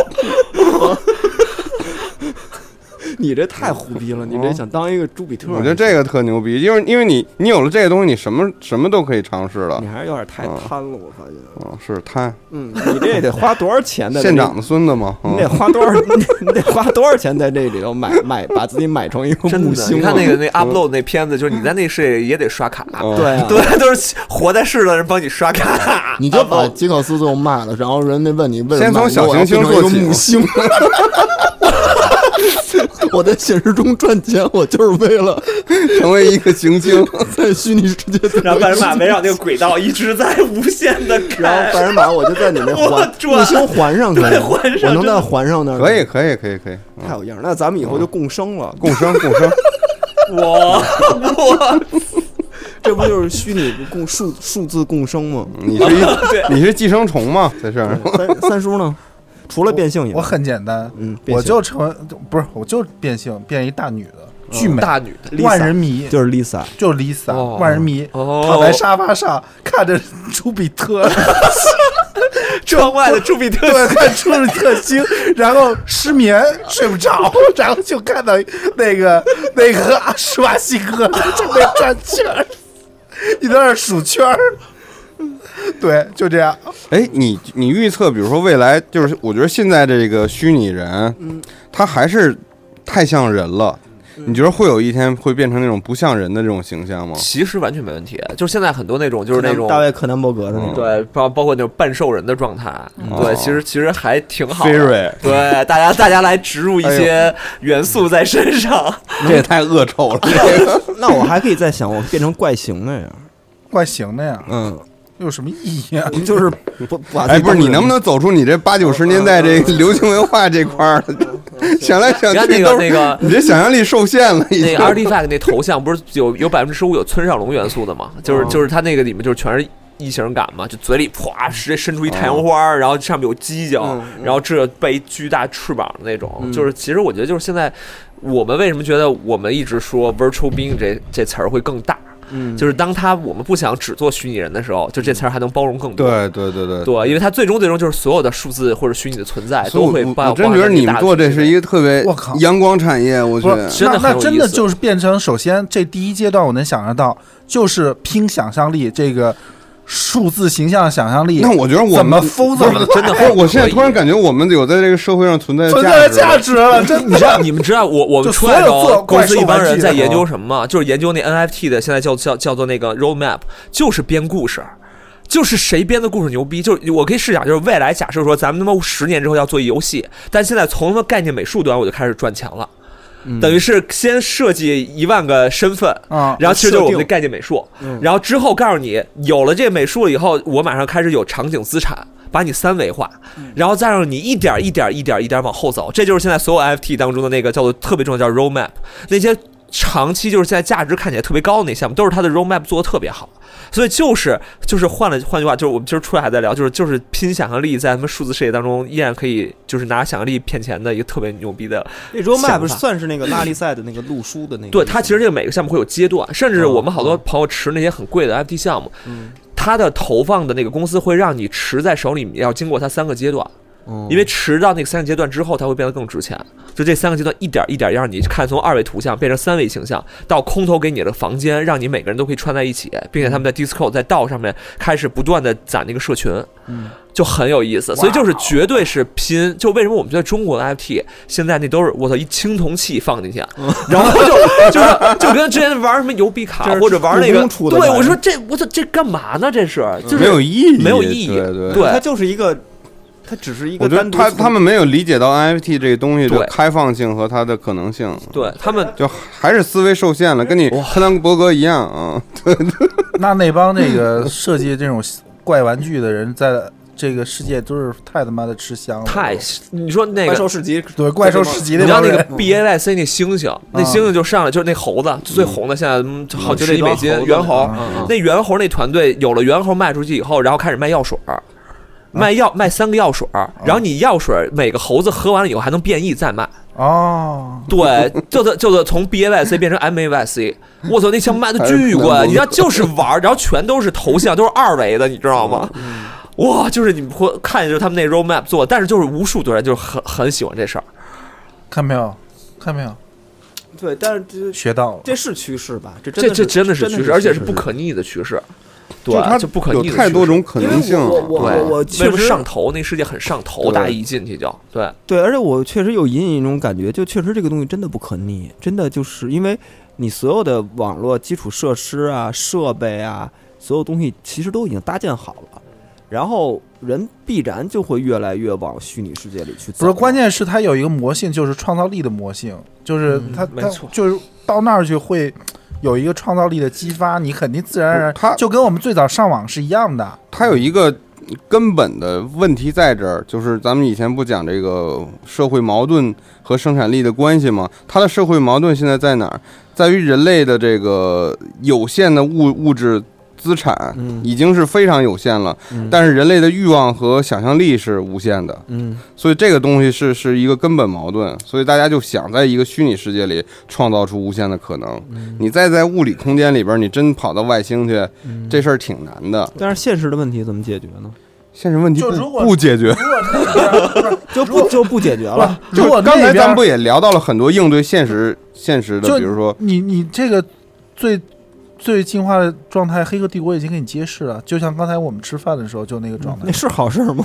B: 你这太胡逼了，你这想当一个朱比特，
C: 嗯我觉得这个特牛逼，因为因为你你有了这个东西，你什么什么都可以尝试了
B: 你。还是有点太
C: 嗯
B: 贪了，我发现。
C: 嗯，是他
B: 嗯，你这得花多少钱在
C: 县长？的孙子嘛，
B: 你得
C: 嗯，
B: 花多少？你得你得花多少钱在这里头买买，把自己买成一个
E: 真
B: 木
E: 的。你
B: 星啊？
E: 看那个那 upload 那片子，就是你在那世界也得刷卡，
C: 嗯
B: 对啊，
E: 对，都是活在世的人帮你刷卡。
G: 你就把吉考斯最后卖了，然后人家问你为什
C: 先
G: 么
C: 从
G: 卖
C: 小
G: 我要
C: 行星
G: 变成一
C: 做
G: 个
C: 起
G: 木星。我在现实中赚钱，我就是为了
C: 成为一个行星，
G: 在虚拟世界做
E: 然后半人马围绕那个轨道一直在无限的
B: 然后
E: 开
B: 半，人马我就在你那
E: 我
B: 环
E: 赚
B: 木星环上去
E: 对环上
B: 我能
E: 真
B: 在
E: 的
B: 环上那儿
C: 可以嗯可以可以可以，嗯
B: 太有样儿。那咱们以后就共生了，
C: 共生共 生，
E: 我我
B: 这不就是虚拟共数数字共生吗？
C: 你是一你是寄生虫嘛，在这儿。
B: 三三叔呢？除了变性以
D: 我
B: 外，
D: 很简单，
B: 嗯，变
D: 我
B: 性
D: 就成为不是，我就变性变一大女的，
B: 哦
D: 巨美，
E: 大女的
D: 万人迷，
B: 就是 Lisa，
D: 就是 Lisa，
E: 哦
D: 万人迷，
E: 哦
D: 躺在沙发上看着朱比特，
E: 窗外的朱比特
D: 对，看出了特星，然后失眠睡 不着，然后就看到那个那个啊施 瓦辛格正在转圈儿，你在那儿数圈儿，对，就这样。
C: 哎，你你预测，比如说未来，就是我觉得现在这个虚拟人，
F: 嗯，
C: 他还是太像人了。
F: 嗯
C: 你觉得会有一天会变成那种不像人的这种形象吗？
E: 其实完全没问题，就是现在很多那种就是那种
B: 大卫柯南伯格的那种。
E: 对，包包括那种半兽人的状态，
C: 哦
E: 对，其实其实还挺好
C: 菲
E: 的。
C: 瑞，
E: 对，大家大家来植入一些元素在身上，
C: 这也太恶臭了。
B: 那我还可以再想，我变成怪形那样，
D: 怪行的呀，
B: 嗯，
D: 有什么意义啊？
B: 就是不不把自
C: 哎，
B: 己
C: 不是，
B: 当
C: 你
B: 人
C: 能不能走出你这八九十年代这个流行文化这块儿？想来想
E: 你看那
C: 去都
E: 个
C: 是
E: 那个
C: 你这想象力受限了，已
E: 那
C: 经。
E: 个 artifact 那头像不是有有百分之十五有村上龙元素的嘛？
C: 嗯
E: 就是就是它那个里面就是全是异形感嘛，就嘴里
C: 嗯
E: 啪直接伸出一太
C: 哦
E: 阳花儿，然后上面有犄角
F: 嗯，嗯
E: 然后这被巨大翅膀的那种
F: 嗯。
E: 就是其实我觉得就是现在我们为什么觉得我们一直说 virtual being 这这词儿会更大，
F: 嗯，
E: 就是当它我们不想只做虚拟人的时候，就这词儿还能包容更多。
C: 嗯对对对对
E: 对，因为它最终最终就是所有的数字或者虚拟的存在
C: 所以
E: 都
C: 我
E: 会
C: 我
E: 包。
C: 我真觉得你们做这是一
E: 个
C: 个特别
D: 我靠
C: 阳光产业，我觉
D: 不
C: 得
E: 真的
D: 那
E: 很有
D: 那真
E: 意
D: 的
E: 思
D: 就是变成，首先这第一阶段我能想象到，就是拼想象力这个数字形象的想象力。
C: 那我觉得我
D: 怎么
C: 们
D: 疯怎么
E: 真的
C: 不是，哎
E: 很
C: 我现在
E: 可以
C: 突然感觉我们有在这个社会上存在
D: 存在的
C: 价
D: 价
C: 值。
D: 值了？真
E: 你知道你们知道我我
D: 就
E: 们出
D: 所
E: 来
D: 有
E: 的时候，
D: 做
E: 公
D: 怪
E: 司
D: 兽
E: 一帮
D: 玩
E: 人
D: 具
E: 在
D: 的
E: 研
D: 哦
E: 究什么嘛？就是研究那 NFT 的，现在叫叫叫做那个 roadmap，就是编故事。就是谁编的故事牛逼，就是我可以试想，就是未来假设说咱们他妈十年之后要做一游戏，但现在从他妈概念美术端我就开始赚钱了，
D: 嗯
E: 等于是先设计一万个身份，
D: 啊，
E: 然后其实就是我们的概念美术，
B: 嗯
E: 然后之后告诉你有了这美术了以后，我马上开始有场景资产，把你三维化，
B: 嗯
E: 然后再让你一点儿一点儿一点儿一点儿往后走，这就是现在所有 NFT 当中的那个叫做特别重要叫 roadmap 那些。长期就是现在价值看起来特别高的那项目，都是它的 roadmap 做的特别好，所以就是就是换了换句话，就是我们今儿出来还在聊，就是就是拼想象力在他们数字世界当中依然可以就是拿想象力骗钱的一个特别牛逼的
B: 那 roadmap
E: 想法
B: 算是那个拉力赛的那个路书的那个，
E: 对它，其实这个每个项目会有阶段，甚至
B: 哦
E: 我们好多朋友持那些很贵的 FT 项目，
B: 嗯
E: 它的投放的那个公司会让你持在手里，要经过它三个阶段，
B: 嗯
E: 因为持到那个三个阶段之后，它会变得更值钱。就这三个阶段一点一点让你看从二维图像变成三维形象，到空投给你的房间，让你每个人都可以穿在一起，并且他们在 Discord 在道上面开始不断的攒那个社群，
B: 嗯
E: 就很有意思。所以就是
F: 哦
E: 绝对是拼，就为什么我们觉得中国的 FT 现在那都是我操一青铜器放进去，啊然后就就是就跟之前玩什么邮币
F: 嗯
E: 卡
F: 这是
E: 或者玩那
F: 故
E: 个
F: 宫，出的嗯
E: 对
F: 吧
E: 我说这我操这干嘛呢？这是就
C: 没
E: 是
C: 有意义，
E: 没有意义
C: 对对
E: 对
B: 它就是一个，它只是一个
C: 我觉得
B: 单独
C: 他
B: 存
C: 他们没有理解到 NFT 这个东西的
E: 对
C: 开放性和它的可能性，
E: 对他们
C: 就还是思维受限了，跟你柯南伯格一样啊。
D: 那那帮那个设计这种怪玩具的人，在这个世界都是太他妈的吃香了。
E: 太你说那
F: 怪
E: 个
F: 兽市集，
D: 对怪兽市集
E: 你知道
D: 帮
E: 那个
D: 人，
E: B A Y C 那猩猩，那猩猩就上来就是那猴子最红的，现在嗯好几一美金猿猴
D: 嗯。
E: 那猿猴那团队有了猿猴卖出去以后，然后开始卖药水儿，卖药卖三个药水儿，然后你药水儿每个猴子喝完了以后还能变异再卖。
D: 哦，
E: 对，就是就是从 B A Y C 变成 M A Y C，我操，那枪卖的
C: 还是
E: 巨
C: 南
E: 贵，
C: 博
E: 你知道就是玩儿，然后全都是头像，都是二维的，你知道吗？哇，就是你们会看见就是他们那 roadmap 做的，但是就是无数多人就是很很喜欢这事儿。
D: 看没有，看没有，
F: 对，但是这
D: 学到了。
F: 这是趋势吧？这真
E: 这
F: 的
E: 这真的是
F: 是
E: 趋势，而且是不。可逆的趋势。对，
C: 它
E: 就不可
C: 有
E: 逆的
C: 太
E: 趋
C: 多
E: 势
C: 种可
F: 因
C: 能
F: 为
C: 性
F: 我
C: 了。
F: 我我我
E: 为
F: 确
E: 什么
F: 实
E: 上头，那世界很上头，
C: 对
E: 大家一进去就对，
B: 对，而且我确实有隐隐一种感觉，就确实这个东西真的不可逆，真的就是因为你所有的网络基础设施啊、设备啊，所有东西其实都已经搭建好了，然后人必然就会越来越往虚拟世界里去走。
D: 不是，关键是它有一个魔性，就是创造力的魔性，就是
C: 嗯
D: 它、
E: 没
D: 它
E: 错
D: 就是到那儿去会有一个创造力的激发，你肯定自然而然，
C: 它
D: 就跟我们最早上网是一样的。
C: 它有一个根本的问题在这儿，就是咱们以前不讲这个社会矛盾和生产力的关系吗？它的社会矛盾现在在哪儿？在于人类的这个有限的物物质资产
B: 嗯
C: 已经是非常有限了，
B: 嗯
C: 但是人类的欲望和想象力是无限的，
B: 嗯，
C: 所以这个东西是是一个根本矛盾，所以大家就想在一个虚拟世界里创造出无限的可能。
B: 嗯
C: 你再在物理空间里边儿，你真跑到外星去，
B: 嗯
C: 这事儿挺难的。
B: 但是现实的问题怎么解决呢？
C: 现实问题
D: 就
C: 不
D: 如果
C: 不解决，
D: 如果那 边
B: 就不就不解决了。
D: 如果
C: 就刚才
D: 那边
C: 咱们不也聊到了很多应对现实现实的，
D: 就
C: 比如说
D: 你你这个最最进化的状态，《黑客帝国》已经给你揭示了。就像刚才我们吃饭的时候，就那个状态。
B: 那是好事 儿吗？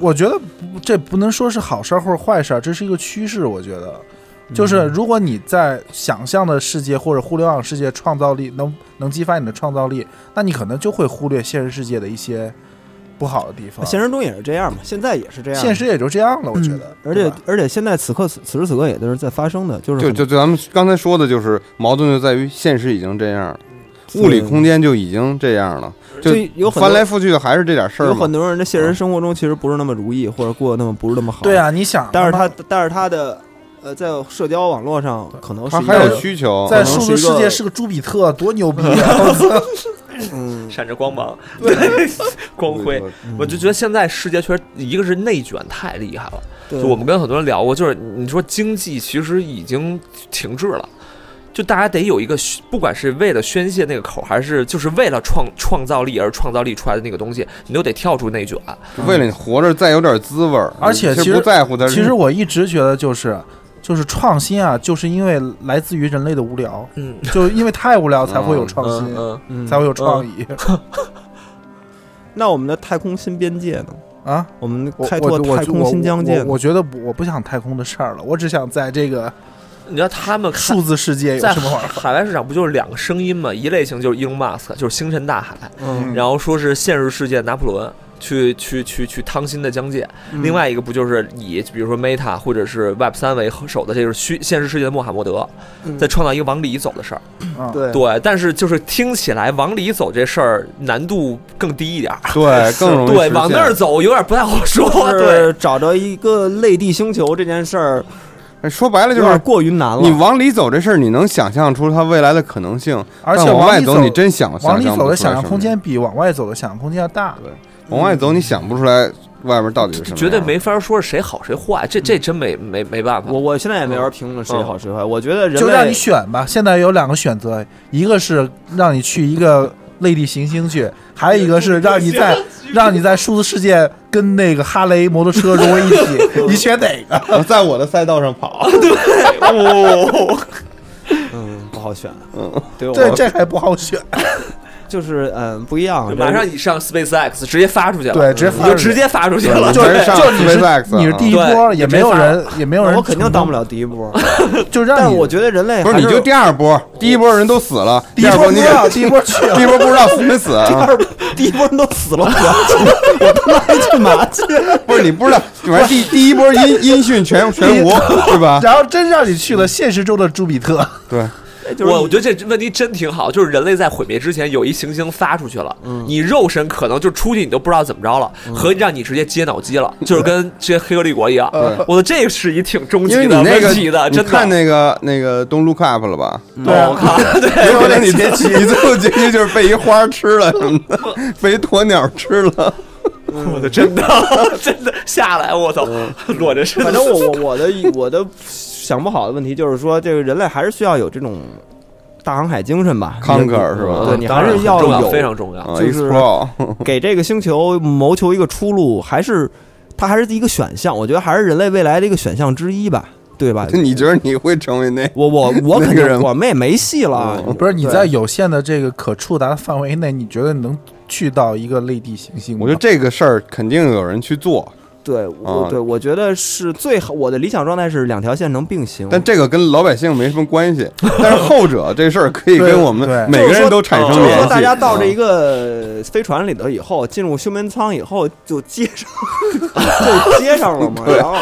D: 我觉得不这不能说是好事儿或者坏事儿，这是一个趋势。我觉得，
B: 嗯
D: 就是如果你在想象的世界或者互联网世界创造力能能激发你的创造力，那你可能就会忽略现实世界的一些不好的地方。
B: 现实中也是这样嘛，现在也是这样。嗯
D: 现实，嗯也就这样了，我觉得。
B: 而且
D: 对吧
B: 而且现在此刻此此时此刻也就是在发生的，就是
C: 就
B: 很
C: 就就咱们刚才说的，就是矛盾就在于现实已经这样了，物理空间就已经这样了，就
B: 就有很
C: 翻来
B: 多
C: 覆去的还是这点事儿
B: 有
C: 嘛
B: 很。多人在现实生活中其实不是那么如意，或者过得那么不是那么好。
D: 对，啊，你想，
B: 但是他但是他的呃，在社交网络上可能是
C: 他
B: 一
C: 还有
B: 个
C: 需求，
D: 在
B: 可能
D: 数
B: 是一
D: 字世
B: 个
D: 界是个朱 比特，多牛逼啊！
B: 嗯
E: 闪着光芒，对， 光辉。我就觉得现在世界确实，一个是内卷太厉害了，
B: 对
E: 就我们跟很多人聊过，就是你说经济其实已经停滞了。就大家得有一个宣，不管是为了宣泄那个口，还是就是为了创创造力而创造力出来的那个东西，你都得跳出内卷。
C: 为了你活着再有点滋味儿，
D: 而且
C: 你
D: 其
C: 其
D: 实
C: 不在乎他。
D: 其实我一直觉得就是。就是创新啊，就是因为来自于人类的无聊，
E: 嗯，
D: 就是因为太无聊才会有创
E: 嗯
D: 新，
E: 嗯，
B: 嗯
D: 才会有创意、
B: 那我们的太空新边界呢？
D: 啊。
B: 我们
D: 我
B: 开
D: 我
B: 拓
D: 我
B: 太空
D: 我
B: 新疆界
D: 我
B: 呢
D: 我觉得不我不想太空的事儿了，我只想在这个
E: 你知道他们看
D: 数字世界有
E: 在
D: 什么 玩意儿。
E: 海外市场不就是两个声音嘛？一类型就是 Elon Musk，就是星辰大海，
B: 嗯
E: 然后说是现实世界拿破仑去去去去汤新的疆界；
B: 嗯
E: 另外一个不就是以比如说 Meta 或者是 Web 三为首的，这就是虚现实世界的穆罕默德，在创造一个往里走的事儿。
D: 嗯，
B: 嗯对
E: 对，但是就是听起来往里走这事儿难度更低一点儿。
C: 对更容易
E: 对，
C: 实
E: 往
C: 现
E: 那儿走有点不太好说。 对
F: 是找着一个类地星球这件事儿，
C: 哎说白了
B: 有
C: 就
B: 点
C: 是
B: 过于难了。
C: 你往里走这事儿，你能想象出它未来的可能性，
D: 而且
C: 但往外
D: 里
C: 走你真想
D: 往里
C: 象不
D: 走的
C: 出来
D: 想象
C: 什么
D: 空间比往外走的想象空间要大。
C: 往外走你想不出来外面到底是什么样，
E: 绝对没法说是谁好谁坏，这这真没没没办法
F: 我。我现在也没法评论谁好谁坏。我觉得人
D: 就让你
F: 类
D: 选吧，现在有两个选择，一个是让你去一个类地行星去，还有一个是让你在让你在数字世界跟那个哈雷摩托车融为一体，你选哪个？
C: 我啊在我的赛道上跑。
F: 嗯不好选，
C: 嗯，
F: 对
D: 这
F: 我
D: 这还不好选，
F: 就是嗯不一样。
E: 马上
F: 这
E: 你上 SpaceX 直接发出去了，
D: 对，直接
E: 你
D: 发
E: 就
D: 出
E: 直
D: 去。
E: 接发出去了。
D: 就
C: 你还
D: 是
C: 是上
D: 就你是
C: SpaceX 啊
D: 你是第一波，
E: 对
D: 也没有人也没有人，
F: 我肯定当不，了第一 波，
D: 就让
F: 但是
D: 你
F: 我觉得人类
C: 不是
F: 还
C: 你就第二波，第一波人都死了，
D: 第一
C: 二
D: 波
C: 波
D: 不
C: 你
D: 知
C: 给
D: 道，第一波去 了
C: 第一波不知道死没死啊？
F: 第一波人都死了，我要去我他妈还去嘛去？
C: 不是你不知道，反正第第一波音音讯全全无，对 吧？
D: 然后真让你去了现实中的朱比特，
C: 对，
E: 我我觉得这问题真挺好，就是人类在毁灭之前有一行星发出去了，
C: 嗯
E: 你肉身可能就出去你都不知道怎么着了，和让你直接接脑机了，就是跟这些黑客帝国一样。
C: 对
E: 我的这是一挺终极
C: 因为
E: 的
C: 你那个
E: 问题的，
C: 你
E: 真的。
C: 看那个那个 Don't Look Up 了吧？
D: 对啊
E: 我靠，对，
C: 有可能你别急，你最后结局就是被一花吃了什么的，被一鸵鸟吃了。
E: 我的嗯真的真的 下来，我操，
C: 嗯
E: 裸着 身
F: 反
E: 子
F: 正 我我我的我的想不好的问题就是说，这个人类还是需要有这种大航海精神吧
C: Conquer 是吧
F: 对你
E: 嗯当
F: 还
E: 然
F: 是
E: 很
F: 要
E: 重要
F: 有
E: 非常重要。
C: 啊
F: 就是
C: Explore？
F: 给这个星球谋求一个出路，还是它还是一个选项，我觉得还是人类未来的一个选项之一吧，对吧
C: 你觉得你会成为那？
F: 我 我我肯
C: 那个人哦
F: 定我们也没戏了，
D: 不是你
F: 对
D: 在有限的这个可触达的范围内，你觉得你能去到一个类地行星吗？
C: 我觉得这个事儿肯定有人去做，
F: 对，我
C: 啊
F: 对我觉得是最好，我的理想状态是两条线能并行，
C: 但这个跟老百姓没什么关系。但是后者这事儿可以
D: 对
C: 跟我们
D: 对
C: 每个人都产生
F: 就是
C: 联
F: 说
C: 系。啊
F: 大家到这一
C: 个，
F: 个飞船里头以后，进入休眠舱以后就接上， 就接上了嘛。
C: 对
F: 然后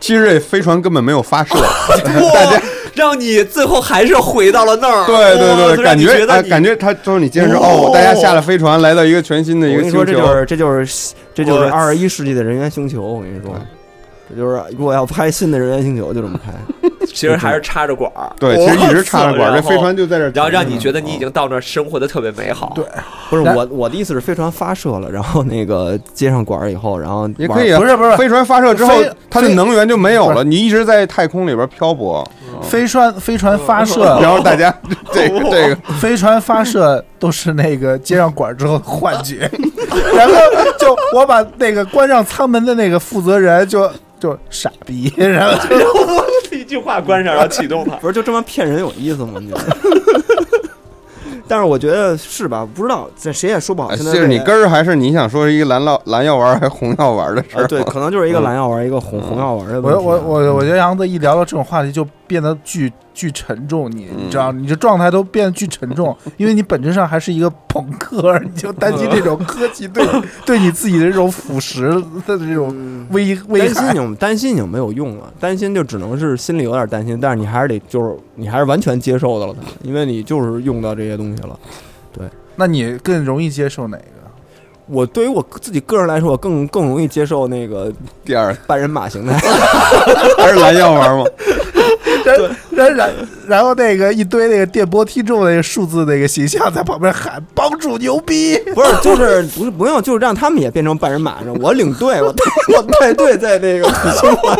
C: 其实这飞船根本没有发射。
E: 哇，让你最后还是回到了那儿。
C: 对对
E: 哇
C: 对对，
E: 就让
C: 感
E: 你
C: 觉
E: 觉
C: 哎，
E: 得你
C: 感觉他就是你接着说哦，大家下了飞船，来到一个全新的一
F: 我
C: 个
F: 跟你
C: 星
F: 说，这
C: 球
F: 就。是这就是这就是
E: 我
F: 二十一世纪的人猿星球。我跟你说，这就是如果要拍新的人猿星球，就这 么拍。
E: 其实还是插着管儿。
C: 对，其实一直
E: 哇塞
C: 插着管儿，
E: 然
C: 这
E: 后
C: 飞船就嗯在这儿停着。啊
E: 然后让你觉得你已经到那儿生活的特别美好。
D: 对
F: 不是
D: 然
F: 我我的意思是，飞船发射了，然后那个接上管儿以后，然后
C: 也
F: 玩
C: 可以啊，
D: 不是不是
C: 飞船发射之后
D: 飞，
C: 它的
D: 飞
C: 能源就没有
D: 不
C: 了，你一直在太空里边漂
F: 哦
C: 泊，
D: 飞船飞船发
C: 然
D: 射，
C: 后大家这个这个，
D: 飞船发射都是那个接上管之后的幻觉，然后就我把那个关上舱门的那个负责人就就傻逼，然后就
E: 一句话关上，然后启动 它。
F: 不是就这么骗人有意思吗？你但是我觉得是吧？不知道，这谁也说不好。
C: 哎
F: 现在
C: 就是
F: 未
C: 你
F: 来
C: 根儿还是你想说是一个蓝药蓝药丸儿还红药丸儿的事
F: 啊，
C: 儿？嗯
F: 对，可能就是一个蓝药丸，一个红红药丸的问题
D: 我
F: 啊。
D: 我我我觉得杨子一聊到这种话题就变得巨巨沉重，你
C: 嗯
D: 你知道，你这状态都变得巨沉 重，因为你本质上还是一个朋克，你就担心这种科技 对对你自己的这种腐蚀的这种危危
B: 担心
D: 害。
B: 你担心你没有用啊，担心就只能是心里有点担心，但是你还是得就是你还是完全接受的了它，因为你就是用到这些东西了。
D: 那你更容易接受哪个？
B: 我对于我自己个人来说，我更更容易接受那个
C: 第二
B: 半人马形态。
C: 还是蓝药丸儿吗？
D: 然 然然然后那个一堆那个电波听众那个数字那个形象在旁边喊帮主牛逼，
B: 不是，就是不是不用，就是让他们也变成半人马着。我领队，我带我带队在那个土星环、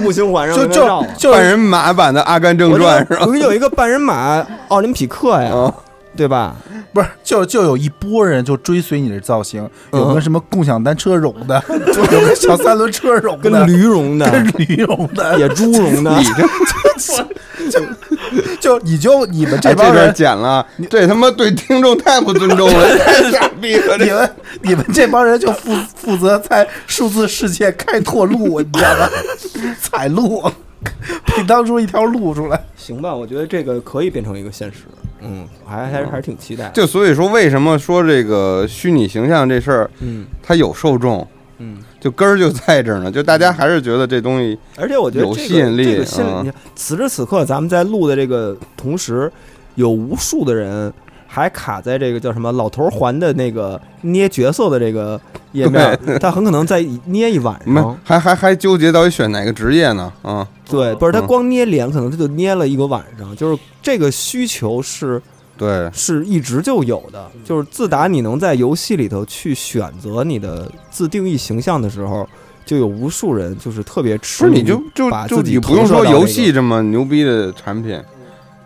B: 木星环上
D: 就
B: 跟他绕
D: 就
B: 啊。
D: 就
C: 半人马版的《阿甘正
B: 我
C: 传》是吧？
B: 我有一个半人马奥林匹克
D: 哦
B: 呀，
C: 啊，
B: 对吧？
D: 不是，就就有一波人就追随你的造型，有
B: 嗯
D: 跟什么共享单车融的， 有跟小三轮车融的，
B: 跟驴绒的、
D: 跟驴融的，
B: 野猪绒的，
D: 就你就你们
C: 哎，
D: 帮
C: 段
D: 人，
C: 剪了，这他妈对听众太不尊重了， 太 傻逼了！
D: 你
C: 这
D: 们你们这帮人就负负责在数字世界开拓路，你知道 吗？踩路， 拼当出一条路出来。
B: 行吧？我觉得这个可以变成一个现实。嗯，还还是还是挺期待的。
C: 就所以说，为什么说这个虚拟形象这事儿，
B: 嗯
C: 它有受众，
B: 嗯，
C: 就根儿就在这儿呢，就大家还是觉得这东西
B: 而且我觉得、这
C: 有
B: 个、
C: 吸引力
B: 这个心
C: 嗯
B: 理，你看此时此刻咱们在录的这个同时，有无数的人还卡在这个叫什么老头环的那个捏角色的这个页面，他很可能在捏一晚
C: 没
B: 上。
C: 还还还纠结到底选哪个职业呢？啊，
B: 对，不是他
C: 嗯嗯
B: 光捏脸，可能他就捏了一个晚上。就是这个需求是
C: 对，
B: 是一直就有的，
C: 嗯
B: 就是自打你能在游戏里头去选择你的自定义形象的时候，就有无数人就是特别
C: 不
B: 痴
C: 是
B: 迷
C: 你就就
B: 把
C: 就
B: 自己
C: 你不用
B: 投射到
C: 说
B: 那
C: 游
B: 个
C: 戏这么牛逼的产品，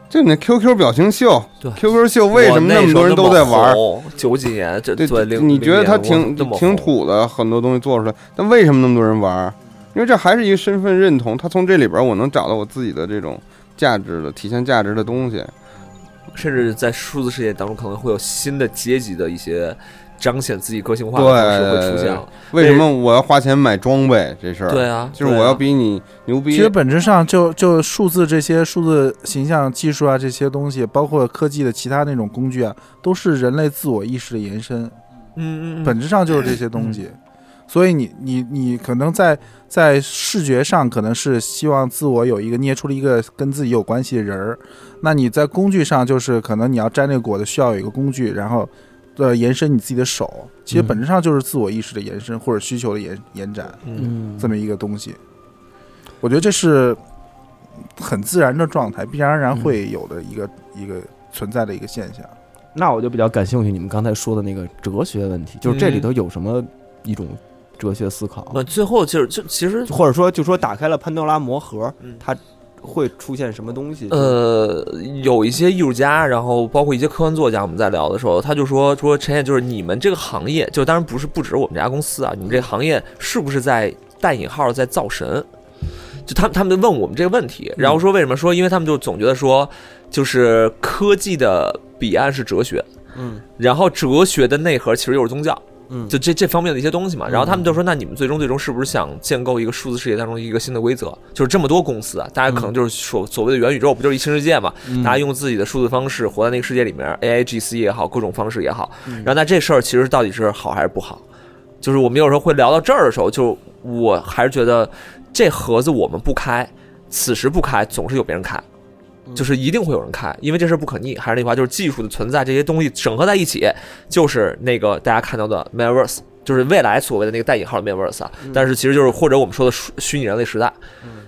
C: 就你那 QQ 表情秀
E: 对
C: ，QQ 秀 为什么那么多人都在玩？
E: 我那时候那么红？九几年，这
C: 对，
E: 对，零
C: 你觉得它挺
E: 零年我那么红
C: 挺土的，很多东西做出来，但为什么那么多人玩儿？因为这还是一个身份认同，他从这里边我能找到我自己的这种价值的体现价值的东西。
E: 甚至在数字世界当中可能会有新的阶级的一些彰显自己个性化的方式会
C: 对，
E: 出现了。
C: 为什么我要花钱买装备这事儿？
E: 对，啊，
C: 就是我
E: 对啊
C: 要比你牛
D: 其
C: 逼
D: 实。本质上就就数字这些数字形象技术啊这些东西，包括科技的其他那种工具啊，都是人类自我意识的延伸。
E: 嗯嗯嗯，嗯
D: 本质上就是这些东西。所以你你你可能在在视觉上可能是希望自我有一个捏出了一个跟自己有关系的人儿，那你在工具上就是可能你要摘那个果子需要有一个工具，然后呃延伸你自己的手，其实本质上就是自我意识的延伸或者需求的延延展
E: 嗯
D: 这么一个东西。我觉得这是很自然的状态，必然而然会有的一个、一个存在的一个现象。
B: 那我就比较感兴趣你们刚才说的那个哲学问题，就是这里头有什么一种哲学思考，
E: 嗯那最后就是就其实
B: 或者说就说打开了潘多拉魔盒
E: 嗯，
B: 它会出现什么东西？
E: 呃，有一些艺术家，然后包括一些科幻作家，我们在聊的时候，他就说说陈燕，就是你们这个行业，就当然不是不止我们这家公司啊，你们这个行业是不是在带引号在造神？就他们他们就问我们这个问题，然后说为什么说，因为他们就总觉得说，就是科技的彼岸是哲学，
B: 嗯，
E: 然后哲学的内核其实又是宗教，
B: 嗯
E: 就这这方面的一些东西嘛。然后他们就说，那你们最终最终是不是想建构一个数字世界当中一个新的规则？就是这么多公司啊，大家可能就是所所谓的元宇宙，不就是一新世界嘛？
B: 嗯
E: 大家用自己的数字方式活在那个世界里面，AI、GC 也好，各种方式也好。然后那这事儿其实到底是好还是不好？就是我们有时候会聊到这儿的时候，就我还是觉得这盒子我们不开，此时不开，总是有别人开。
B: 嗯
E: 就是一定会有人开，因为这事儿不可逆。还是那句话，就是技术的存在，这些东西整合在一起，就是那个大家看到的 Metaverse，就是未来所谓的那个带引号的 Metaverse 啊。
B: 嗯
E: 但是其实就是或者我们说的虚虚拟人类时代，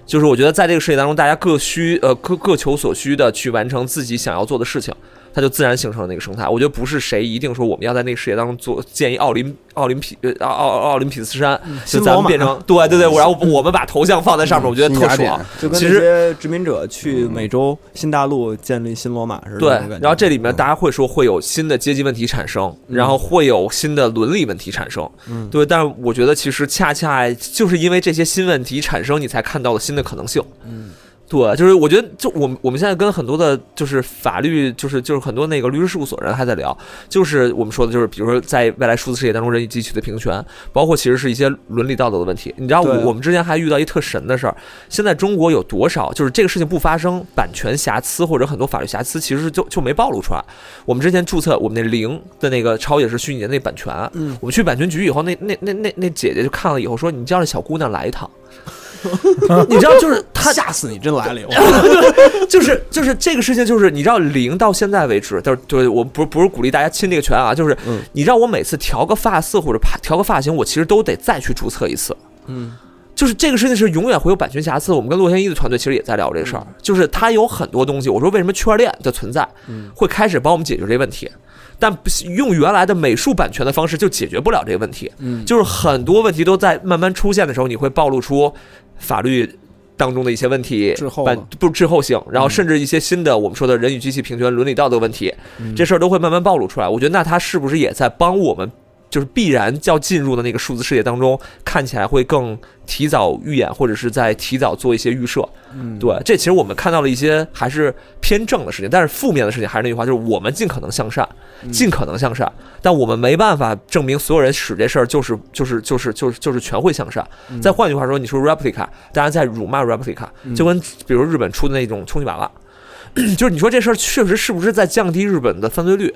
E: 就是我觉得在这个世界当中，大家各需呃各各求所需的去完成自己想要做的事情，它就自然形成了那个生态。我觉得不是谁一定说我们要在那个世界当中做建一奥林奥林匹呃奥奥奥林匹斯山，就
B: 嗯新
E: 咱
B: 罗马嗯
E: 们变成对对对，我然后我们把头像放在上面，我觉得
C: 新
E: 特
C: 雅典
E: 爽。
B: 就跟
E: 其
B: 那
E: 实
B: 些殖民者去美洲新大陆建立新罗马似的
E: 对
B: 那种感，觉。嗯
E: 然后这里面大家会说会有新的阶级问题产生，然后会有新的伦理问题产生，嗯，对。但是我觉得其实恰恰就是因为这些新问题产生，你才看到了新的可能性，嗯。对，就是我觉得，就我们我们现在跟很多的，就是法律，就是就是很多那个律师事务所人还在聊，就是我们说的，就是比如说在未来数字世界当中，人与机取的平权，包括其实是一些伦理道德的问题。你知道，我
B: 对
E: 我们之前还遇到一特神的事儿，现在中国有多少就是这个事情不发生，版权瑕疵或者很多法律瑕疵，其实是就就没暴露出来。我们之前注册我们那零的那个超也是虚拟的那版权，
F: 嗯，
E: 我们去版权局以后，那那那那那姐姐就看了以后说，你叫那小姑娘来一趟。你知道，就是她
F: 吓死你，真来了！
E: 呃就是就是这个事情，就是你知道零到现在为止，但是对我不不是鼓励大家亲这个权啊，就是
F: 嗯
E: 你让我每次调个发色或者啪调个发型，我其实都得再去注册一次。
F: 嗯，
E: 就是这个事情是永远会有版权瑕疵。我们跟洛天依的团队其实也在聊这个事
F: 嗯
E: 儿，就是它有很多东西。我说为什么区块链的存在
F: 嗯
E: 会开始帮我们解决这个问题，但不用原来的美术版权的方式就解决不了这个问题。
F: 嗯，
E: 就是很多问题都在慢慢出现的时候，你会暴露出法律当中的一些问题，
F: 滞后
E: 版
F: 了嗯
E: 不是滞后性，然后甚至一些新的我们说的人与机器平权、伦理道德问题，
F: 嗯
E: 这事儿都会慢慢暴露出来。我觉得那它是不是也在帮我们，就是必然要进入的那个数字世界当中，看起来会更提早预演，或者是在提早做一些预设？
F: 嗯，
E: 对，这其实我们看到了一些还是偏正的事情，但是负面的事情还是那句话，就是我们尽可能向善，
F: 嗯
E: 尽可能向善，但我们没办法证明所有人使这事儿就是就是就是就是就是全会向善。
F: 嗯
E: 再换句话说，你说 replica，大家在辱骂 replica，就跟比如日本出的那种充气娃娃， 就是你说这事儿确实是不是在降低日本的犯罪率？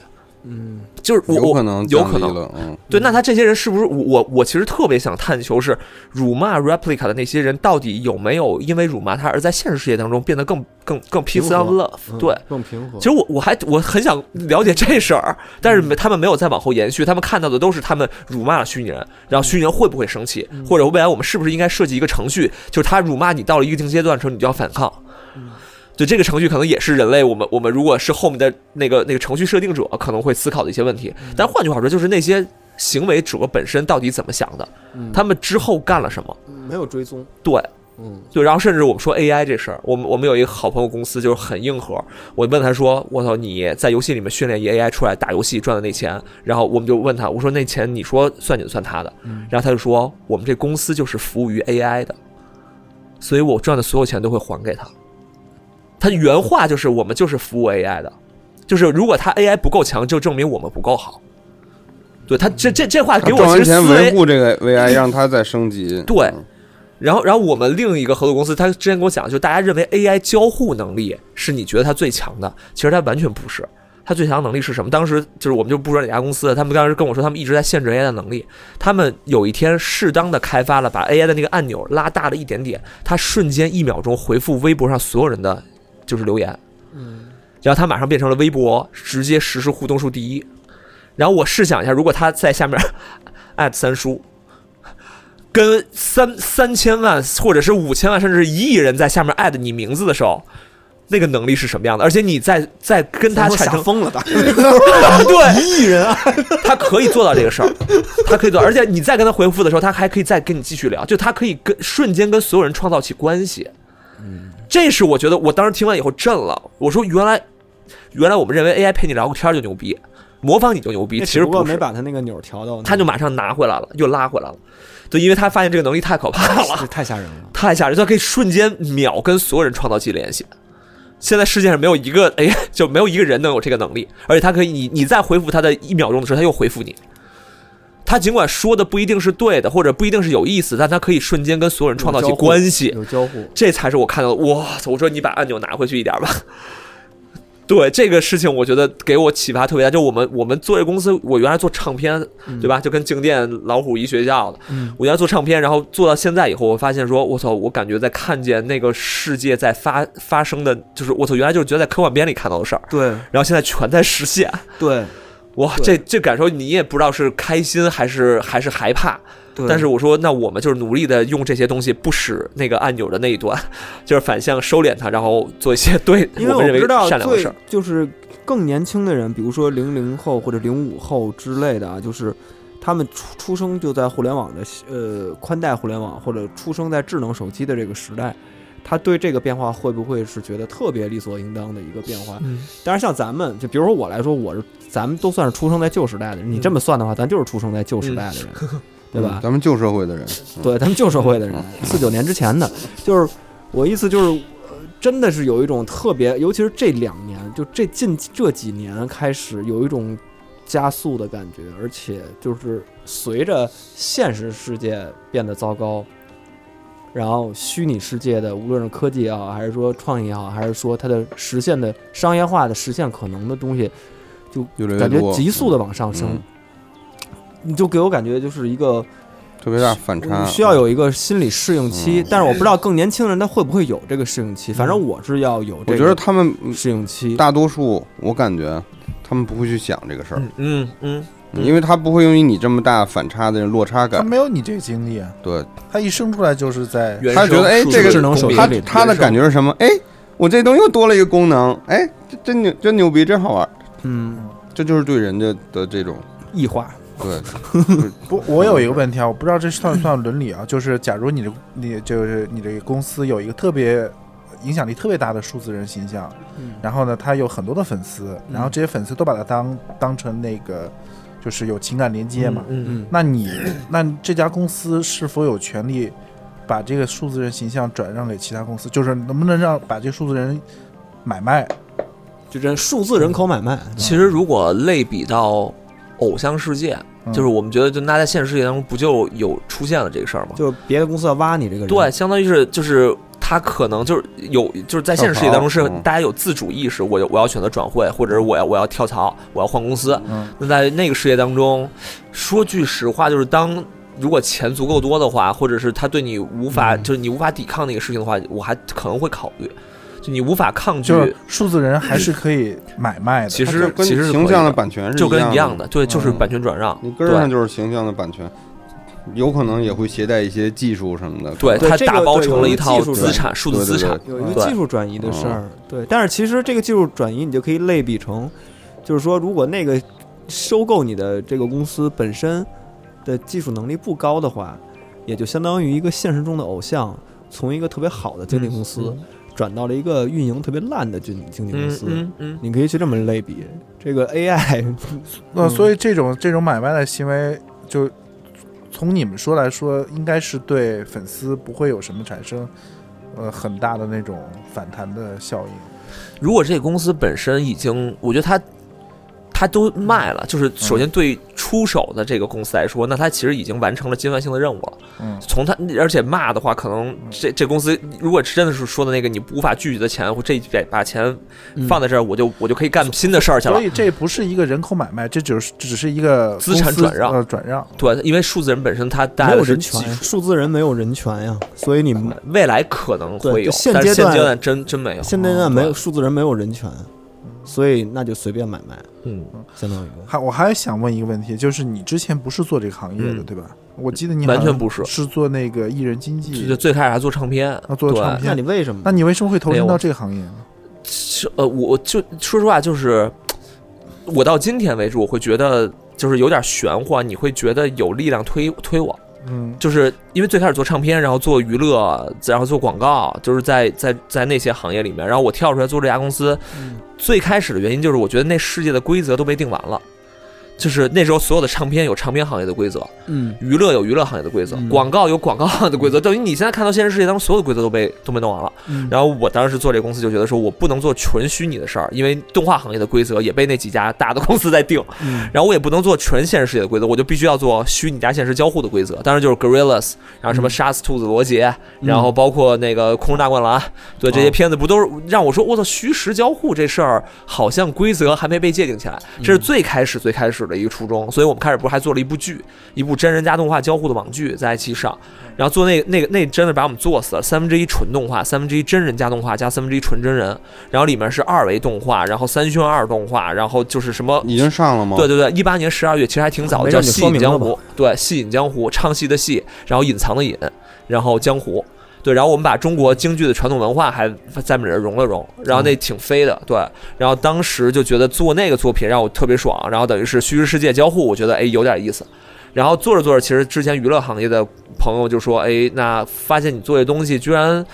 F: 嗯，
E: 就是我
C: 有
E: 我
C: 可能
E: 有
C: 降
E: 可
C: 低
E: 能
C: 了，嗯，
E: 对，那他这些人是不是我我我其实特别想探求是辱骂 replica 的那些人到底有没有因为辱骂他而在现实世界当中变得更更更 peace
F: 平
E: and
F: 和
B: 嗯
E: love？对，
F: 更平和
E: 其。实我我还我很想了解这事儿，但是他们没有再往后延续，他们看到的都是他们辱骂了虚拟人，然后虚拟人会不会生气，或者未来我们是不是应该设计一个程序，就是他辱骂你到了一个定阶段的时候，你就要反抗。对这个程序可能也是人类，我们我们如果是后面的那个那个程序设定者可能会思考的一些问题。但换句话说，就是那些行为者本身到底怎么想的，他们之后干了什么？
F: 没有追踪，
E: 对，
F: 嗯，
E: 对，然后甚至我们说 AI 这事儿，我们我们有一个好朋友公司就是很硬核，我问他说：“我操，你在游戏里面训练一 AI 出来打游戏赚的那钱？”然后我们就问他，我说：“那钱你说算你的算他的？”然后他就说：“我们这公司就是服务于 AI 的，所以我赚的所有钱都会还给他。”他原话就是：“我们就是服务 AI 的，就是如果他 AI 不够强，就证明我们不够好。”对他这这这话给
C: 他
E: 我
C: 赚
E: 其
C: 完
E: 实
C: 钱
E: 思维
C: 维护这个 AI，让它再升级。
E: 对
C: 嗯，
E: 然后，然后我们另一个合作公司，他之前跟我讲，就大家认为 AI 交互能力是你觉得它最强的，其实它完全不是。它最强的能力是什么？当时就是我们就不说哪家公司了，他们当时跟我说，他们一直在限制 AI 的能力。他们有一天适当的开发了，把 AI 的那个按钮拉大了一点点，它瞬间一秒钟回复微博上所有人的就是留言，嗯，然后它马上变成了微博直接实时互动数第一。然后我试想一下，如果他在下面艾特三叔，跟三三千万或者是五千万甚至是一亿人在下面艾特你名字的时候，那个能力是什么样的？而且你在在跟嗯他
F: 他
E: 产
F: 吓
E: 生
F: 疯了， 他
E: 对
F: 一亿 人啊！
E: 他可以做到这个事儿，他可以做到，而且你再跟他回复的时候，他还可以再跟你继续聊，就他可以跟瞬间跟所有人创造起关系。这是我觉得我当时听完以后震了，我说原来原来我们认为 AI 陪你聊个天儿就牛逼，模仿你就牛逼，
F: 那
E: 其
F: 只
E: 实
F: 不过
E: 不
F: 没
E: 是，
F: 把他那个钮儿调到那个，
E: 他就马上拿回来了，又拉回来了，对，因为他发现这个能力太可怕了。
F: 是太吓人了。
E: 太吓人，他可以瞬间秒跟所有人创造起联系。现在世界上没有一个哎，就没有一个人能有这个能力，而且他可以，你你再回复他的一秒钟的时候，他又回复你。他尽管说的不一定是对的，或者不一定是有意思，但他可以瞬间跟所有人创造起
F: 有交互
E: 关系。
F: 有交互，
E: 这才是我看到的。哇塞！我说你把按钮拿回去一点吧。对这个事情，我觉得给我启发特别大。就我们我们做这公司，我原来做唱片，对吧？就跟静电、老虎一学校的。我原来做唱片，然后做到现在以后，我发现说，我操，我感觉在看见那个世界在发发生的，就是我操，原来就是觉得在科幻片里看到的事儿，
F: 对
E: 然后现在全在实现。
F: 对
E: 哇，这
F: 对
E: 这感受你也不知道是开心还是还是害怕。
F: 对。
E: 但是我说，那我们就是努力的用这些东西，不使那个按钮的那一端， 就是反向收敛它，然后做一些对
F: 因为
E: 我
F: 不
E: 们认为
F: 知道
E: 善良的事
F: 最
E: 儿。
F: 就是更年轻的人，比如说零零后或者零五后之类的啊，就是他们出出生就在互联网的呃宽带互联网或者出生在智能手机的这个时代。他对这个变化会不会是觉得特别理所应当的一个变化？
E: 嗯，
F: 但是像咱们，就比如说我来说，我是咱们都算是出生在旧时代的人。
E: 嗯
F: 你这么算的话，咱就是出生在旧时代的人， 对吧？
C: 嗯咱们旧社会的人，嗯
F: 对，咱们旧社会的人，四九年之前的，就是我意思就是，呃
B: 真的是有一种特别，尤其是这两年，就这近这几年开始有一种加速的感觉，而且就是随着现实世界变得糟糕，然后虚拟世界的无论是科技也好，还是说创意也好，还是说它的实现的商业化的实现可能的东西，就
C: 越来越
B: 感觉
C: 多
B: 急速的往上升。
C: 嗯
B: 你就给我感觉就是一个
C: 特别大反差，
B: 需要有一个心理适应期，
C: 啊嗯
B: 但是我不知道更年轻人他会不会有这个适应期，反正我是要有
C: 我
B: 这
C: 觉得
B: 个
C: 他们
B: 适应期。
C: 大多数，我感觉他们不会去想这个事儿，
E: 嗯嗯嗯，
C: 因为他不会因为你这么大反差的落差
D: 他
C: 感，
D: 没有你这个经历啊，
C: 对
D: 他一生出来就是在
E: 原
C: 他觉得哎
E: 生
C: 这个
E: 数
B: 智能
E: 公
B: 手
E: 民
B: 机
C: 他
B: 里
C: 他的感觉是什么？哎，我这东西又多了一个功能，哎，这真牛，真牛逼，真好玩，
B: 嗯，
C: 这就是对人家的这种
B: 异化，
C: 对，
D: 不，我有一个问题啊，我不知道这算不算伦理啊？就是假如你的你就是你的公司有一个特别影响力特别大的数字人形象，
B: 嗯
D: 然后呢，他有很多的粉丝，然后这些粉丝都把他当当成那个就是有情感连接嘛。
E: 嗯
D: 那你 那这家公司是否有权利把这个数字人形象转让给其他公司？就是能不能让把这个数字人买卖？
B: 就这数字人口买卖，
E: 嗯，其实如果类比到偶像世界，
D: 嗯
E: 就是我们觉得就那在现实世界当中不就有出现了这个事儿吗？
B: 就是别的公司要挖你这个人，
E: 对，，相当于是就是他可能就是有就是在现实世界当中是
C: 跳槽嗯
E: 大家有自主意识，我就我要选择转会，或者是我要我要跳槽，我要换公司。
D: 嗯，
E: 那在那个世界当中，说句实话，就是当如果钱足够多的话，或者是他对你无法、就是你无法抵抗那个事情的话，我还可能会考虑，就你无法抗拒
D: 就，是数字人还是可以买卖的。
E: 其
C: 它
E: 实
C: 就跟
E: 其实是
C: 形
E: 可以
C: 象的
E: 的
C: 版权是
E: 就跟
C: 一
E: 一样
C: 的，
E: 的，对，就是
D: 嗯
E: 版权转让，
C: 你根儿上
E: 对
C: 就是形象的版权，有可能也会携带一些技术什么的，
E: 对，
B: 对
E: 它
B: 这个
E: 打包
B: 对
E: 成
B: 有
E: 了一
B: 技
E: 套
B: 术
E: 资
C: 转
E: 产，数字
C: 对
E: 资
C: 对对
E: 产，
B: 有一个
E: 对嗯
B: 技术转移的事儿，对。但是其实这个技术转移，你就可以类比成，就是说，如果那个收购你的这个公司本身的技术能力不高的话，也就相当于一个现实中的偶像，从一个特别好的经纪公司转到了一个运营特别烂的经经纪公
E: 嗯
B: 司。
E: 嗯嗯，
B: 你可以去这么类比，这个 AI
E: 嗯
D: 那所以这种这种买卖的行为，就从你们说来说，应该是对粉丝不会有什么产生呃很大的那种反弹的效应。
E: 如果这个公司本身已经，我觉得它它都卖了，就是首先对出手的这个公司来说，那它其实已经完成了阶段性的任务了。
D: 嗯，
E: 从它而且骂的话，可能这这公司如果真的是说的那个你无法拒绝的钱，或这把把钱放在这儿，我就我就可以干新的事儿去了
D: 所。以这不是一个人口买卖，这只是只是一个
E: 资产
D: 公司
E: 转让
D: 呃，转让。
E: 对，因为数字人本身它带
B: 没
E: 来
B: 有
E: 的是
B: 人
E: 技
B: 权呀，
E: 术，嗯
B: 数字人没有人权呀，所以你们
E: 未来可能会
B: 对
E: 有，
B: 现
E: 但是
B: 阶
E: 现
B: 段
E: 阶段真真没有。
B: 现在呢没有
E: 嗯对
B: 数字人没有人权，所以那就随便买卖，
E: 嗯，
B: 相当于。
D: 还我还想问一个问题，就是你之前不是做这个行业的，
E: 嗯
D: 对吧？我记得你
E: 完
D: 好像
E: 全不是
D: 是做那个艺人经
E: 就
D: 济
E: 就。最开始还做唱片
D: 啊，做
E: 对
D: 唱片
B: 那你为什么？
D: 那你为什么会投
E: 没有
D: 身到这个行业呢？
E: 是呃，我就说实话，就是我到今天为止，我会觉得就是有点玄幻，你会觉得有力量推推我，
D: 嗯，
E: 就是因为最开始做唱片，然后做娱乐，然后做广告，就是在在在那些行业里面，然后我跳出来做这家公司，最开始的原因就是我觉得那世界的规则都被定完了。就是那时候，所有的唱片有唱片行业的规则，
B: 嗯，
E: 娱乐有娱乐行业的规则，
B: 嗯
E: 广告有广告行业的规则。等于你现在看到现实世界当中所有的规则都被都被弄完了。
B: 嗯
E: 然后我当时做这个公司就觉得说，我不能做纯虚拟的事儿，因为动画行业的规则也被那几家大的公司在定。
B: 嗯
E: 然后我也不能做全现实世界的规则，我就必须要做虚拟加现实交互的规则。当然就是 Gorillas，然后什么
B: 嗯
E: 杀死兔子罗杰，
B: 嗯哦
E: 然后包括那个空中大灌篮，对这些片子不都是让我说我操虚实交互这事儿好像规则还没被界定起来，这
B: 嗯
E: 是最开始最开始的一个初衷。所以我们开始不是还做了一部剧，一部真人加动画交互的网剧在爱奇艺上，
B: 嗯
E: 然后做那那个那真的把我们做死了，三分之一纯动画，三分之一真人加动画加三分之一纯真人，然后里面是二维动画，然后三宣二动画，然后就是什么
C: 已经上了吗？
E: 对对对，一八年十二月其实还挺早的，
B: 没
E: 叫
B: 让
E: 《
B: 你
E: 戏
B: 说
E: 影
B: 明
E: 江
B: 了
E: 湖》。对，戏影江湖，唱戏的戏，然后隐藏的隐，然后江湖。对，然后我们把中国京剧的传统文化还在我们这儿融了融，然后
B: 嗯
E: 那挺飞的，对。然后当时就觉得做那个作品让我特别爽，然后等于是虚实世界交互，我觉得哎有点意思。然后做着做着，其实之前娱乐行业的朋友就说，哎，那发现你做这东西居然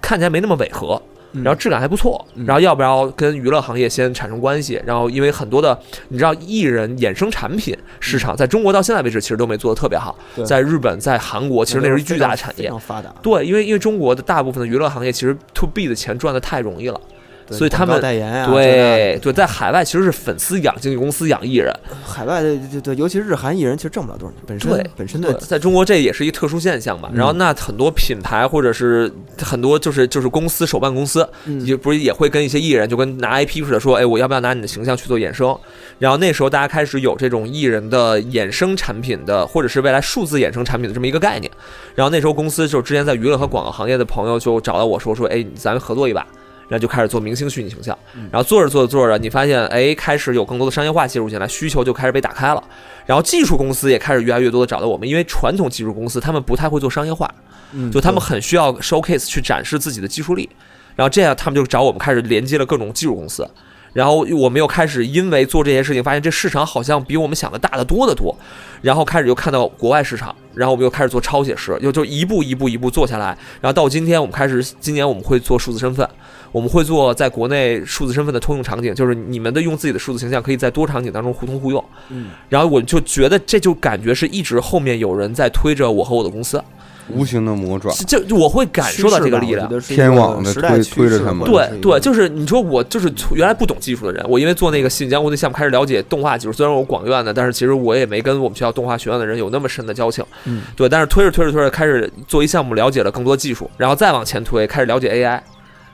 E: 看起来没那么违和，
F: 嗯
E: 然后质感还不错，然后要不要跟娱乐行业先产生关系？然后因为很多的你知道艺人衍生产品市场，在中国到现在为止其实都没做得特别好，
H: 对
E: 在日本、在韩国其实那是巨大的产
H: 非
E: 业。
H: 常发达。
E: 对，因为因为中国的大部分的娱乐行业其实 to B 的钱赚的太容易了，
F: 对
E: 所以他们
F: 广告代
B: 哎
F: 言啊，
E: 对对，在海外其实是粉丝养经纪公司养艺人，
F: 这那的海外的对对，尤其是日韩艺人，其实挣不了多少钱，本身
E: 对
F: 本身
E: 对
F: 的，
E: 在中国这也是一特殊现象吧。然后那很多品牌或者是很多就是就是公司手办公司，
F: 嗯
E: 也不是也会跟一些艺人就跟拿 IP 似的说，哎，我要不要拿你的形象去做衍生？然后那时候大家开始有这种艺人的衍生产品的，或者是未来数字衍生产品的这么一个概念。然后那时候公司就之前在娱乐和广告行业的朋友就找到我说说，哎，咱们合作一
F: 嗯
E: 把。然后就开始做明星虚拟形象，然后做着做着做着，你发现哎，开始有更多的商业化介入进来，需求就哎开始被打开了。
F: 嗯
E: 然后技术公司也开始越来越多的找到我们，因为传统技术公司他们不太会做商业化，
F: 嗯
E: 就他们很需要 showcase 去展示自己的技术力，然后这样他们就找我们开始连接了各种技术公司，然后我们又开始因为做这些事情，发现这市场好像比我们想的大得多得多，然后开始又看到国外市场，然后我们又开始做超写实，又就一步一步一步做下来，然后到今天我们开始，今年我们会做数字身份。我们会做在国内数字身份的通用场景，就是你们的用自己的数字形象可以在多场景当中互通互用。
F: 嗯，
E: 然后我就觉得这就感觉是一直后面有人在推着我和我的公司，
C: 无形的魔爪。
E: 就就我会感受到这个力量。
C: 天网的推推着他们
E: 对对，就是你说我就是从原来不懂技术的人，我因为做那个《新江湖》那项目开始了解动画技术，虽然我广院的，但是其实我也没跟我们学校动画学院的人有那么深的交情。
F: 嗯，
E: 对，但是推着推着推着开始做一项目，了解了更多技术，然后再往前推开始了解 AI。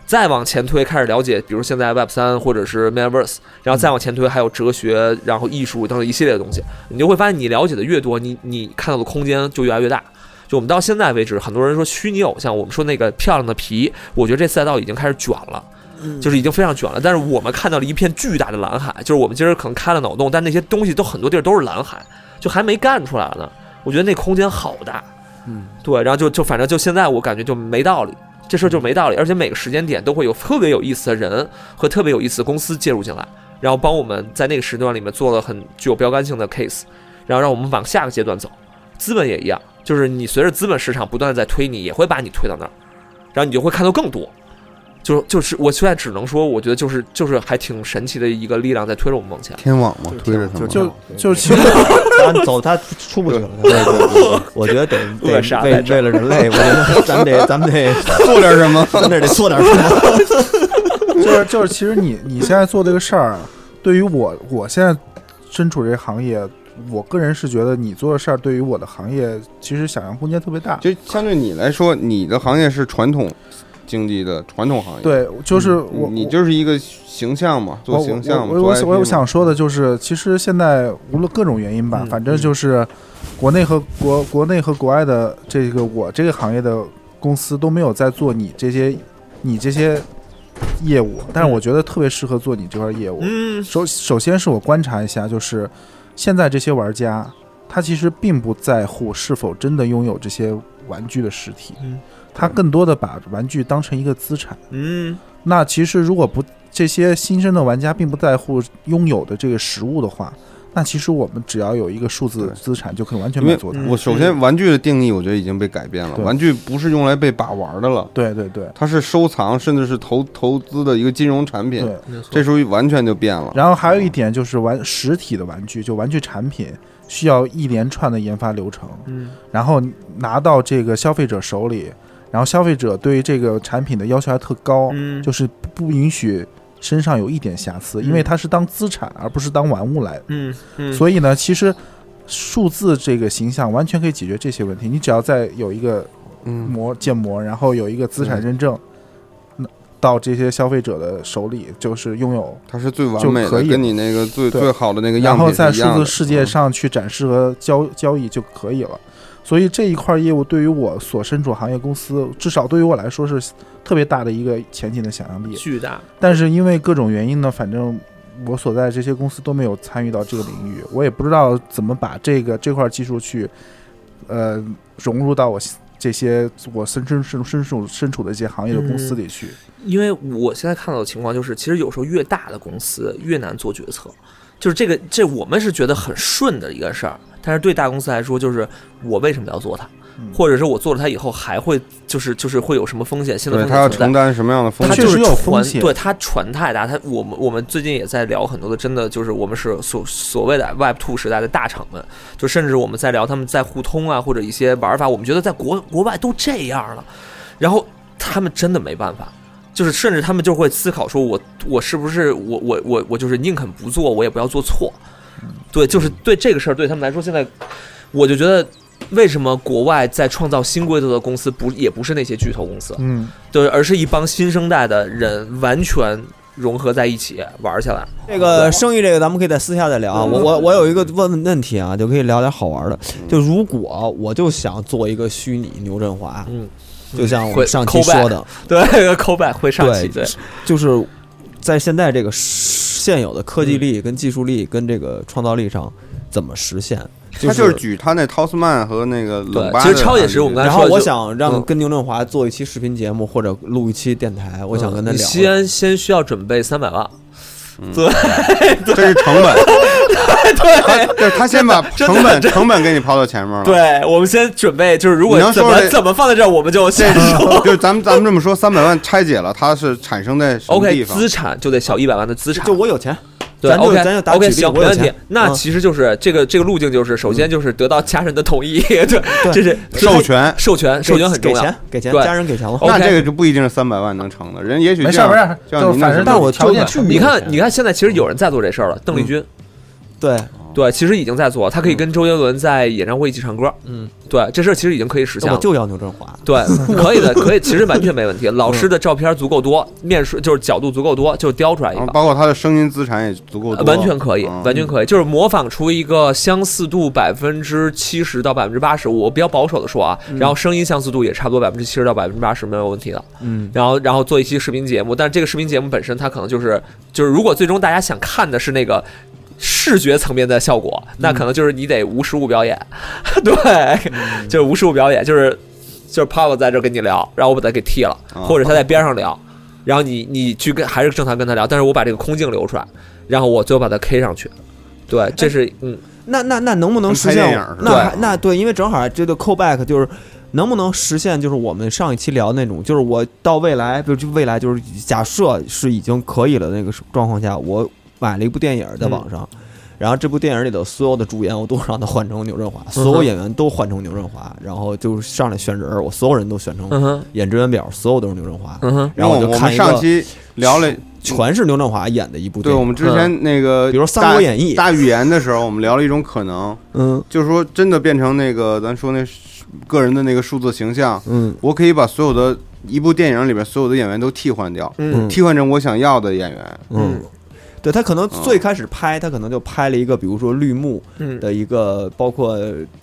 E: 再往前推，开始了解，比如现在 Web 三或者是 Metaverse，然后再往前推，还有哲学，然后艺术等等一系列的东西，你就会发现，你了解的越多，你你看到的空间就越来越大。就我们到现在为止，很多人说虚拟偶像，我们说那个漂亮的皮，我觉得这赛道已经开始卷了。
B: 嗯
E: 就是已经非常卷了，但是我们看到了一片巨大的蓝海，就是我们今儿可能开了脑洞，但那些东西都很多地儿都是蓝海，就还没干出来呢。我觉得那空间好大，
F: 嗯，
E: 对，然后就就反正就现在我感觉就没道理，这事儿就没道理，而且每个时间点都会有特别有意思的人和特别有意思的公司介入进来，然后帮我们在那个时段里面做了很具有标杆性的 case，然后让我们往下个阶段走。资本也一样，就是你随着资本市场不断的在推你，也会把你推到那儿，然后你就会看到更多。就就是我现在只能说，我觉得就是就是还挺神奇的一个力量在推着我们往前。
C: 天网嘛，推着他们。
D: 就就其实
B: 咱走，他出不去了。对对对，我觉得得得
E: 扼杀
B: 为
E: 在这
B: 为了人类，我觉得咱得咱们得
C: 做点什么？
B: 咱这得做点什么。
D: 就是就是，其实你你现在做这个事儿，对于我我现在身处这个行业，我个人是觉得你做的事儿对于我的行业其实想象空间特别大。
C: 就相对你来说，你的行业是传统经济的传统行业，，
D: 对，就是
E: 嗯
D: 我、哦
C: 你就是一个形象嘛，做形象嘛。
D: 我
C: 做
D: 我我
C: IP
D: 我我
C: 嘛
D: 想说的就是，其实现在无论各种原因吧，
E: 嗯
D: 反正就是国内和国国内和国外的这个我这个行业的公司都没有在做你这些你这些业务，但是
C: 嗯
D: 我觉得特别适合做你这块业务。
E: 嗯，
D: 首首先是我观察一下，就是现在这些玩家，他其实并不在乎是否真的拥有这些玩具的实体，
E: 嗯
D: 他更多的把玩具当成一个资产。
E: 嗯，
D: 那其实如果不这些新生的玩家并不在乎拥有的这个实物的话，那其实我们只要有一个数字
C: 对
D: 资产就可以完全
C: 因为
D: 满
E: 嗯
D: 足它。
C: 我首先玩具的定义，我觉得已经被改变了。
D: 对
C: 玩具不是用来被把玩的了，
D: 对对对
C: 它是收藏甚至是投投资的一个金融产品。
D: 对。
E: 没错
C: 这时候完全就变了。
D: 然后还有一点就是玩实体的玩具，就玩具产品需要一连串的研发流程，
E: 嗯
D: 然后拿到这个消费者手里，然后消费者对于这个产品的要求还特高，
E: 嗯，
D: 就是不允许身上有一点瑕疵，因为它是当资产而不是当玩物来
E: 嗯嗯，
D: 所以呢，其实数字这个形象完全可以解决这些问题。你只要再有一个
C: 嗯，
D: 模建模，然后有一个资
E: 嗯
D: 产认证，那到这些消费者的手里就是拥有，
C: 它是最完美
D: 就可
C: 的，
D: 以了
C: 跟你那个最
D: 对
C: 最好的那个
D: 然
C: 样
D: 后
C: 品
D: 在
C: 是一
D: 数
C: 样
D: 字
C: 的。嗯
D: 世界上去展示和交交易就可以了。所以这一块业务对于我所身处行业公司，至少对于我来说是特别大的一个前景的想象力。
E: 巨大，
D: 但是因为各种原因呢，反正我所在这些公司都没有参与到这个领域，我也不知道怎么把这个这块技术去，呃，融入到我这些我身身身身处身处的这些行业的公
C: 嗯
D: 司里去。
E: 因为我现在看到的情况就是，其实有时候越大的公司越难做决策，就是这个这我们是觉得很顺的一个事儿，但是对大公司来说，就是我为什么要做它？
D: 嗯
E: 或者是我做了它以后还会就是就是会有什么风险，新的
C: 对
E: 风
C: 他
E: 险
C: 要
E: 存在
C: 承。担什么样的风
E: 它
D: 它
C: 险？
E: 就
D: 确
E: 是
D: 实有
E: 传
D: 风险
E: 对它传太大，它我们我们最近也在聊很多的，真的就是我们是所所谓的 Web Two 时代的大厂们，就甚至我们在聊他们在互通啊或者一些玩法，我们觉得在国国外都这样了，然后他们真的没办法。就是，甚至他们就会思考说我，我是不是我我我我就是宁肯不做，我也不要做错。
D: 嗯
E: 对，就是对这个事儿对他们来说，现在我就觉得，为什么国外在创造新规则的公司不也不是那些巨头公司，
D: 嗯，
E: 对，而是一帮新生代的人完全融合在一起玩起来。
B: 这个生意这个咱们可以在私下再聊啊。我我我有一个问问题啊，就可以聊点好玩的。
E: 嗯
B: 就如果我就想做一个虚拟牛振华，
E: 嗯，
B: 就像我
E: 会
B: 们上期
E: call back
B: 说的，
E: 对，口百会上去，
B: 对
E: 对，
B: 就是在现在这个现有的科技力、跟技术力、跟这个创造力上怎么实现？
C: 他就是是举他那陶斯曼和那个冷
E: 对
C: 巴的案
E: 其
C: 例。
E: 实超也是我们刚才
B: 然后
E: 说的
B: 我
E: 就
B: 想让
E: 嗯
B: 跟牛振华做一期视频节目，或者录一期电台，我想跟他
E: 嗯你
B: 聊。
E: 先先需要准备三百万，
C: 这是成 本。对，就是他先把成本成本给你抛到前面了。，
E: 对我们先准备，就是如
C: 果
E: 果
C: 你能
E: 怎
C: 说怎么
E: 么
C: 这
E: 怎么放在这儿，我们就
C: 这
E: 先
C: 是 就是咱们咱们这么说，三百万拆解了，它是产生在什么
E: OK
C: 地方？
E: 资产就得小一百万的资产
B: 就，我有钱，
E: 对
B: 咱就
E: OK
B: 咱就打
E: OK
B: 举例
E: 行
B: 我
E: 没
B: 有
E: 问题
B: 钱。
E: 那
B: 嗯
E: 其实就是这个这个路径就是，首先就是得到家人的同意，
B: 嗯
E: 对，这是
C: 授权。
E: 授权，授权很重
B: 给
E: 要
B: 钱。，给钱，
E: 对哦
B: 家人给钱了。
E: OK
C: 那这个就不一定是三百万能成的，人也许
D: 没
C: 这
D: 事儿
C: 样
D: 没事儿，
C: 这
D: 就
C: 样您
D: 反
C: 那是
D: 正
B: 但我
D: 条件
B: 真的
E: 你看，你看，现在其实有人在做这事儿了，邓丽君，
B: 对，
E: 对，其实已经在做，他可以跟周杰伦在演唱会一起唱歌，
B: 嗯，
E: 对，这事儿其实已经可以实现
B: 我
E: 了。
B: 就要牛振华。
E: 对， 可以的，可以，其实完全没问题。老
B: 嗯
E: 师的照片足够多，面试就是角度足够多，就雕出来一
C: 然后
E: 个，呃
C: 包括他的声音资产也足够啊多，
E: 完全可以，
C: 嗯
E: 完全可以，就是模仿出一个相似度百分之七十到百分之八十，我比较保守的说啊，然后声音相似度也差不多百分之七十到百分之八十没有问题的。
B: 嗯，
E: 然后然后做一期视频节目，但是这个视频节目本身它可能就是就是如果最终大家想看的是那个。视觉层面的效果，那可能就是你得无实物表演，
C: 嗯
E: 对，就是无实物表演，就是就是 Pop 在这儿跟你聊，然后我把他给踢了，
C: 啊
E: 或者他在边上聊，然后你你去跟还是正常跟他聊，但是我把这个空镜留出来，然后我最后把他 K 上去，对，
C: 哎
E: 这是嗯，
B: 那那那能不能
C: 跟
B: 实
C: 拍
B: 现
C: 电影
B: 我
C: 似？的
B: 那
C: 对
B: 还那对，因为正好这个 callback 就是能不能实现，就是我们上一期聊那种，就是我到未来，比如就未来就是假设是已经可以了那个状况下，我买了一部电影在网上。然后这部电影里的所有的主演我都让他换成牛振华，所有演员都换成牛振华，然后就是上来选人儿，我所有人都选成
E: 嗯哼，
B: 演职员表，所有都是牛振华，
E: 嗯哼，
B: 然后
C: 因为
B: 我就
C: 我我
B: 看
C: 们
B: 一
C: 上
B: 个
C: 期聊了，
B: 全是牛振华演的一部
C: 对
B: 电
C: 我
B: 影，
C: 们之
D: 嗯
C: 前那个，
B: 比如说《三国演义》，
C: 大语言的时候，我们聊了一种可能，
B: 嗯
C: 就是说真的变成那个咱说那是个人的那个数字形象，
B: 嗯
C: 我可以把所有的一部电影里边所有的演员都替换掉，
E: 嗯
C: 替换成我想要的演员。
B: 嗯，对他可能最开始拍，他可能就拍了一个，比如说绿幕
E: 嗯
B: 的一个，包括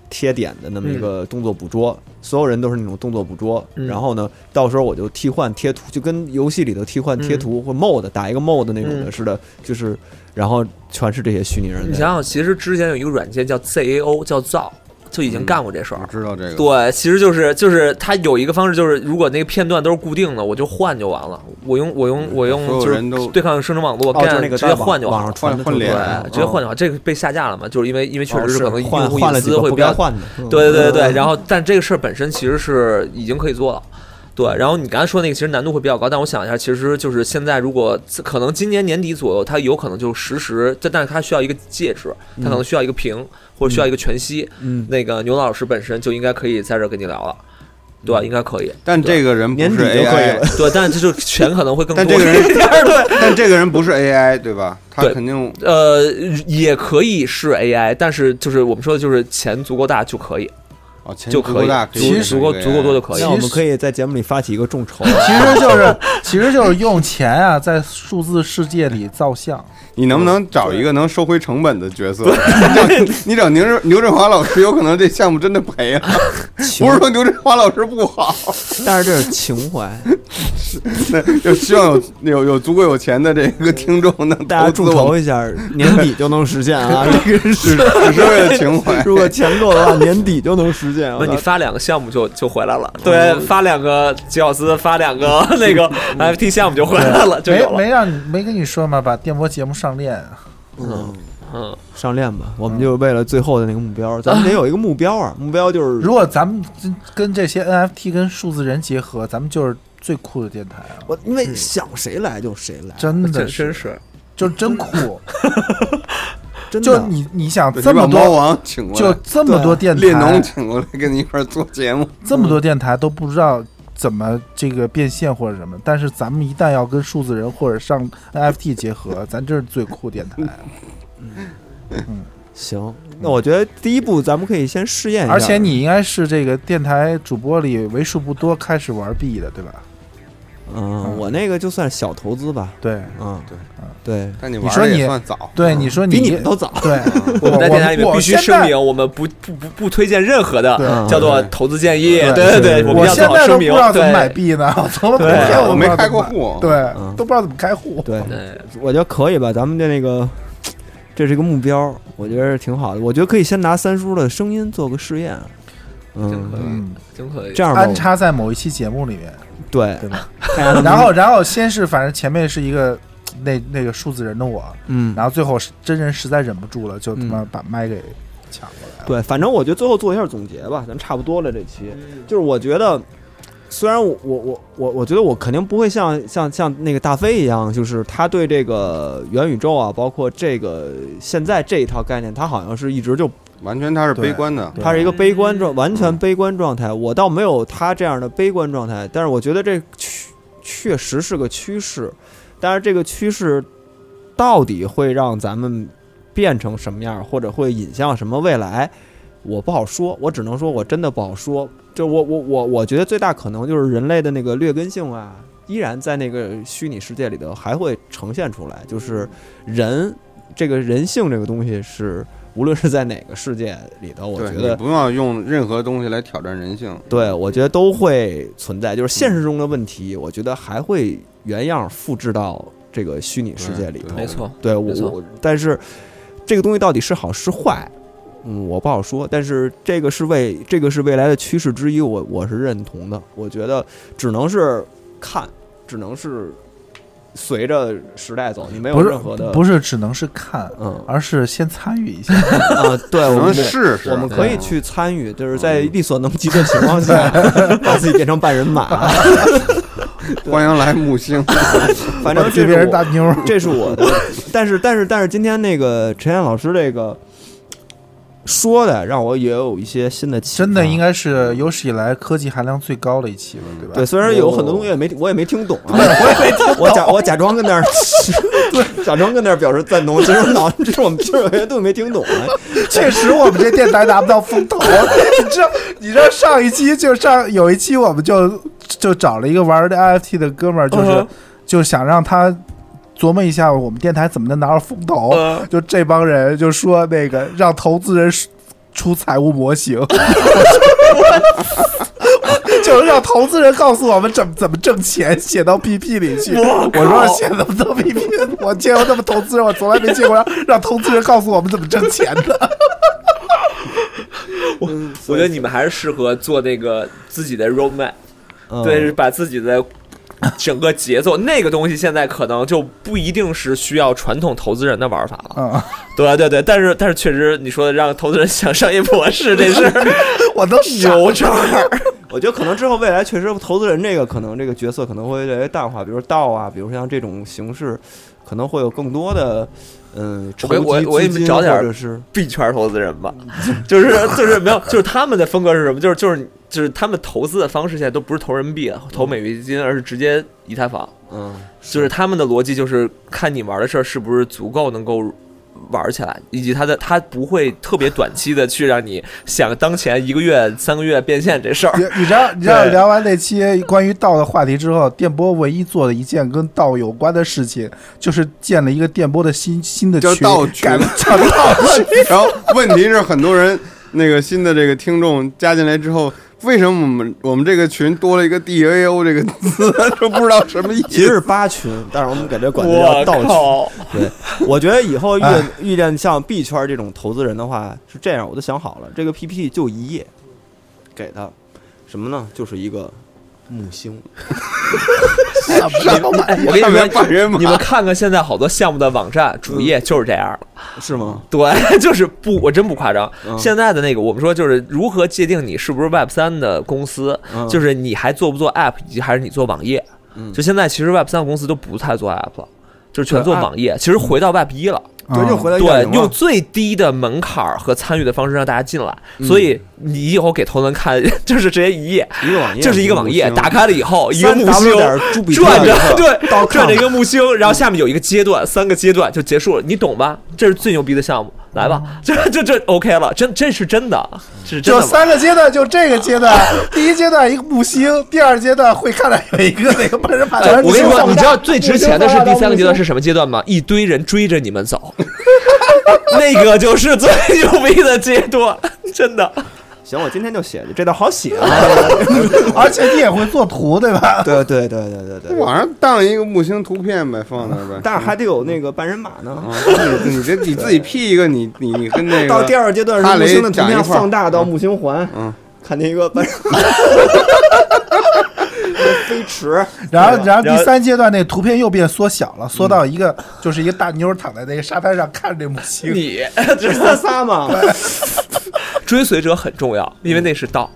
B: 贴点的那么一个动作捕捉，所有人都是那种动作捕捉。
E: 嗯
B: 然后呢，到时候我就替换贴图，就跟游戏里头替换贴图或 mod 打一个 mod 那种的
E: 嗯
B: 似的，就是然后全是这些虚拟人
E: 你
B: 的。
E: 想想，其实之前有一个软件叫 ZAO，叫造，就已经干过这事儿
C: 我，知嗯道这个，
E: 对，其实就是就是它有一个方式，就是如果那个片段都是固定的，我就换就完了。我用我用我用
C: 所有
E: 就是
C: 人都
E: 对抗生成网络
B: 哦，就是
E: 干
B: 那个
E: 直接
B: 在网
E: 换就
B: 网
E: 好
B: 上
E: 了。
B: 传的
C: 换换
B: 对
C: 脸啊
E: 对，直接换就好。这个被下架了嘛，就是因为因为确
B: 哦
E: 实可能
B: 换
E: 用户
B: 换了
E: 隐
B: 几
E: 私
B: 个
E: 会
B: 不
E: 比
B: 该
E: 较
B: 换的。嗯
E: 对对对对，然后但这个事儿本身其实是已经可以做了。对，然后你刚才说那个其实难度会比较高，但我想一下，其实就是现在如果可能今年年底左右，它有可能就实时，但但是它需要一个介质，它可能需要一个屏、或者需要一个全息。
B: 嗯，
E: 那个牛老师本身就应该可以在这儿跟你聊了，
B: 嗯
E: 对吧？应该可以。
C: 但这个人不
B: 年底
C: 是
B: 就可以
C: AI，
B: 了。
E: 对，但这就钱可能会更多
C: 但
E: 一
C: 这个人
E: 点儿。对，
C: 但这个人不是 AI，对吧？他
E: 对
C: 肯定
E: 呃，也可以是 AI，但是就是我们说的就是钱足够大就可以，
C: 哦，钱
E: 就
C: 足
E: 可
C: 够
E: 以
C: 大，，
E: 足
C: 以
E: 足够足够多就可以
B: 那。我们可以在节目里发起一个众 筹。
D: 其实就是其实就是用钱啊，在数字世界里造像。
C: 你能不能找一个能收回成本的角色？你 找牛振牛振华老师，有可能这项目真的赔了。不是说牛振华老师不好，
B: 但是这是情怀，
C: 那就希望有有有足够有钱的这个听众能
B: 大家
C: 投
B: 众
C: 资我
B: 筹
C: 们，
B: 一下， 年底就能实现啊！ 这个
C: 只只是为了情怀。
B: 如果钱够的话，年底就能实现。
E: 那你发两个项目就就回来了，对，发两个吉奥斯，发两个那 个 FT 项目就回来了，就
D: 没
E: 有了。
D: 没让你没跟你说吗？把电波节目上链，
B: 嗯，
E: 嗯，
B: 上链吧。我们就为了最后的那个目标，咱们得有一个目标嗯啊，目标就是
D: 如果咱们跟跟这些 NFT 跟数字人结合，咱们就是最酷的电台啊！
B: 我因为想谁来就谁来，
D: 真
E: 这
D: 的
E: 真
D: 是，
E: 是
D: 就是真酷。
B: 真的
D: 就你你想
C: 对
D: 这 么
C: 你把猫
D: 多，
C: 王请过
D: 就
C: 来，
D: 这么多电
C: 列侬
D: 台，
C: 请过来跟你一块儿做节目，
D: 这么多电台都不知道怎么这个变现或者什么，但是咱们一旦要跟数字人或者上 NFT 结合，咱这是最酷电台。
B: 行。那我觉得第一步咱们可以先试验一下，
D: 而且你应该是这个电台主播里为数不多开始玩币的，对吧？
B: 嗯，我那个就算小投资吧，
D: 对
B: 嗯，
C: 对
B: 对，
C: 但你
D: 你
C: 玩
D: 说
C: 的
D: 你
C: 也算早，
D: 对，你说你
B: 比你们都早。
D: 对，
E: 我们在电台里面
D: 我
E: 必须
D: 现
E: 声
D: 在
E: 明，我们不不不不推荐任何的
D: 对
E: 叫做投资建议。
D: 对
E: 对对，
D: 我
E: 们要
D: 现
E: 做好
D: 在都
E: 声
D: 不知
E: 明。
D: 道怎么
E: 对
D: 买币呢，我从来不
E: 对
D: 知道
C: 我
D: 怎
C: 没
D: 么
C: 开过
D: 买，
C: 户，
D: 对
B: 嗯，
D: 都不知道怎么开户。
B: 对，
E: 对，
B: 我觉得可以吧，咱们的那个，这是一个目标，我觉得挺好的。我觉得可以先拿三叔的声音做个试验，
E: 真可
B: 嗯，
E: 以，
D: 嗯，
E: 真可以。
B: 这样吧
D: 安，插在某一期节目里 面，
B: 对，
D: 对吧？
B: 看
E: 嗯
B: 一下他们
D: 然后，然后先是反正前面是一个那那个数字人的我，
B: 嗯，
D: 然后最后是真人实在忍不住了，就他妈
B: 嗯
D: 把麦给抢过来了。
B: 对，反正我觉得最后做一下总结吧，咱差不多了这期。
E: 嗯
B: 就是我觉得，虽然我我我我我觉得我肯定不会像像像那个大飞一样，就是他对这个元宇宙啊，包括这个现在这一套概念，他好像是一直就
C: 完全他是悲观的，
D: 对
B: 他是一个悲观状，完全悲观状态。我倒没有他这样的悲观状态，但是我觉得这确确实是个趋势，但是这个趋势到底会让咱们变成什么样，或者会引向什么未来，我不好说。我只能说我真的不好说。就我我我我觉得最大可能就是人类的那个劣根性啊，依然在那个虚拟世界里头还会呈现出来，就是人这个人性这个东西是。无论是在哪个世界里头，我
C: 对，
B: 觉
C: 你
B: 得
C: 不要用任何东西来挑战人性，
B: 对，我觉得都会存在，就是现实中的问题，我觉得还会原样复制到这个虚拟世界里头
C: 对。
E: 没错，
B: 对我
E: 没错
B: 我，但是这个东西到底是好是坏，嗯，我不好说。但是这个是未这个是未来的趋势之一，我我是认同的。我觉得只能是看，只能是随着时代走，你没有
D: 不是
B: 任何的
D: 不是只能是看，
B: 嗯
D: 而是先参与一下。
B: 啊，对，
C: 只
B: 我
C: 能
B: 们
C: 试试，嗯
B: 我们可以
C: 对
B: 去参与，就是在力所能及的情况下，把自己变成半人马。
C: 欢迎来木星，
B: 反正这
D: 别
B: 是
D: 人
B: 我
D: 大妞儿，
B: 这是我的，但是但是但是今天那个陈燕老师这个说的，让我也有一些新的启发。
D: 真的应该是有史以来科技含量最高的一期了，对吧？
B: 对，虽然有很多东西也没我也没听懂啊，我也没听，我假我假装跟那儿，假装跟那儿表示赞同，其实我脑其实我们其实有些东西没听懂啊。
D: 确实，我们这电台拿不到 风投。你知道，你知道上一期就上有一期，我们就就找了一个玩的 NFT 的哥们儿，就是、
E: 嗯哼
D: 就想让他琢磨一下我们电台怎么能拿到风投。
E: 嗯
D: 就这帮人就说那个让投资人出财务模 型。 就是让投资人告诉我们怎么怎么挣钱，写到 PP 里去。我说写那么多 PP，我见过那么投资人，我从来没见过让让投资人告诉我们怎么挣钱的。
E: 我觉得你们还是适合做那个自己的 roadmap，
B: 嗯
E: 对，是把自己的整个节奏那个东西，现在可能就不一定是需要传统投资人的玩法了。
D: 嗯，
E: 对对对，但是但是确实你说的让投资人想商业模式，这 是
D: 我都傻
E: 有招儿。
B: 我觉得可能之后未来确实投资人这个可能这个角色可能会越来越淡化，比如道啊，比如像这种形式，可能会有更多的嗯筹
E: 我给我
B: 集
E: 我给
B: 资
E: 你们
B: 金
E: 找点
B: 或
E: 儿
B: 者是
E: 币圈投资人吧，就是就是没有，就是他们的风格是什么？就是就是就是他们投资的方式现在都不是投人民币、投美元金，而是直接以太坊。
B: 嗯
E: 就是他们的逻辑就是看你玩的事儿是不是足够能够玩起来，以及他的他不会特别短期的去让你想当前一个月、三个月变现这事儿。
D: 你你知道，你知道
E: 对
D: 聊完那期关于道的话题之后，电波唯一做的一件跟道有关的事情，就是建了一个电波的新新的
C: 叫
D: 群，
C: 道群
D: 改 叫道群。
C: 然后问题是很多人那个新的这个听众加进来之后。为什么我们我们这个群多了一个 DAO 这个字，都不知道什么意
B: 其实
C: 思？
B: 是八群，但是我们给这管它叫
E: 我
B: 道群。
E: 靠！
B: 我觉得以后遇遇见像币圈这种投资人的话是这样，我都想好了，这个 PPT 就一页，给他什么呢？就是一个
H: 木星，
E: 什么玩意哎我跟
C: 上面
E: 你
C: 挂
E: 说，
C: 人马
E: 你们看看现在好多项目的网站主页就是这样了。
F: 是吗？
E: 对， 就是不，我真不夸张。
F: 嗯
E: 现在的那个，我们说就是如何界定你是不是 Web 三的公司，
F: 嗯
E: 就是你还做不做 App，以及还是你做网页。
F: 嗯
E: 就现在，其实 Web 三公司都不太做 App 了，就是全
F: 对
E: 做
F: App
E: 网页。其实回到 Web 一了，
D: 啊
F: 对，又回到
E: 对
F: 远，程了
E: 用最低的门槛儿和参与的方式让大家进来。所以你以后给头能看， 就是直接一页，
F: 一个网页，
E: 就是一个网页，
C: 木星
E: 打开了以后，一个木星
F: w 点朱比特
E: 转着，对，
F: 到
E: 转着一个木星，然后下面有一个阶段，三个阶段就结束了，你懂吧？这是最牛逼的项目，来吧，这这这 OK 了，真这是真的，这是真
D: 就
E: 的吧。
D: 三个阶段，就这个阶段，第一阶段一个木星，第二阶段会看到有一个那个奔着马
E: 哎
D: 来
E: 我跟你说，你知道最值钱的是第三个阶段
D: 是
E: 是什么阶段吗？一堆人追着你们走，那个就是最牛逼的阶段， 真的。
B: 行，我今天就写去，这倒好写啊。
D: 而且你也会做图，对吧？
B: 对对对对对对，
C: 网上当一个木星图片呗，放那儿呗。
B: 但是还得有那个半人马呢。
C: 啊你你这你自己 P 一个，你你你跟那个
B: 到第二阶段
C: 哈
B: 是木
C: 雷
B: 星的图
C: 长
B: 片
C: 一块儿
B: 放大到木星环，
C: 嗯，
B: 看见一个半人马，飞驰，
D: 然后，然后
E: 然
D: 第
E: 后嗯
D: 三阶段那图片又变缩小了，缩到一个就是一个大妞儿躺在那个沙滩上看着木星，
E: 你
B: 这仨仨 嘛，
E: 追随者很重要，因为那是道，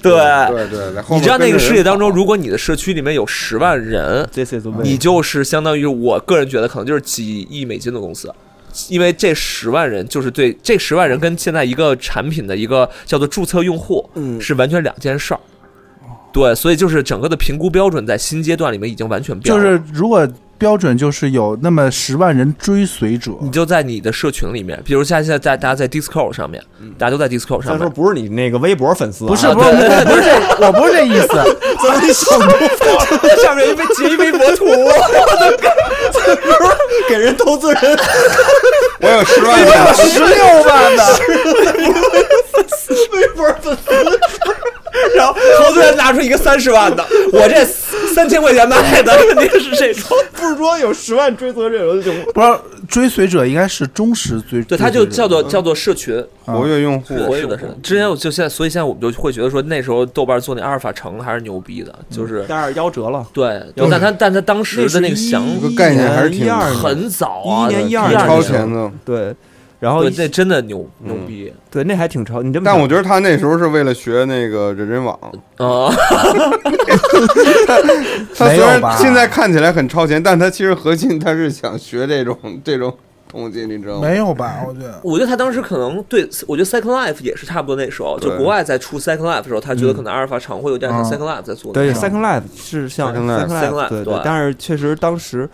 E: 对。
C: 对对对，后
E: 你
C: 面
E: 知道那个世界当
C: 跟
E: 中，
C: 着人
E: 如果你的社区里面有十万人，
B: 这些都
E: 你就是相当于我个人觉得可能就是几亿美金的公司，因为这十万人就是对这十万人跟现在一个产品的一个叫做注册用户
F: 嗯
E: 是完全两件事儿。对，所以就是整个的评估标准在新阶段里面已经完全变
D: 就
E: 了，
D: 是如果标准就是有那么十万人追随者，
E: 你就在你的社群里面，比如像现在大大家在 Discord 上面，大家都在 Discord
B: 虽然
E: 上
B: 说
E: 面，
B: 不是你那个微博粉丝啊，
D: 不 是不是我不是这我 不是这意思，
E: 上面一被截一微博图，
B: 给人投资人，
C: 我有十 万人，
D: 十六万的，
E: 然后 投资人拿出一个三十万的，我这三千块钱买的肯定是这种。
B: 不是说有十万追随者就
D: 不是追随者应该是忠实追，
E: 对，它就
D: 追随者
E: 叫做叫做社群，
C: 活跃用户，
E: 活跃的是。之前我就现在，所以现在我们就会觉得说，那时候豆瓣做那阿尔法城还是牛逼的，就是
B: 但是夭折了，
E: 对，但它但它当时的那个想
C: 一个概念还是挺
B: 一二年
E: 很早啊，
B: 一年一二
E: 年
C: 超前的。
B: 对，然后
E: 对，那真的牛牛逼
B: 对那还挺超，你这么
C: 但我
B: 想
C: 觉得他那时候是为了学那个人人网，
E: 啊！
C: 他虽
D: 没
C: 然
D: 有吧
C: 现在看起来很超前，但他其实核心他是想学这种这种东西，你知道吗？
D: 没有吧？我觉得
E: 我觉得他当时可能对，我觉得 Second Life 也是差不多那时候，就
C: 对
E: 国外在出 Second Life 的时候，他觉得可能阿尔法城会有点像
D: 嗯
E: Second Life 在做那
B: 对
E: 种
B: Second Life 是像
C: Second Life
E: Second Life，
B: 对
E: 对
B: 但是确实当时。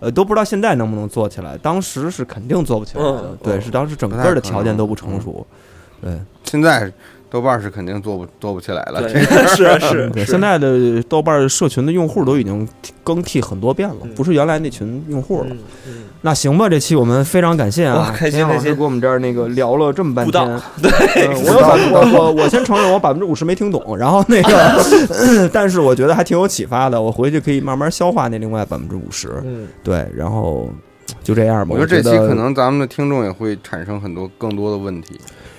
B: 呃，都不知道现在能不能做起来，当时是肯定做不起来的。
E: 嗯
B: 对，
E: 嗯
B: 是当时整个的条件都不成熟。
C: 现在豆瓣是肯定做不做不起来了。这
E: 对， 是啊是
B: 对，
E: 是，
B: 现在的豆瓣社群的用户都已经更替很多遍了，
E: 嗯
B: 不是原来那群用户了。
E: 嗯嗯
B: 那行吧，这期我们非常感谢啊
E: 哇，开心
B: 田老师
E: 开心
B: 给我们这儿那个聊了这么半
E: 不
B: 天
E: 到，
B: 嗯我有百我我我先承认我百分之五十没听懂，然后那个， 但是我觉得还挺有启发的，我回去可以慢慢消化那另外百分之五十。
E: 嗯，
B: 对，然后就这样吧。
C: 我
B: 我
C: 觉得这期
B: 觉
C: 可能咱们的听众也会产生很多更多的问题。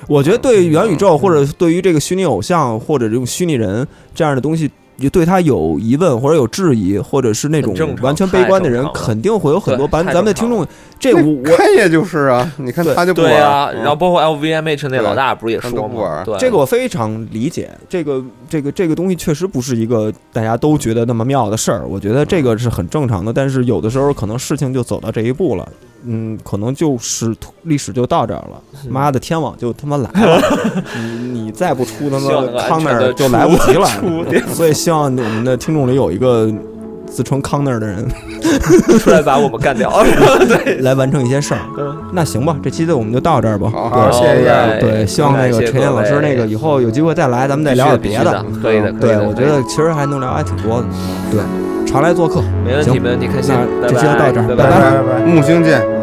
B: 我觉得对元宇宙或者对于这个虚拟偶像或者这种虚拟人这样的东西，也对他有疑问或者有质疑，或者是那种
E: 很正常
B: 完全悲观的人
E: 太，正常了
B: 肯定会有很多
E: 对
B: 版。
E: 太
B: 咱们的
E: 正
B: 听
E: 常
B: 众，这我我
C: 开业就是啊，你看
B: 对
C: 他就不
E: 对
C: 玩
E: 啊，
C: 儿，
E: 然后包括 LVMH 那老大不是也
C: 他
E: 说
C: 都不玩
E: 吗？对，
B: 这个我非常理解，这个这个这个东西确实不是一个大家都觉得那么妙的事儿，我觉得这个是很正常的。但是有的时候可能事情就走到这一步了，嗯，可能就是历史就到这儿了。妈的，天网就他妈来了，你你再不出他
E: 希望能够
B: 妈
E: 安
B: 康那
E: 全
B: 儿
E: 地
B: 就
E: 出
B: 来不及了
E: 出。
B: 所以希望我们的听众里有一个自称康那儿的人
E: 出来把我们干 掉。
B: 来完成一些事儿。那行吧，这期的我们就到这儿吧。
C: 好
B: 对
C: 好
E: 谢谢
B: 对，希望那个
E: 感谢
B: 陈岩
E: 各
B: 老
E: 位
B: 师那个以后有机会再来，咱们再聊点别的。嗯
E: 必须可以的，可以
B: 对，
E: 的
B: 我觉得其实还能聊还挺多的。对，常来做客，
E: 没问题，
B: 行
E: 没问题，开心
B: 那，
E: 拜
B: 这期就
E: 拜，
B: 到这儿
E: 拜
B: 拜拜。
E: 拜
D: 拜拜。
C: 嗯木星见。